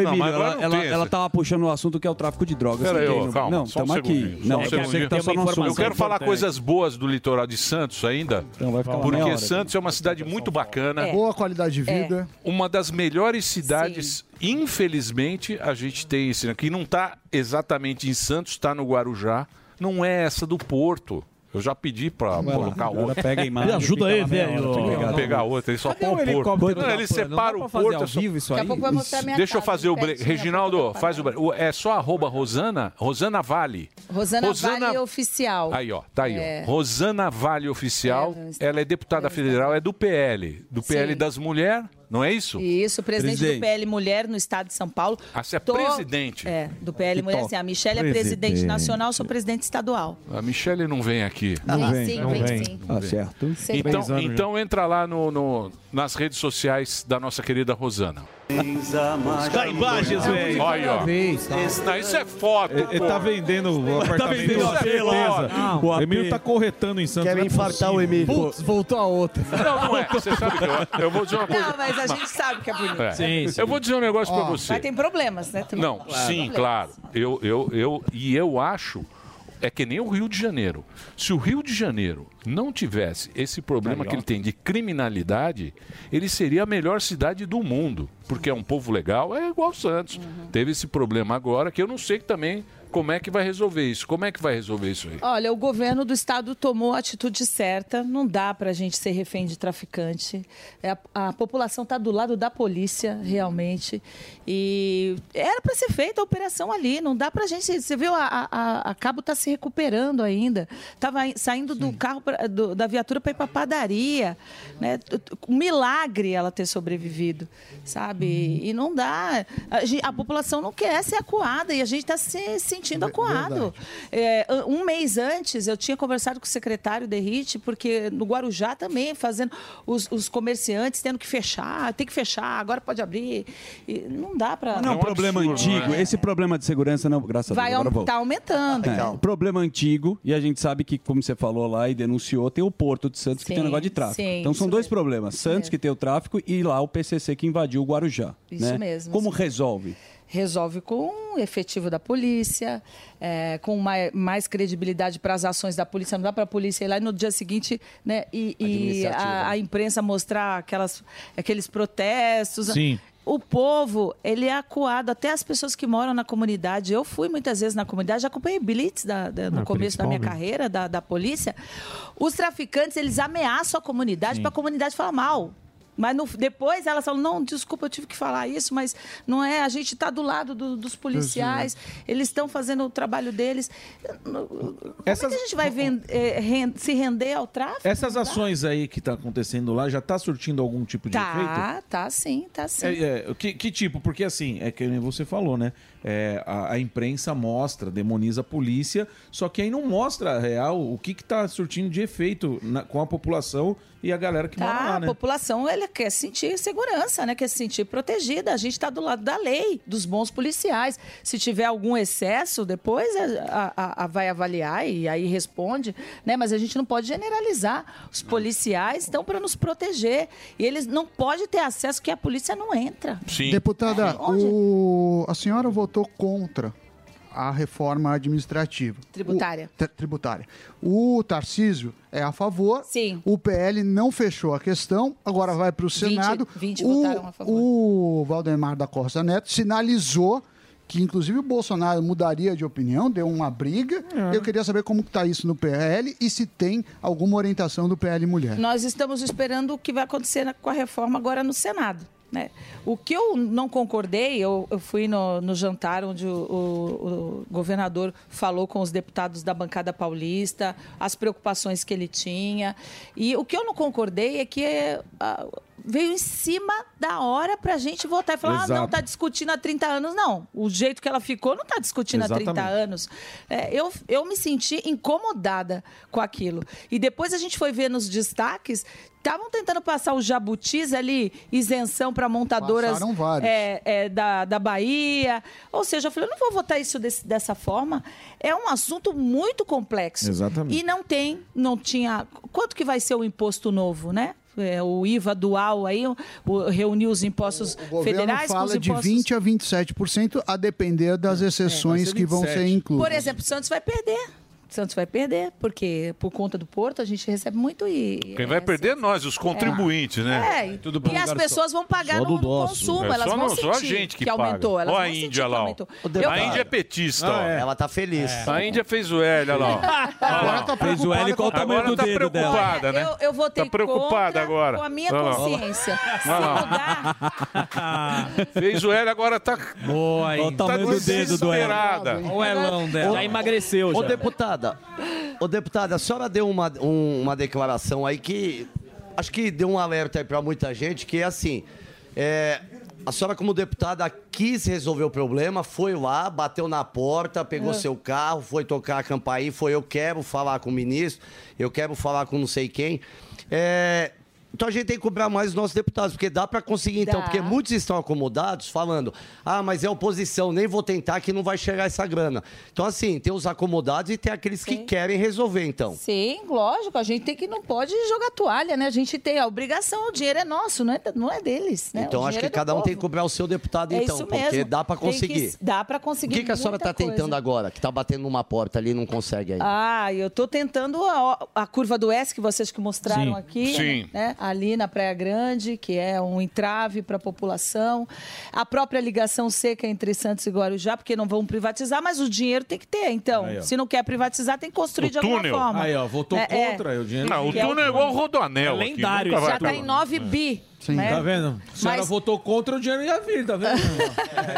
C: Emílio,
D: mas agora
C: ela,
D: não
C: ela,
D: tem
C: ela
D: essa.
C: tava puxando o assunto que é o tráfico de drogas.
D: Pera aí,
C: Não
D: ó,
C: tem,
D: calma,
C: não,
D: só um
C: tamo aqui.
D: segundinho,
C: Não,
D: só um
C: é que a- você que
D: segundinho.
C: tá só no assunto.
D: Eu quero falar coisas boas do litoral de Santos ainda,
C: ficar uma meia
D: porque
C: hora.
D: Santos é uma cidade muito
C: um
D: bacana.
H: Boa qualidade de vida.
D: Uma das melhores cidades, infelizmente, a gente tem esse, né, que não está exatamente em Santos, está no Guarujá, não é essa do Porto. Eu já pedi para
C: Vai lá,
D: colocar
C: agora
D: outra.
C: pega a imagem, Me ajuda fica aí, lá meia velho. hora, fica
D: Vamos
C: legal.
D: pegar outra, ele só
C: Cadê
D: põe
C: o
D: o Porto. Não,
C: helicóptero da
D: ele
C: Pan? Não dá
D: separa
C: pra
D: o
C: fazer
D: Porto.
C: ao
D: é só-
C: vivo isso Daqui a aí? pouco vai mostrar a minha
D: Deixa eu
C: casa,
D: fazer o break.
W: pertinho, eu
D: Reginaldo, faz o break. O- É só arroba Rosana, Rosana Vale.
W: Rosana,
D: Rosana-
W: Vale Oficial.
D: Aí, ó, tá aí.
W: É.
D: Ó. Rosana Vale Oficial, ela é deputada federal, é do PL, do PL
W: Sim.
D: das mulheres, não é isso?
W: Isso, presidente,
D: Presidente.
W: do PL Mulher no estado de São Paulo.
D: Ah, você é
W: Tô-
D: presidente.
W: É, do PL
D: Que
W: Mulher.
D: top.
W: Assim, a Michelle é
D: Presidente.
W: presidente nacional, sou presidente estadual.
D: A Michelle não vem aqui.
W: Ah, Não Vem vem, sim, não vem vem. sim.
D: Não
W: Ah,
D: vem.
W: certo. Três
D: Então,
W: anos já.
D: então entra lá no- no- nas redes sociais da nossa querida Rosana.
E: Tá em Lages, velho.
D: Olha, ó. Não, isso é foto.
E: Ele
D: pô.
E: tá vendendo o
D: Tá
E: apartamento.
D: vendendo o
E: com
D: AP
E: certeza.
D: lá. Não,
E: O
D: o AP.
E: Emílio tá corretando em Santos.
I: Querem
E: não é possível.
I: infartar o Emílio. Putz, voltou a outra.
D: Não, não é. Você sabe que eu, eu vou dizer uma coisa.
W: Não, mas a gente sabe que é bonito.
D: É. Eu vou dizer um negócio pra você.
W: Mas tem problemas, né? também?
D: Não, sim, claro. Eu, eu, eu, e eu acho. É que nem o Rio de Janeiro. Se o Rio de Janeiro não tivesse esse problema que ele tem de criminalidade, ele seria a melhor cidade do mundo. Porque é um povo legal, é igual Santos.
W: Uhum.
D: Teve esse problema agora, que eu não sei também como é que vai resolver isso. Como é que vai resolver isso aí?
W: Olha, o governo do estado tomou a atitude certa. Não dá para a gente ser refém de traficante. É, A, a população está do lado da polícia, realmente. E era para ser feita a operação ali. Não dá para a gente. Você viu, a, a- a- a Cabo está se recuperando ainda. Estava saindo do carro, pra- do- da viatura para ir para padaria. Né? T- t- Um milagre ela ter sobrevivido, sabe? E não dá. A, gen- a população não quer ser acuada e a gente está se sentindo acuado. É, an- um mês antes, eu tinha conversado com o secretário Derrite, porque no Guarujá também, fazendo os, os comerciantes tendo que fechar, tem que fechar, agora pode abrir. E não dá para.
C: Não é um problema
D: né?
C: antigo. Esse problema de segurança não, graças
W: Vai
C: a Deus. agora eu
W: aumentar, tá
C: volto.
W: aumentando.
C: É, problema antigo, e a gente sabe que, como você falou lá e denunciou, tem o Porto de Santos que
W: Sim,
C: tem um negócio de tráfico.
W: sim,
C: então são
W: isso
C: dois problemas: Santos que tem o tráfico e lá o PCC que invadiu o Guarujá.
W: Isso
C: né?
W: mesmo,
C: Como
W: isso
C: resolve?
W: resolve com o efetivo da polícia, é, com mai- mais, credibilidade para as ações da polícia. Não dá para a polícia ir lá e no dia seguinte né, e, e
P: Administrativa. né?
W: a, a imprensa mostrar aquelas, aqueles protestos.
P: Sim.
W: O povo, ele é acuado, até as pessoas que moram na comunidade. Eu fui muitas vezes na comunidade, já acompanhei blitz da- da- no
P: Ah,
W: começo da minha
P: principalmente.
W: carreira, da, da polícia. Os traficantes, eles ameaçam a comunidade
P: Sim.
W: para a comunidade falar mal. Mas no- depois elas falam, não, desculpa, eu tive que falar isso, mas não é, a gente está do lado do- dos policiais,
E: é.
W: eles estão fazendo o trabalho deles. Como é que a gente vai ven- eh, ren- se render ao tráfico?
E: Essas ações aí que tá acontecendo lá já tá surtindo algum tipo de efeito?
W: Tá, tá sim, tá sim.
E: É, é, que, que tipo? Porque assim, é que nem você falou, né? É, a, a imprensa mostra, demoniza a polícia, só que aí não mostra a real o que, que tá surtindo de efeito na- com a população e a galera que mora
W: Tá,
E: lá,
W: a
E: né?
W: população ela quer sentir segurança, né? Quer se sentir protegida. A gente está do lado da lei, dos bons policiais. Se tiver algum excesso, depois a, a- a- vai avaliar e aí responde, né? Mas a gente não pode generalizar. Os policiais estão para nos proteger e eles não podem ter acesso que a polícia não entra.
H: Deputada,
W: É, Onde?
H: o- a senhora votou contra a reforma administrativa.
W: Tributária.
H: O- tri- tributária. O Tarcísio é a favor.
W: Sim.
H: O PL não fechou a questão, agora vai para o Senado.
W: 20
H: o,
W: votaram a favor.
H: O Valdemar da Costa Neto sinalizou que, inclusive, o Bolsonaro mudaria de opinião, deu uma briga.
W: É.
H: Eu queria saber como está isso no PL e se tem alguma orientação do PL Mulher.
W: Nós estamos esperando o que vai acontecer na- com a reforma agora no Senado. Né? O que eu não concordei, eu, eu fui no, no jantar onde o, o- o governador falou com os deputados da bancada paulista, as preocupações que ele tinha. E o que eu não concordei é que é, ah, veio em cima da hora para a gente votar e falar: ah, não,
X: Exato.
W: está discutindo há 30 anos. Não, o jeito que ela ficou não está discutindo há 30
X: Exatamente.
W: anos anos. É, eu, eu me senti incomodada com aquilo. E depois a gente foi ver nos destaques. Estavam tentando passar os jabutis ali, isenção para montadoras
H: Passaram vários.
W: é, é, da, da Bahia. Ou seja, eu falei, eu não vou votar isso desse- dessa forma. É um assunto muito complexo.
Y: Exatamente.
W: E não tem, não tinha. Quanto que vai ser o imposto novo, né? É, o IVA dual aí, o- o- reuniu os impostos
H: O governo
W: federais com os
H: fala de
W: impostos.
H: 20% a 27%, a depender das
I: É,
H: exceções que vão ser incluídas.
W: Por exemplo, o Santos vai perder. O Santos vai perder, porque por conta do Porto a gente recebe muito e.
D: Quem vai perder é nós, os contribuintes, né?
W: É, e as pessoas vão pagar
D: Só
W: no,
D: do
W: no
D: nosso.
W: consumo,
D: É,
W: elas
D: só
W: vão
D: não-
W: sentir
D: só a gente que paga.
W: aumentou. Elas
D: Ó a
W: vão sentir
D: Índia
W: que
D: lá, ó.
W: aumentou.
D: O deputado. A Índia é petista, ó.
L: Ela tá feliz.
C: É.
D: É. A Índia fez o L, olha lá. ó. Olha lá.
L: tá Fez o L com o tamanho
D: Agora
L: do
D: tá
L: dedo
D: preocupada,
W: Olha,
D: né?
W: eu- eu votei
D: Tá preocupada
W: contra
D: agora.
W: com a minha
D: Olha lá.
W: consciência.
D: Olha lá. Fez o L, agora tá...
K: Boa,
D: hein?
L: então.
D: Tá desesperada.
K: Já emagreceu,
L: Ô,
K: já.
L: deputada, ô, deputada, a senhora deu uma, um- uma declaração aí que acho que deu um alerta aí pra muita gente, que é assim, é, a senhora como deputada quis resolver o problema, foi lá, bateu na porta, pegou
S: É.
L: seu carro, foi tocar a campainha, foi eu quero falar com o ministro, eu quero falar com não sei quem. É, então a gente tem que cobrar mais os nossos deputados, porque dá pra conseguir então,
X: Dá.
L: porque muitos estão acomodados falando: "Ah, mas é oposição, nem vou tentar que não vai chegar essa grana". Então assim, tem os acomodados e tem aqueles que querem resolver então.
W: Sim, lógico, a gente tem que não pode jogar toalha, né? A gente tem a obrigação, o dinheiro é nosso, não é, não é deles, né?
L: Então
W: O
L: acho
W: dinheiro
L: que
W: é do
L: cada um tem que
W: povo.
L: cobrar o seu deputado
W: É
L: então,
W: isso
L: porque
W: mesmo.
L: dá pra
W: Tem que-
L: conseguir.
W: dá pra conseguir
L: O que, que a senhora
W: muita
L: tá
W: coisa.
L: tentando agora, que tá batendo numa porta ali e não consegue ainda?
W: Ah, eu tô tentando a, a curva do S que vocês que mostraram
L: Sim.
W: aqui,
L: Sim.
W: né? Ali na Praia Grande, que é um entrave para a população. A própria ligação seca entre Santos e Guarujá, porque não vão privatizar, mas o dinheiro tem que ter. Então,
D: Aí, ó.
W: se não quer privatizar, tem que construir
D: O
W: de alguma
D: túnel.
W: forma. É,
D: Aí, ó, votou contra, eu dinheiro- Não, o túnel é
W: um
D: igual o Rodoanel aqui, lendário, nunca vai
W: Já tá
D: acabar.
W: em 9 bi.
D: Sim.
W: né?
D: Tá vendo?
W: Mas-
D: A senhora
W: votou
G: contra o dinheiro ia vir, tá vendo?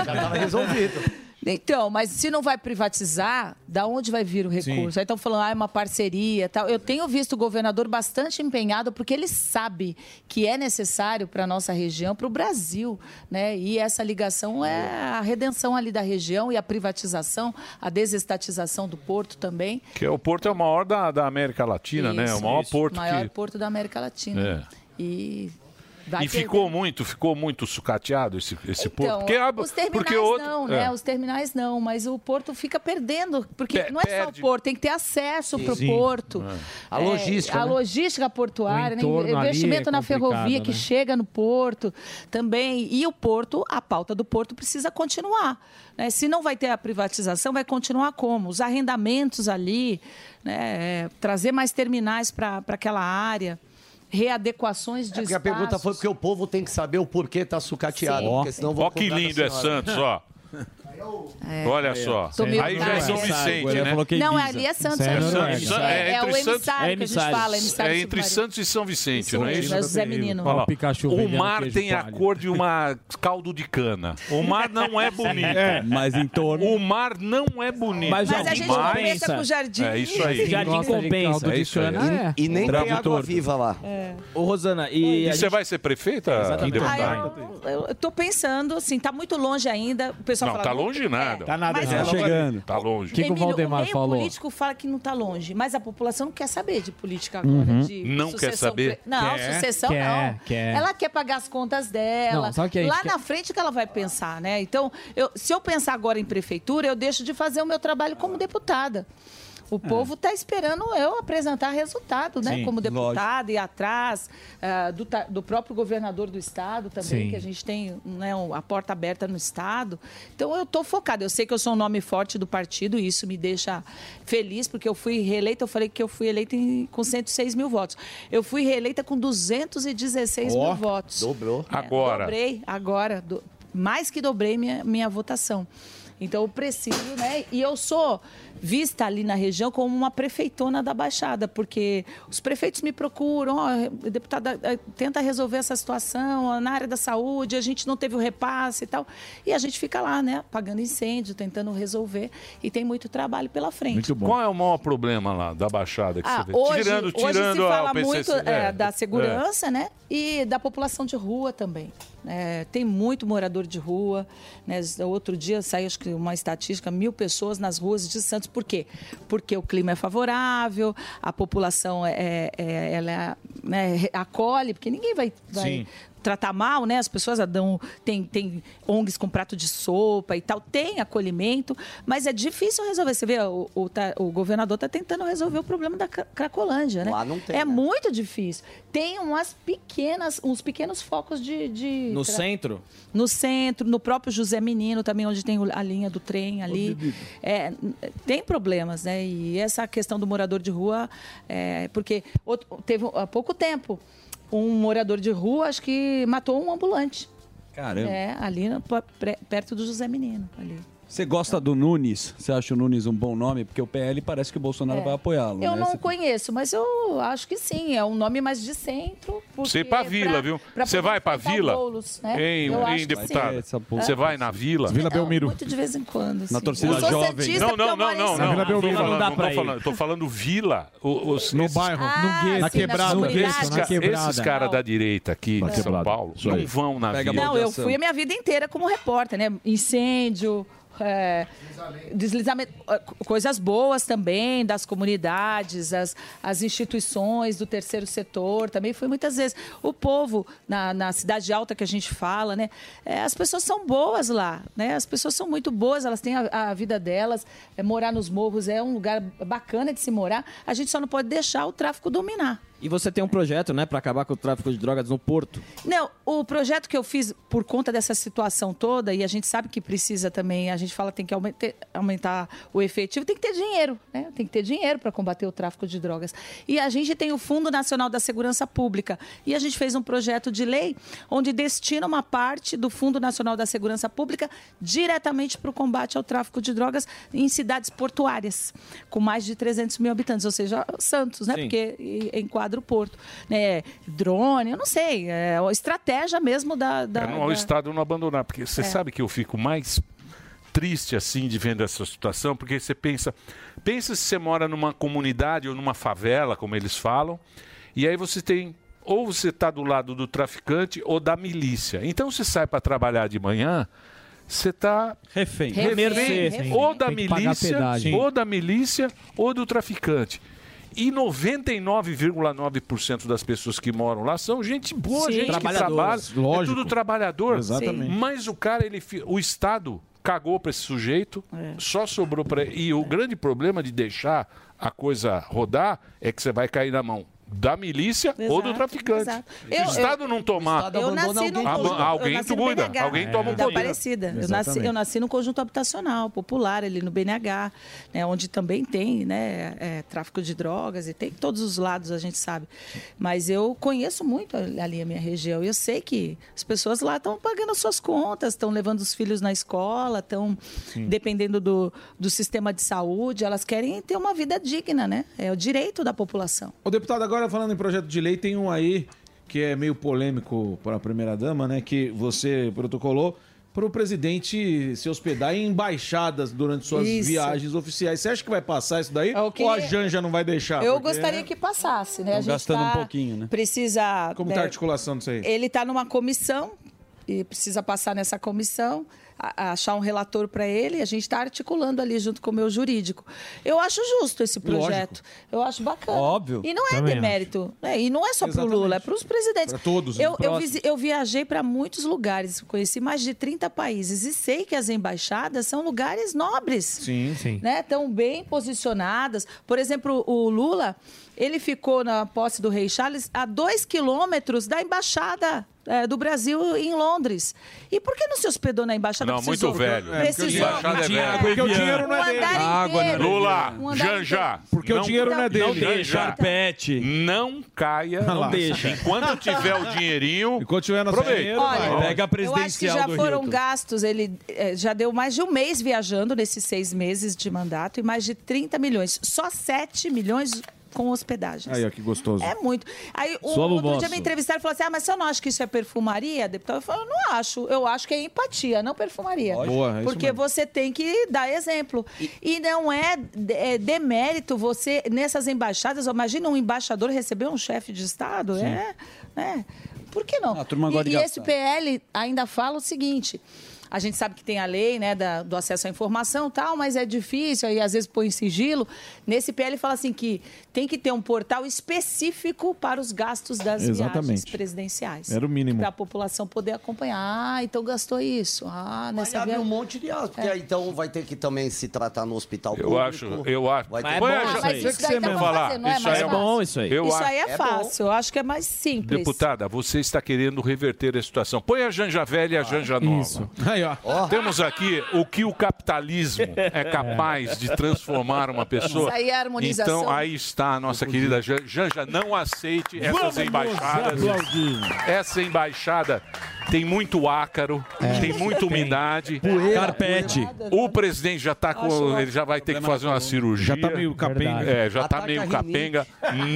L: Já tava resolvido.
W: Então, mas se não vai privatizar, da onde vai vir o recurso?
G: Sim.
W: Aí estão falando, ah, é uma parceria tal. Eu tenho visto o governador bastante empenhado, porque ele sabe que é necessário para a nossa região, para o Brasil. Né? E essa ligação é a redenção ali da região e a privatização, a desestatização do porto também.
D: Que o Porto é o maior da, da América Latina, né? O
W: Isso,
D: maior
W: isso.
D: porto
W: maior
D: que...
W: porto da América Latina.
D: É.
W: E,
D: E ficou muito, ficou muito sucateado esse, esse porto.
W: Então,
D: Porque, a-
W: os terminais
D: porque outro,
W: não, né?
D: é.
W: Os terminais não, mas o porto fica perdendo, porque
D: Pe-
W: não é só o porto, tem que ter acesso para o porto.
L: A
W: É,
L: logística.
W: a
L: né?
W: logística portuária,
L: O
W: né?
L: entorno ali
W: investimento
L: é
W: na
L: complicado,
W: ferrovia que
L: né?
W: chega no porto também. E o porto, a pauta do porto precisa continuar. né? Se não vai ter a privatização, vai continuar como? Os arrendamentos ali, né? É, trazer mais terminais para aquela área, readequações de
L: É porque a pergunta foi porque o povo tem que saber o porquê tá sucateado,
W: Sim.
L: porque senão vão
D: Ó que
L: cobrar da
D: lindo é
L: senhora. É.
D: Santos, ó. Olha só.
W: Tomei
D: Aí
W: o
D: já é
W: carro.
D: São Vicente, né?
W: Não, é ali é Santos.
D: É,
W: Santos.
D: Santos, é
W: É o
D: entre Santos-
W: emissário que a gente fala. emissário
D: É entre
W: submarino.
D: Santos e São Vicente,
W: Isso
D: não é
W: mesmo,
D: isso?
W: é o Zé Menino.
D: Olha lá,
W: O Pikachu
D: o
W: vendendo
D: mar
W: queijo
D: tem a
W: palha.
D: cor de uma caldo de cana. O mar não é bonito.
J: É, mas em torno-
D: O mar não é bonito.
J: Mas Mas a jardim gente compensa compensa. com o jardim.
D: É isso aí.
J: Quem Jardim gosta de compensa. caldo de
D: É isso aí.
J: cana,
L: E nem
D: Bravo
L: tem água
D: torto.
L: viva lá.
W: É.
Z: Ô, Rosana,
D: E
Z: e. a
D: você
Z: gente-
D: vai ser prefeita?
Z: Exatamente.
D: deputada?
Z: Ah,
W: Eu eu tô pensando, assim, tá muito longe ainda. O pessoal
D: Não,
W: fala.
D: tá
W: "Não,
D: longe nada. Tá
W: nada, Mas não. tá
K: chegando.
D: Tá longe.
W: Emílio, meio político fala que não tá longe, mas a população não quer saber de política agora.
K: Uhum.
W: De
D: Não quer
W: sucessão
D: saber?
W: pre- Não,
D: É.
K: Quer,
W: sucessão
K: quer,
W: não.
K: quer.
W: Ela quer pagar as contas dela.
K: Não, sabe o que é? a gente
W: Lá
K: quer?
W: na frente que ela vai pensar, né? Então, eu- se eu pensar agora em prefeitura, eu deixo de fazer o meu trabalho como deputada. O O
K: É.
W: povo está esperando eu apresentar resultado, né?
M: Sim,
W: Como deputada e atrás ah, do, ta- do próprio governador do estado também,
M: Sim.
W: que a gente tem né, um- a porta aberta no estado. Então eu estou focada. Eu sei que eu sou um nome forte do partido e isso me deixa feliz porque eu fui reeleita. Eu falei que eu fui eleita em- com 106 mil votos. Eu fui reeleita com 216 mil votos.
D: Dobrou. Agora.
W: Dobrei agora, do- mais que dobrei minha, minha votação. Então eu preciso, né? E eu sou vista ali na região como uma prefeitona da Baixada, porque os prefeitos me procuram, ó, deputada, eh, tenta resolver essa situação ó, na área da saúde, a gente não teve o repasse e tal. E a gente fica lá, né, apagando incêndio, tentando resolver, e tem muito trabalho pela frente.
D: Qual é o maior problema lá da Baixada que você
W: Ah,
D: vê?
W: hoje,
D: tirando,
W: hoje
D: tirando
W: se fala
D: a o
W: muito
D: PCC.
W: é,
D: É,
W: da
D: é.
W: segurança, né? E da população de rua também. É, tem muito morador de rua. Né? Outro dia saiu acho que uma estatística, mil pessoas nas ruas de Santos. Por quê? Porque o clima é favorável, a população é, é- ela né, re- acolhe, porque ninguém vai, vai
M: Sim.
W: tratar mal, né? As pessoas dão. Tem, tem ONGs com prato de sopa e tal, tem acolhimento, mas é difícil resolver. Você vê, o, o, tá- o governador está tentando resolver o problema da Cra- Cracolândia, né?
J: Lá não tem,
W: É muito difícil. Tem umas pequenas, uns pequenos focos de. de
K: No
W: tra-
K: centro?
W: No centro, no próprio José Menino, também onde tem o- a linha do trem ali. É, n- tem problemas, né? E essa questão do morador de rua, é, porque outro- teve há pouco tempo um morador de rua, acho que matou um ambulante.
C: Caramba.
W: É, ali no- pa- pre- perto do José Menino. Ali.
C: Você gosta do Nunes? Você acha o Nunes um bom nome? Porque o PL parece que o Bolsonaro
W: É.
C: vai apoiá-lo.
W: Eu
C: né?
W: não
C: Você-
W: conheço, mas eu acho que sim. É um nome mais de centro. porque
D: Você ir pra vila,
W: pra-
D: viu?
W: pra
D: Você
W: poder
D: vai pra
W: enfrentar
D: vila?
W: o Boulos, né?
D: Hein,
W: Eu acho
D: hein
W: que
D: É. deputado?
W: sim.
D: Você vai na vila?
W: Não, Muito de vez em quando.
D: Na
W: sim.
D: torcida
W: Eu sou
D: jovem.
W: Santista,
D: Não,
W: porque
D: não,
W: eu moro
D: não,
W: em
D: não,
W: Santos.
D: não. Tô
W: Não
D: falando,
W: dá
D: não
W: pra
D: tô
W: ir.
D: falando, tô falando vila. Os, no
W: bairro, no gueto. Ah, Na
D: Esses,
W: quebrada. No gueto, na quebrada.
D: esses caras da direita aqui de São Paulo não vão na
W: Pega
D: vila.
W: Não, eu fui a minha vida inteira como repórter, né? Incêndio, é, deslizamento, é, co- coisas boas também das comunidades, as, as instituições do terceiro setor também fui muitas vezes. O povo na, na cidade alta que a gente fala, né? É, as pessoas são boas lá, né? As pessoas são muito boas, elas têm a, a vida delas. É, morar nos morros é um lugar bacana de se morar. A gente só não pode deixar o tráfico dominar.
K: E você tem um projeto, né, pra acabar com o tráfico de drogas no Porto.
W: Não, o projeto que eu fiz por conta dessa situação toda, e a gente sabe que precisa também, a gente fala que tem que aumente- aumentar o efetivo, tem que ter dinheiro, né? Tem que ter dinheiro para combater o tráfico de drogas. E a gente tem o Fundo Nacional da Segurança Pública. E a gente fez um projeto de lei onde destina uma parte do Fundo Nacional da Segurança Pública diretamente para o combate ao tráfico de drogas em cidades portuárias, com mais de 300 mil habitantes, ou seja, Santos, né?
M: Sim.
W: Porque e- enquadra o porto. Né? Drone, eu não sei. É a estratégia mesmo da. da-
D: É, não, o
W: da-
D: Estado não abandonar, porque você
W: É.
D: sabe que eu fico mais triste assim de vendo essa situação, porque você pensa, pensa se você mora numa comunidade ou numa favela, como eles falam, e aí você tem ou você está do lado do traficante ou da milícia. Então você sai para trabalhar de manhã, você está
C: refém,
D: refém,
C: Mercê, sim.
D: ou da
C: Tem que pagar
D: milícia,
C: pedágio.
D: ou da milícia ou do traficante. E 99,9% das pessoas que moram lá são gente boa,
M: Sim.
D: gente que trabalha,
M: Trabalhadores,
D: é
M: lógico.
D: tudo trabalhador.
M: Exatamente. Sim.
D: Mas o cara, ele, fi- o Estado cagou para esse sujeito,
W: É.
D: só sobrou para e o grande problema de deixar a coisa rodar é que você vai cair na mão da milícia ou do
W: Exato,
D: traficante.
W: exato.
D: Se
W: Eu-
D: o Estado não tomar,
W: Eu nasci num
D: Aban-
W: conjunto- eu
D: alguém
W: nasci
D: tu
W: no
D: cuida,
W: BNH,
D: alguém toma um
W: da
D: poder.
W: Aparecida. Eu nasci, eu nasci num conjunto habitacional popular ali no BNH, né, onde também tem né, é, tráfico de drogas e tem todos os lados, a gente sabe. Mas eu conheço muito ali a minha região e eu sei que as pessoas lá estão pagando as suas contas, estão levando os filhos na escola, estão
M: Sim.
W: dependendo do, do sistema de saúde, elas querem ter uma vida digna, né? É o direito da população.
G: Ô, deputado, agora falando em projeto de lei, tem um aí que é meio polêmico para a primeira-dama, né? Que você protocolou para o presidente se hospedar em embaixadas durante suas
W: Isso. É
G: viagens oficiais. Você acha que vai passar isso daí?
W: que-
G: Ou a Janja não vai deixar?
W: Eu
G: Porque
W: gostaria que passasse, né?
G: tão
W: a gente
G: gastando
W: tá-
G: um pouquinho, né?
W: Precisa.
G: Como
W: né,
G: tá a articulação disso aí?
W: Ele está numa comissão e precisa passar nessa comissão. A- a- achar um relator para ele, a gente está articulando ali junto com o meu jurídico. Eu acho justo esse projeto. Eu acho bacana.
M: Óbvio.
W: E não é
M: Também
W: demérito. né? E não é só para o Lula, é para os presidentes.
M: Pra todos, né?
W: Eu, eu,
M: Próximo.
W: visi- eu viajei para muitos lugares, conheci mais de 30 países e sei que as embaixadas são lugares nobres
M: Sim, sim.
W: né, tão bem posicionadas. Por exemplo, o Lula, ele ficou na posse do rei Charles a dois quilômetros da embaixada eh, do Brasil em Londres. E por que não se hospedou na embaixada?
D: Não,
W: Precisou.
D: muito velho. É, porque o
W: Precisou.
D: embaixada é velho. Porque o dinheiro não é
W: Um
D: dele.
W: andar
D: Água
W: inteiro.
D: não é Lula,
W: Um andar
D: Janja.
W: inteiro.
D: Porque o dinheiro não é dele.
M: Não
D: Janja.
M: deixa, arpete.
D: Não caia.
M: Não
D: Nossa,
M: deixa.
D: Enquanto tiver o dinheirinho.
E: Enquanto tiver
D: na
W: Olha,
M: Pega a
W: Eu acho que
M: presidencial
W: já
M: do
W: foram
M: Hilton.
W: gastos, ele eh, já deu mais de um mês viajando nesses seis meses de mandato e mais de 30 milhões. Só 7 milhões com hospedagens.
E: Aí, ó, que gostoso.
W: É muito. Aí o
E: Só
W: outro
E: almoço.
W: dia me entrevistaram e falaram assim: Ah, mas você não acha que isso é perfumaria, deputado? Eu falo, "Eu não acho. Eu acho que é empatia, não perfumaria.
M: Lógico. Boa, é isso
W: Porque
M: mesmo.
W: você tem que dar exemplo. E, não é, de- é demérito você, nessas embaixadas, ó, imagina um embaixador receber um chefe de Estado.
M: Sim.
W: É, né? Por que não?
M: Ah, A turma gosta
W: e,
M: de
W: e esse
M: gastar.
W: PL ainda fala o seguinte. A gente sabe que tem a lei né, da- do acesso à informação e tal, mas é difícil, aí às vezes põe em sigilo. Nesse PL fala assim que tem que ter um portal específico para os gastos das viagens
E: Exatamente.
W: presidenciais.
E: Era o mínimo.
W: Para a população poder acompanhar. Ah, então gastou isso. Ah, nessa
J: abre
W: viagem- É.
J: um monte de aspas, porque aí, então vai ter que também se tratar no hospital
D: Eu
J: público.
D: acho, eu acho.
J: Vai ter-
D: Põe
J: Mas é
D: a
J: bom
D: Janja-
J: isso aí. Isso que você mesmo
W: falar.
J: falar.
W: Isso aí é bom, isso aí.
D: Eu
W: isso
D: acho.
W: aí é, fácil, eu acho que é mais simples.
D: Deputada, você está querendo reverter a situação. Põe a Janja Velha e a
E: Ah,
D: Janja Nova.
W: isso.
D: Temos aqui o que o capitalismo é capaz de transformar uma pessoa.
N: Isso aí é harmonização.
D: Então, aí está a nossa querida Jan- Janja. Não aceite essas
N: Vamos
D: embaixadas.
N: aplaudir.
D: Essa embaixada tem muito ácaro, tem muita umidade.
E: É. Poeira.
D: Carpete. O presidente já está com. Ele já vai ter que fazer uma cirurgia.
E: Já tá meio capenga.
D: É, já está
E: Ataca
D: meio
E: rinite.
D: capenga.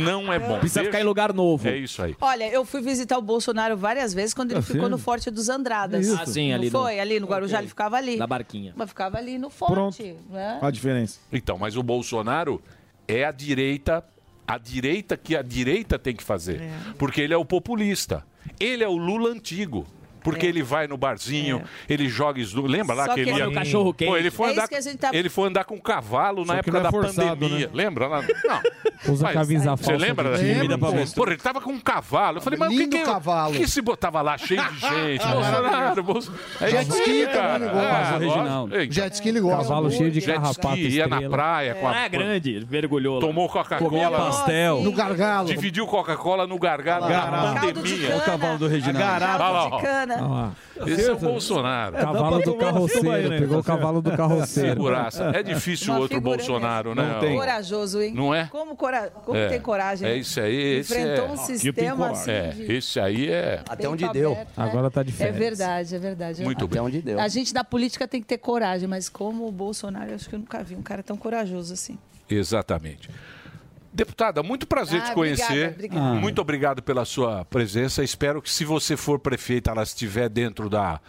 D: Não é bom.
E: Precisa ficar em
D: lugar novo. É isso aí.
W: Olha, eu fui visitar o Bolsonaro várias vezes quando ele
D: Ah,
W: ficou
D: sim.
W: no Forte dos Andradas.
K: Isso. Ah, sim, ali
W: Não
K: no-
W: foi? Ali no Guarujá ele ficava ali.
K: Na barquinha.
W: Mas ficava ali no Forte. Né?
E: a diferença?
D: Então, mas o Bolsonaro é a direita, a direita que a direita tem que fazer. Porque ele é o populista. Ele é o Lula antigo. Porque ele vai no barzinho, ele joga esnu... Lembra lá que
W: Só que
D: ele
W: ele-
D: ia...
W: Olha o cachorro quente.
D: Pô, ele foi
W: É
D: andar,
W: isso que a gente tá-
D: ele foi andar com um cavalo na
W: Só que
D: época
W: não é
D: da
W: forçado,
D: pandemia.
W: né?
D: Lembra lá? Não.
I: Usa camisa
D: Você
I: falsa
D: lembra?
I: de tímida pra
D: Pô,
I: mostrar.
D: Porra, ele tava com um cavalo. Eu falei, mas o que
I: Lindo
D: que,
I: cavalo.
D: que se botava lá cheio de gente? Bolsonaro, Bolsonaro. É
I: Jet
D: isso aí,
I: ski também
D: cara.
I: ligou.
D: É,
I: Mas
D: lógico.
I: original.
D: Eita.
I: Jet ski ligou. Cavalo cheio de
D: Jet ski,
I: carrapato,
D: Ia na
I: estrela.
D: praia com a...
I: É, grande, ele
D: mergulhou Tomou
I: Comeu
D: Coca-Cola.
I: pastel. No
D: gargalo. Dividiu Coca-cola no gargalo. Na pandemia.
I: É O cavalo do Reginaldo.
D: Garapa. Olha lá, ó. Olha lá. Esse é o Bolsonaro.
I: Cavalo do carroceiro, pegou o cavalo do carroceiro.
D: Figuraça. É difícil o outro Bolsonaro, né?
W: Não Corajoso, hein?
D: Não é?
W: Como, cora... Como
D: É.
W: tem coragem?
D: É
W: né?
D: isso aí. Esse
W: Enfrentou
D: é...
W: um sistema assim.
D: É,
W: de-
D: esse aí é.
W: Peito aberto, né?
I: Agora tá
W: É
I: difícil.
W: verdade, é verdade.
D: Muito bem. onde deu.
W: A gente da política tem que ter coragem, mas como o Bolsonaro, eu acho que eu nunca vi um cara tão corajoso assim.
D: Exatamente. Deputada, muito prazer
W: Ah,
D: te conhecer.
W: obrigada,
E: Ah.
W: obrigada.
D: Muito obrigado pela sua presença. Espero que, se você for prefeita, ela estiver dentro da.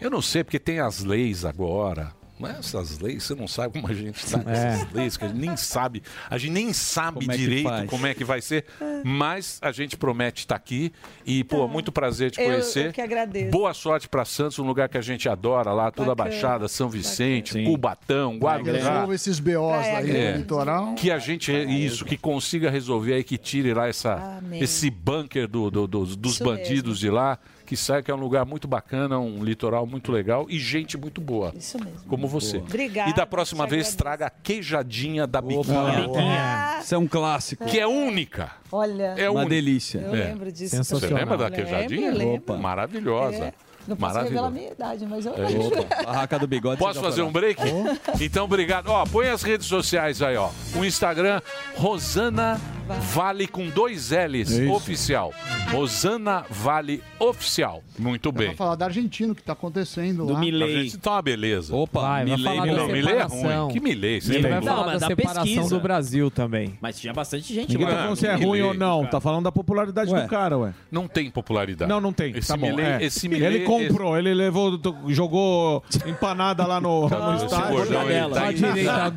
D: Eu não sei, porque tem as leis agora. Mas essas leis, você não sabe como a gente está com essas leis, que a gente nem sabe. A gente nem sabe
E: É. Como é que
D: direito
E: faz?
D: como é que vai ser, mas a gente promete estar aqui. E, pô, muito prazer te
W: Tá. Eu- eu
D: conhecer.
W: que agradeço.
D: Boa sorte para Santos, um lugar que a gente adora lá, toda a Baixada, São Vicente, Cubatão, Guarujá.
H: Resolva esses BOs aí né,
D: É.
H: no litoral.
D: Que a gente, isso, que consiga resolver aí, que tire lá essa,
H: Amém.
D: esse bunker do- do- dos, dos
H: Isso
D: bandidos de lá, que sai que é um lugar muito bacana, um litoral muito legal e gente muito boa. Isso mesmo. Como você.
W: Obrigada,
D: E da próxima vez, traga a queijadinha da biquinha.
C: biquinha. Isso é um clássico.
D: Que é única.
W: Olha,
D: É
C: Uma
D: única.
C: delícia. Eu
D: É.
W: lembro disso.
D: Você
C: Sensacional.
D: lembra da
W: Lembro,
D: queijadinha?
W: lembro. É.
D: Opa. Maravilhosa.
W: não posso revelar a
D: Maravilhosa.
W: minha idade, mas eu...
D: É, opa.
C: Barraca do bigode.
D: Posso fazer um break?
C: Hum?
D: Então, obrigado. Ó, põe as redes sociais aí, ó. O Instagram, Rosana Vale com dois L's, oficial. Rosana Vale Oficial. Muito bem.
H: Falar da Argentina, o que tá acontecendo lá.
D: A gente tá uma beleza.
I: Opa, Vai, vai Milei, falar da
D: Não, Milei é
I: separação.
D: ruim. Que Milei? Você
I: Ele
D: tem
I: vai
D: dúvida?
I: falar da separação do Brasil também.
K: Mas tinha bastante gente
E: Ninguém tá
D: Ah,
K: lá.
E: falando se é ruim ou não. Tá falando da popularidade do cara, ué.
D: Não tem popularidade.
E: Não, não tem.
D: Esse
E: tá bom.
D: Milei-
E: é.
D: esse Tá Milei-
E: ele comprou, ele levou, to- jogou empanada lá no, no
D: Esse
E: estádio.
D: tá gordão, ele tá-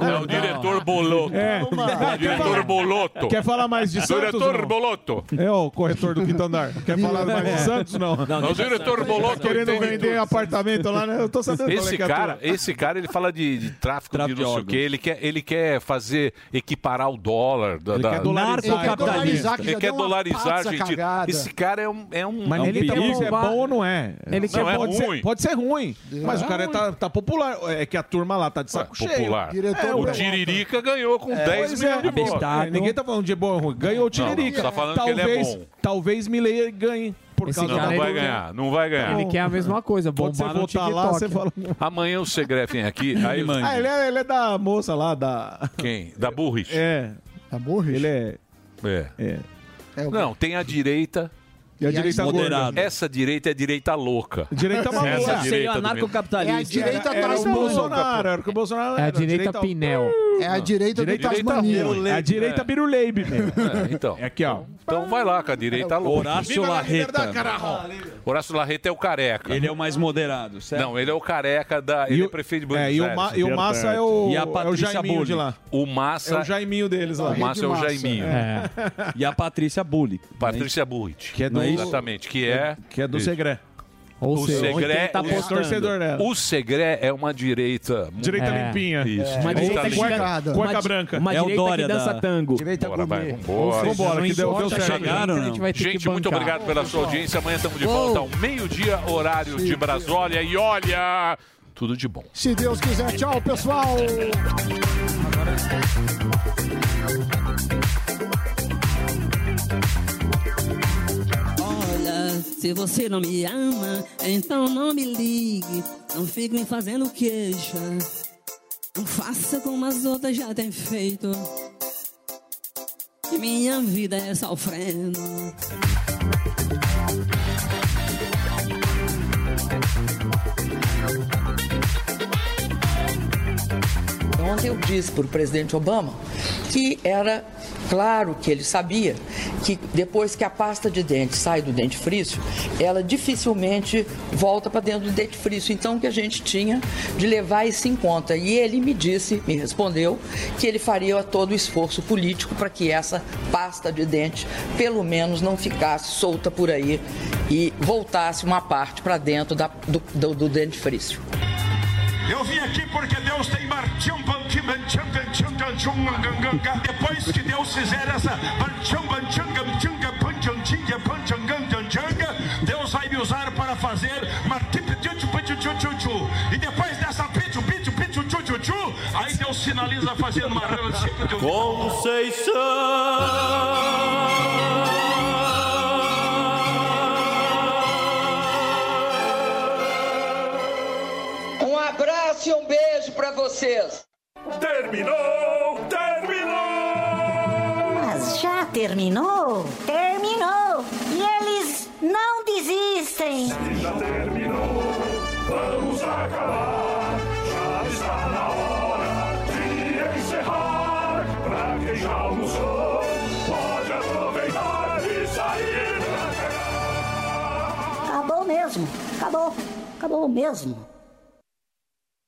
D: é o diretor Boloto.
E: É.
D: O diretor Boloto.
E: Quer falar
G: falar mais de Santos?
D: Diretor
G: não?
D: Bolotto.
G: É o corretor do quinto andar. Quer falar mais de Santos? É. Não.
D: Não, Mas o diretor Bolotto
G: Querendo
D: entende
G: vender
D: tudo.
G: apartamento lá, né? Eu tô sabendo qual é
D: Esse
G: que é a
D: cara,
G: tua.
D: esse cara, ele fala de, de tráfico, de não sei o
G: órgãos.
D: quê. Ele quer, ele quer fazer equiparar o dólar. Da,
G: Ele
D: da-
G: quer dolarizar. Ele quer dolarizar, que já
D: Ele
G: deu
D: quer
G: uma
D: dolarizar a
G: passa
D: Argentina.
G: cagada.
D: Esse cara é um. É um
G: Mas
D: é um
G: ele tá
D: perigo.
G: se é bom ou não é.
D: Ele quer
G: não, é
D: pode
G: pode,
D: ser-
G: ser, pode ser ruim. Mas o cara tá, tá popular. É que a turma lá tá de saco cheio.
D: popular.
G: É,
D: o Tiririca ganhou com
G: É,
D: 10
G: pois
D: milhões de
G: é,
D: votos.
G: é, ninguém tá falando de bom ou ruim. Ganhou o
D: Não, não,
G: Tiririca.
D: você tá falando que ele
G: talvez,
D: é bom.
G: Talvez Milley ganhe. Por
D: Esse
G: causa
D: cara
G: da
D: não vai
G: turma.
D: ganhar, não vai ganhar.
I: Ele quer a mesma coisa,
G: Quando você
I: bombar tá no
G: votar
I: TikTok.
G: lá, você fala...
D: Amanhã o Segré vem aqui. Aí
G: Ah, ele é, ele é da moça lá, da...
D: Quem? Da Burris.
G: É. Da Burris? Ele é...
D: É.
G: o-
D: Não, tem a direita.
G: E a E a direita gorda. moderada.
D: Essa direita é a direita louca.
G: Direita maluca.
D: Essa
G: Seria o
D: direita do meio.
G: anarcocapitalista. É a direita tá Era- era atrás o da Bolsonaro, louca, pô. era o que o Bolsonaro
I: É a
G: era,
I: direita
G: direita-
I: Pinel.
G: É a direita do Direita Tasmania. Biruleibe. É a direita Biruleibe, meu.
D: É, então. É
G: aqui, ó.
D: Então vai lá com a direita louca.
C: É Horácio Larreta.
D: Horácio Larreta é o careca.
C: Ele é o mais moderado, certo?
D: Não, ele é o careca da. Ele é prefeito de Buenos
C: é,
D: Aires.
C: e o Ma- e o Massa é o-
D: E a
C: é o
D: Patrícia
C: Jaiminho
D: Bulli.
C: de lá.
D: O Massa.
C: É o Jaiminho deles lá.
D: O Massa é o Jaiminho.
C: É. E a Patrícia Bulli.
D: Patrícia Bullitt.
C: Que é do-
D: Exatamente, que é...
C: Que é do
D: Isso.
C: Segré.
D: O Segré,
G: é
C: tá
D: o-
C: apostando. torcedor dela.
D: o Segré é uma direita... muito-
G: Direita
D: É.
G: limpinha.
D: Isso. tá
G: É. Uma direita que
D: limpa.
G: cueca- cueca Uma di- branca. uma
D: É o
G: direita que
D: Dória
G: dança tango.
D: Direita Bora, vai,
G: gourmet.
D: vambora.
G: Ou seja, Vambora, não que deu- importa deu certo. chegar ou não.
D: Gente, muito obrigado pela sua audiência. Amanhã estamos de
G: Uou.
D: volta ao meio-dia, horário de Brasólia. E olha, tudo de bom.
H: Se Deus quiser, tchau, pessoal.
P: Olha, se você não me ama, então não me ligue. Não fique me fazendo queixa. Não faça como as outras já têm feito. Que minha vida é sofrendo.
Y: então, Ontem eu disse para o presidente Obama que era claro que ele sabia que depois que a pasta de dente sai do dente frício, ela dificilmente volta para dentro do dente frício. Então, que a gente tinha de levar isso em conta. E ele me disse, me respondeu, que ele faria todo o esforço político para que essa pasta de dente, pelo menos, não ficasse solta por aí e voltasse uma parte para dentro da- do- do- do dente frício.
J: Eu vim aqui porque Deus tem mar- tchum, bam, tchim, bam, tchum, bam, tchum, bam, tchum, bam, bam, bam, bam. Depois que Deus fizer essa bam, tchum, bam, tchum, bam, tchum, bam, bam, tchum, tchim, bam, bam, tchum, bam, bam, tchum, bam, Deus vai me usar para fazer uma tip, tchu, tchu, tchu, tchu, tchu, tchu. E depois dessa pichu, pichu, pichu, tchu, tchu, tchu, aí Deus finaliza fazendo uma
Y: Um abraço e um beijo para vocês.
J: Terminou, terminou!
A: Mas já terminou? Terminou! E eles não desistem!
J: Já terminou, vamos acabar. Já está na hora de encerrar. Pra quem já almoçou, pode aproveitar e sair pra
A: Acabou mesmo! Acabou! Acabou mesmo!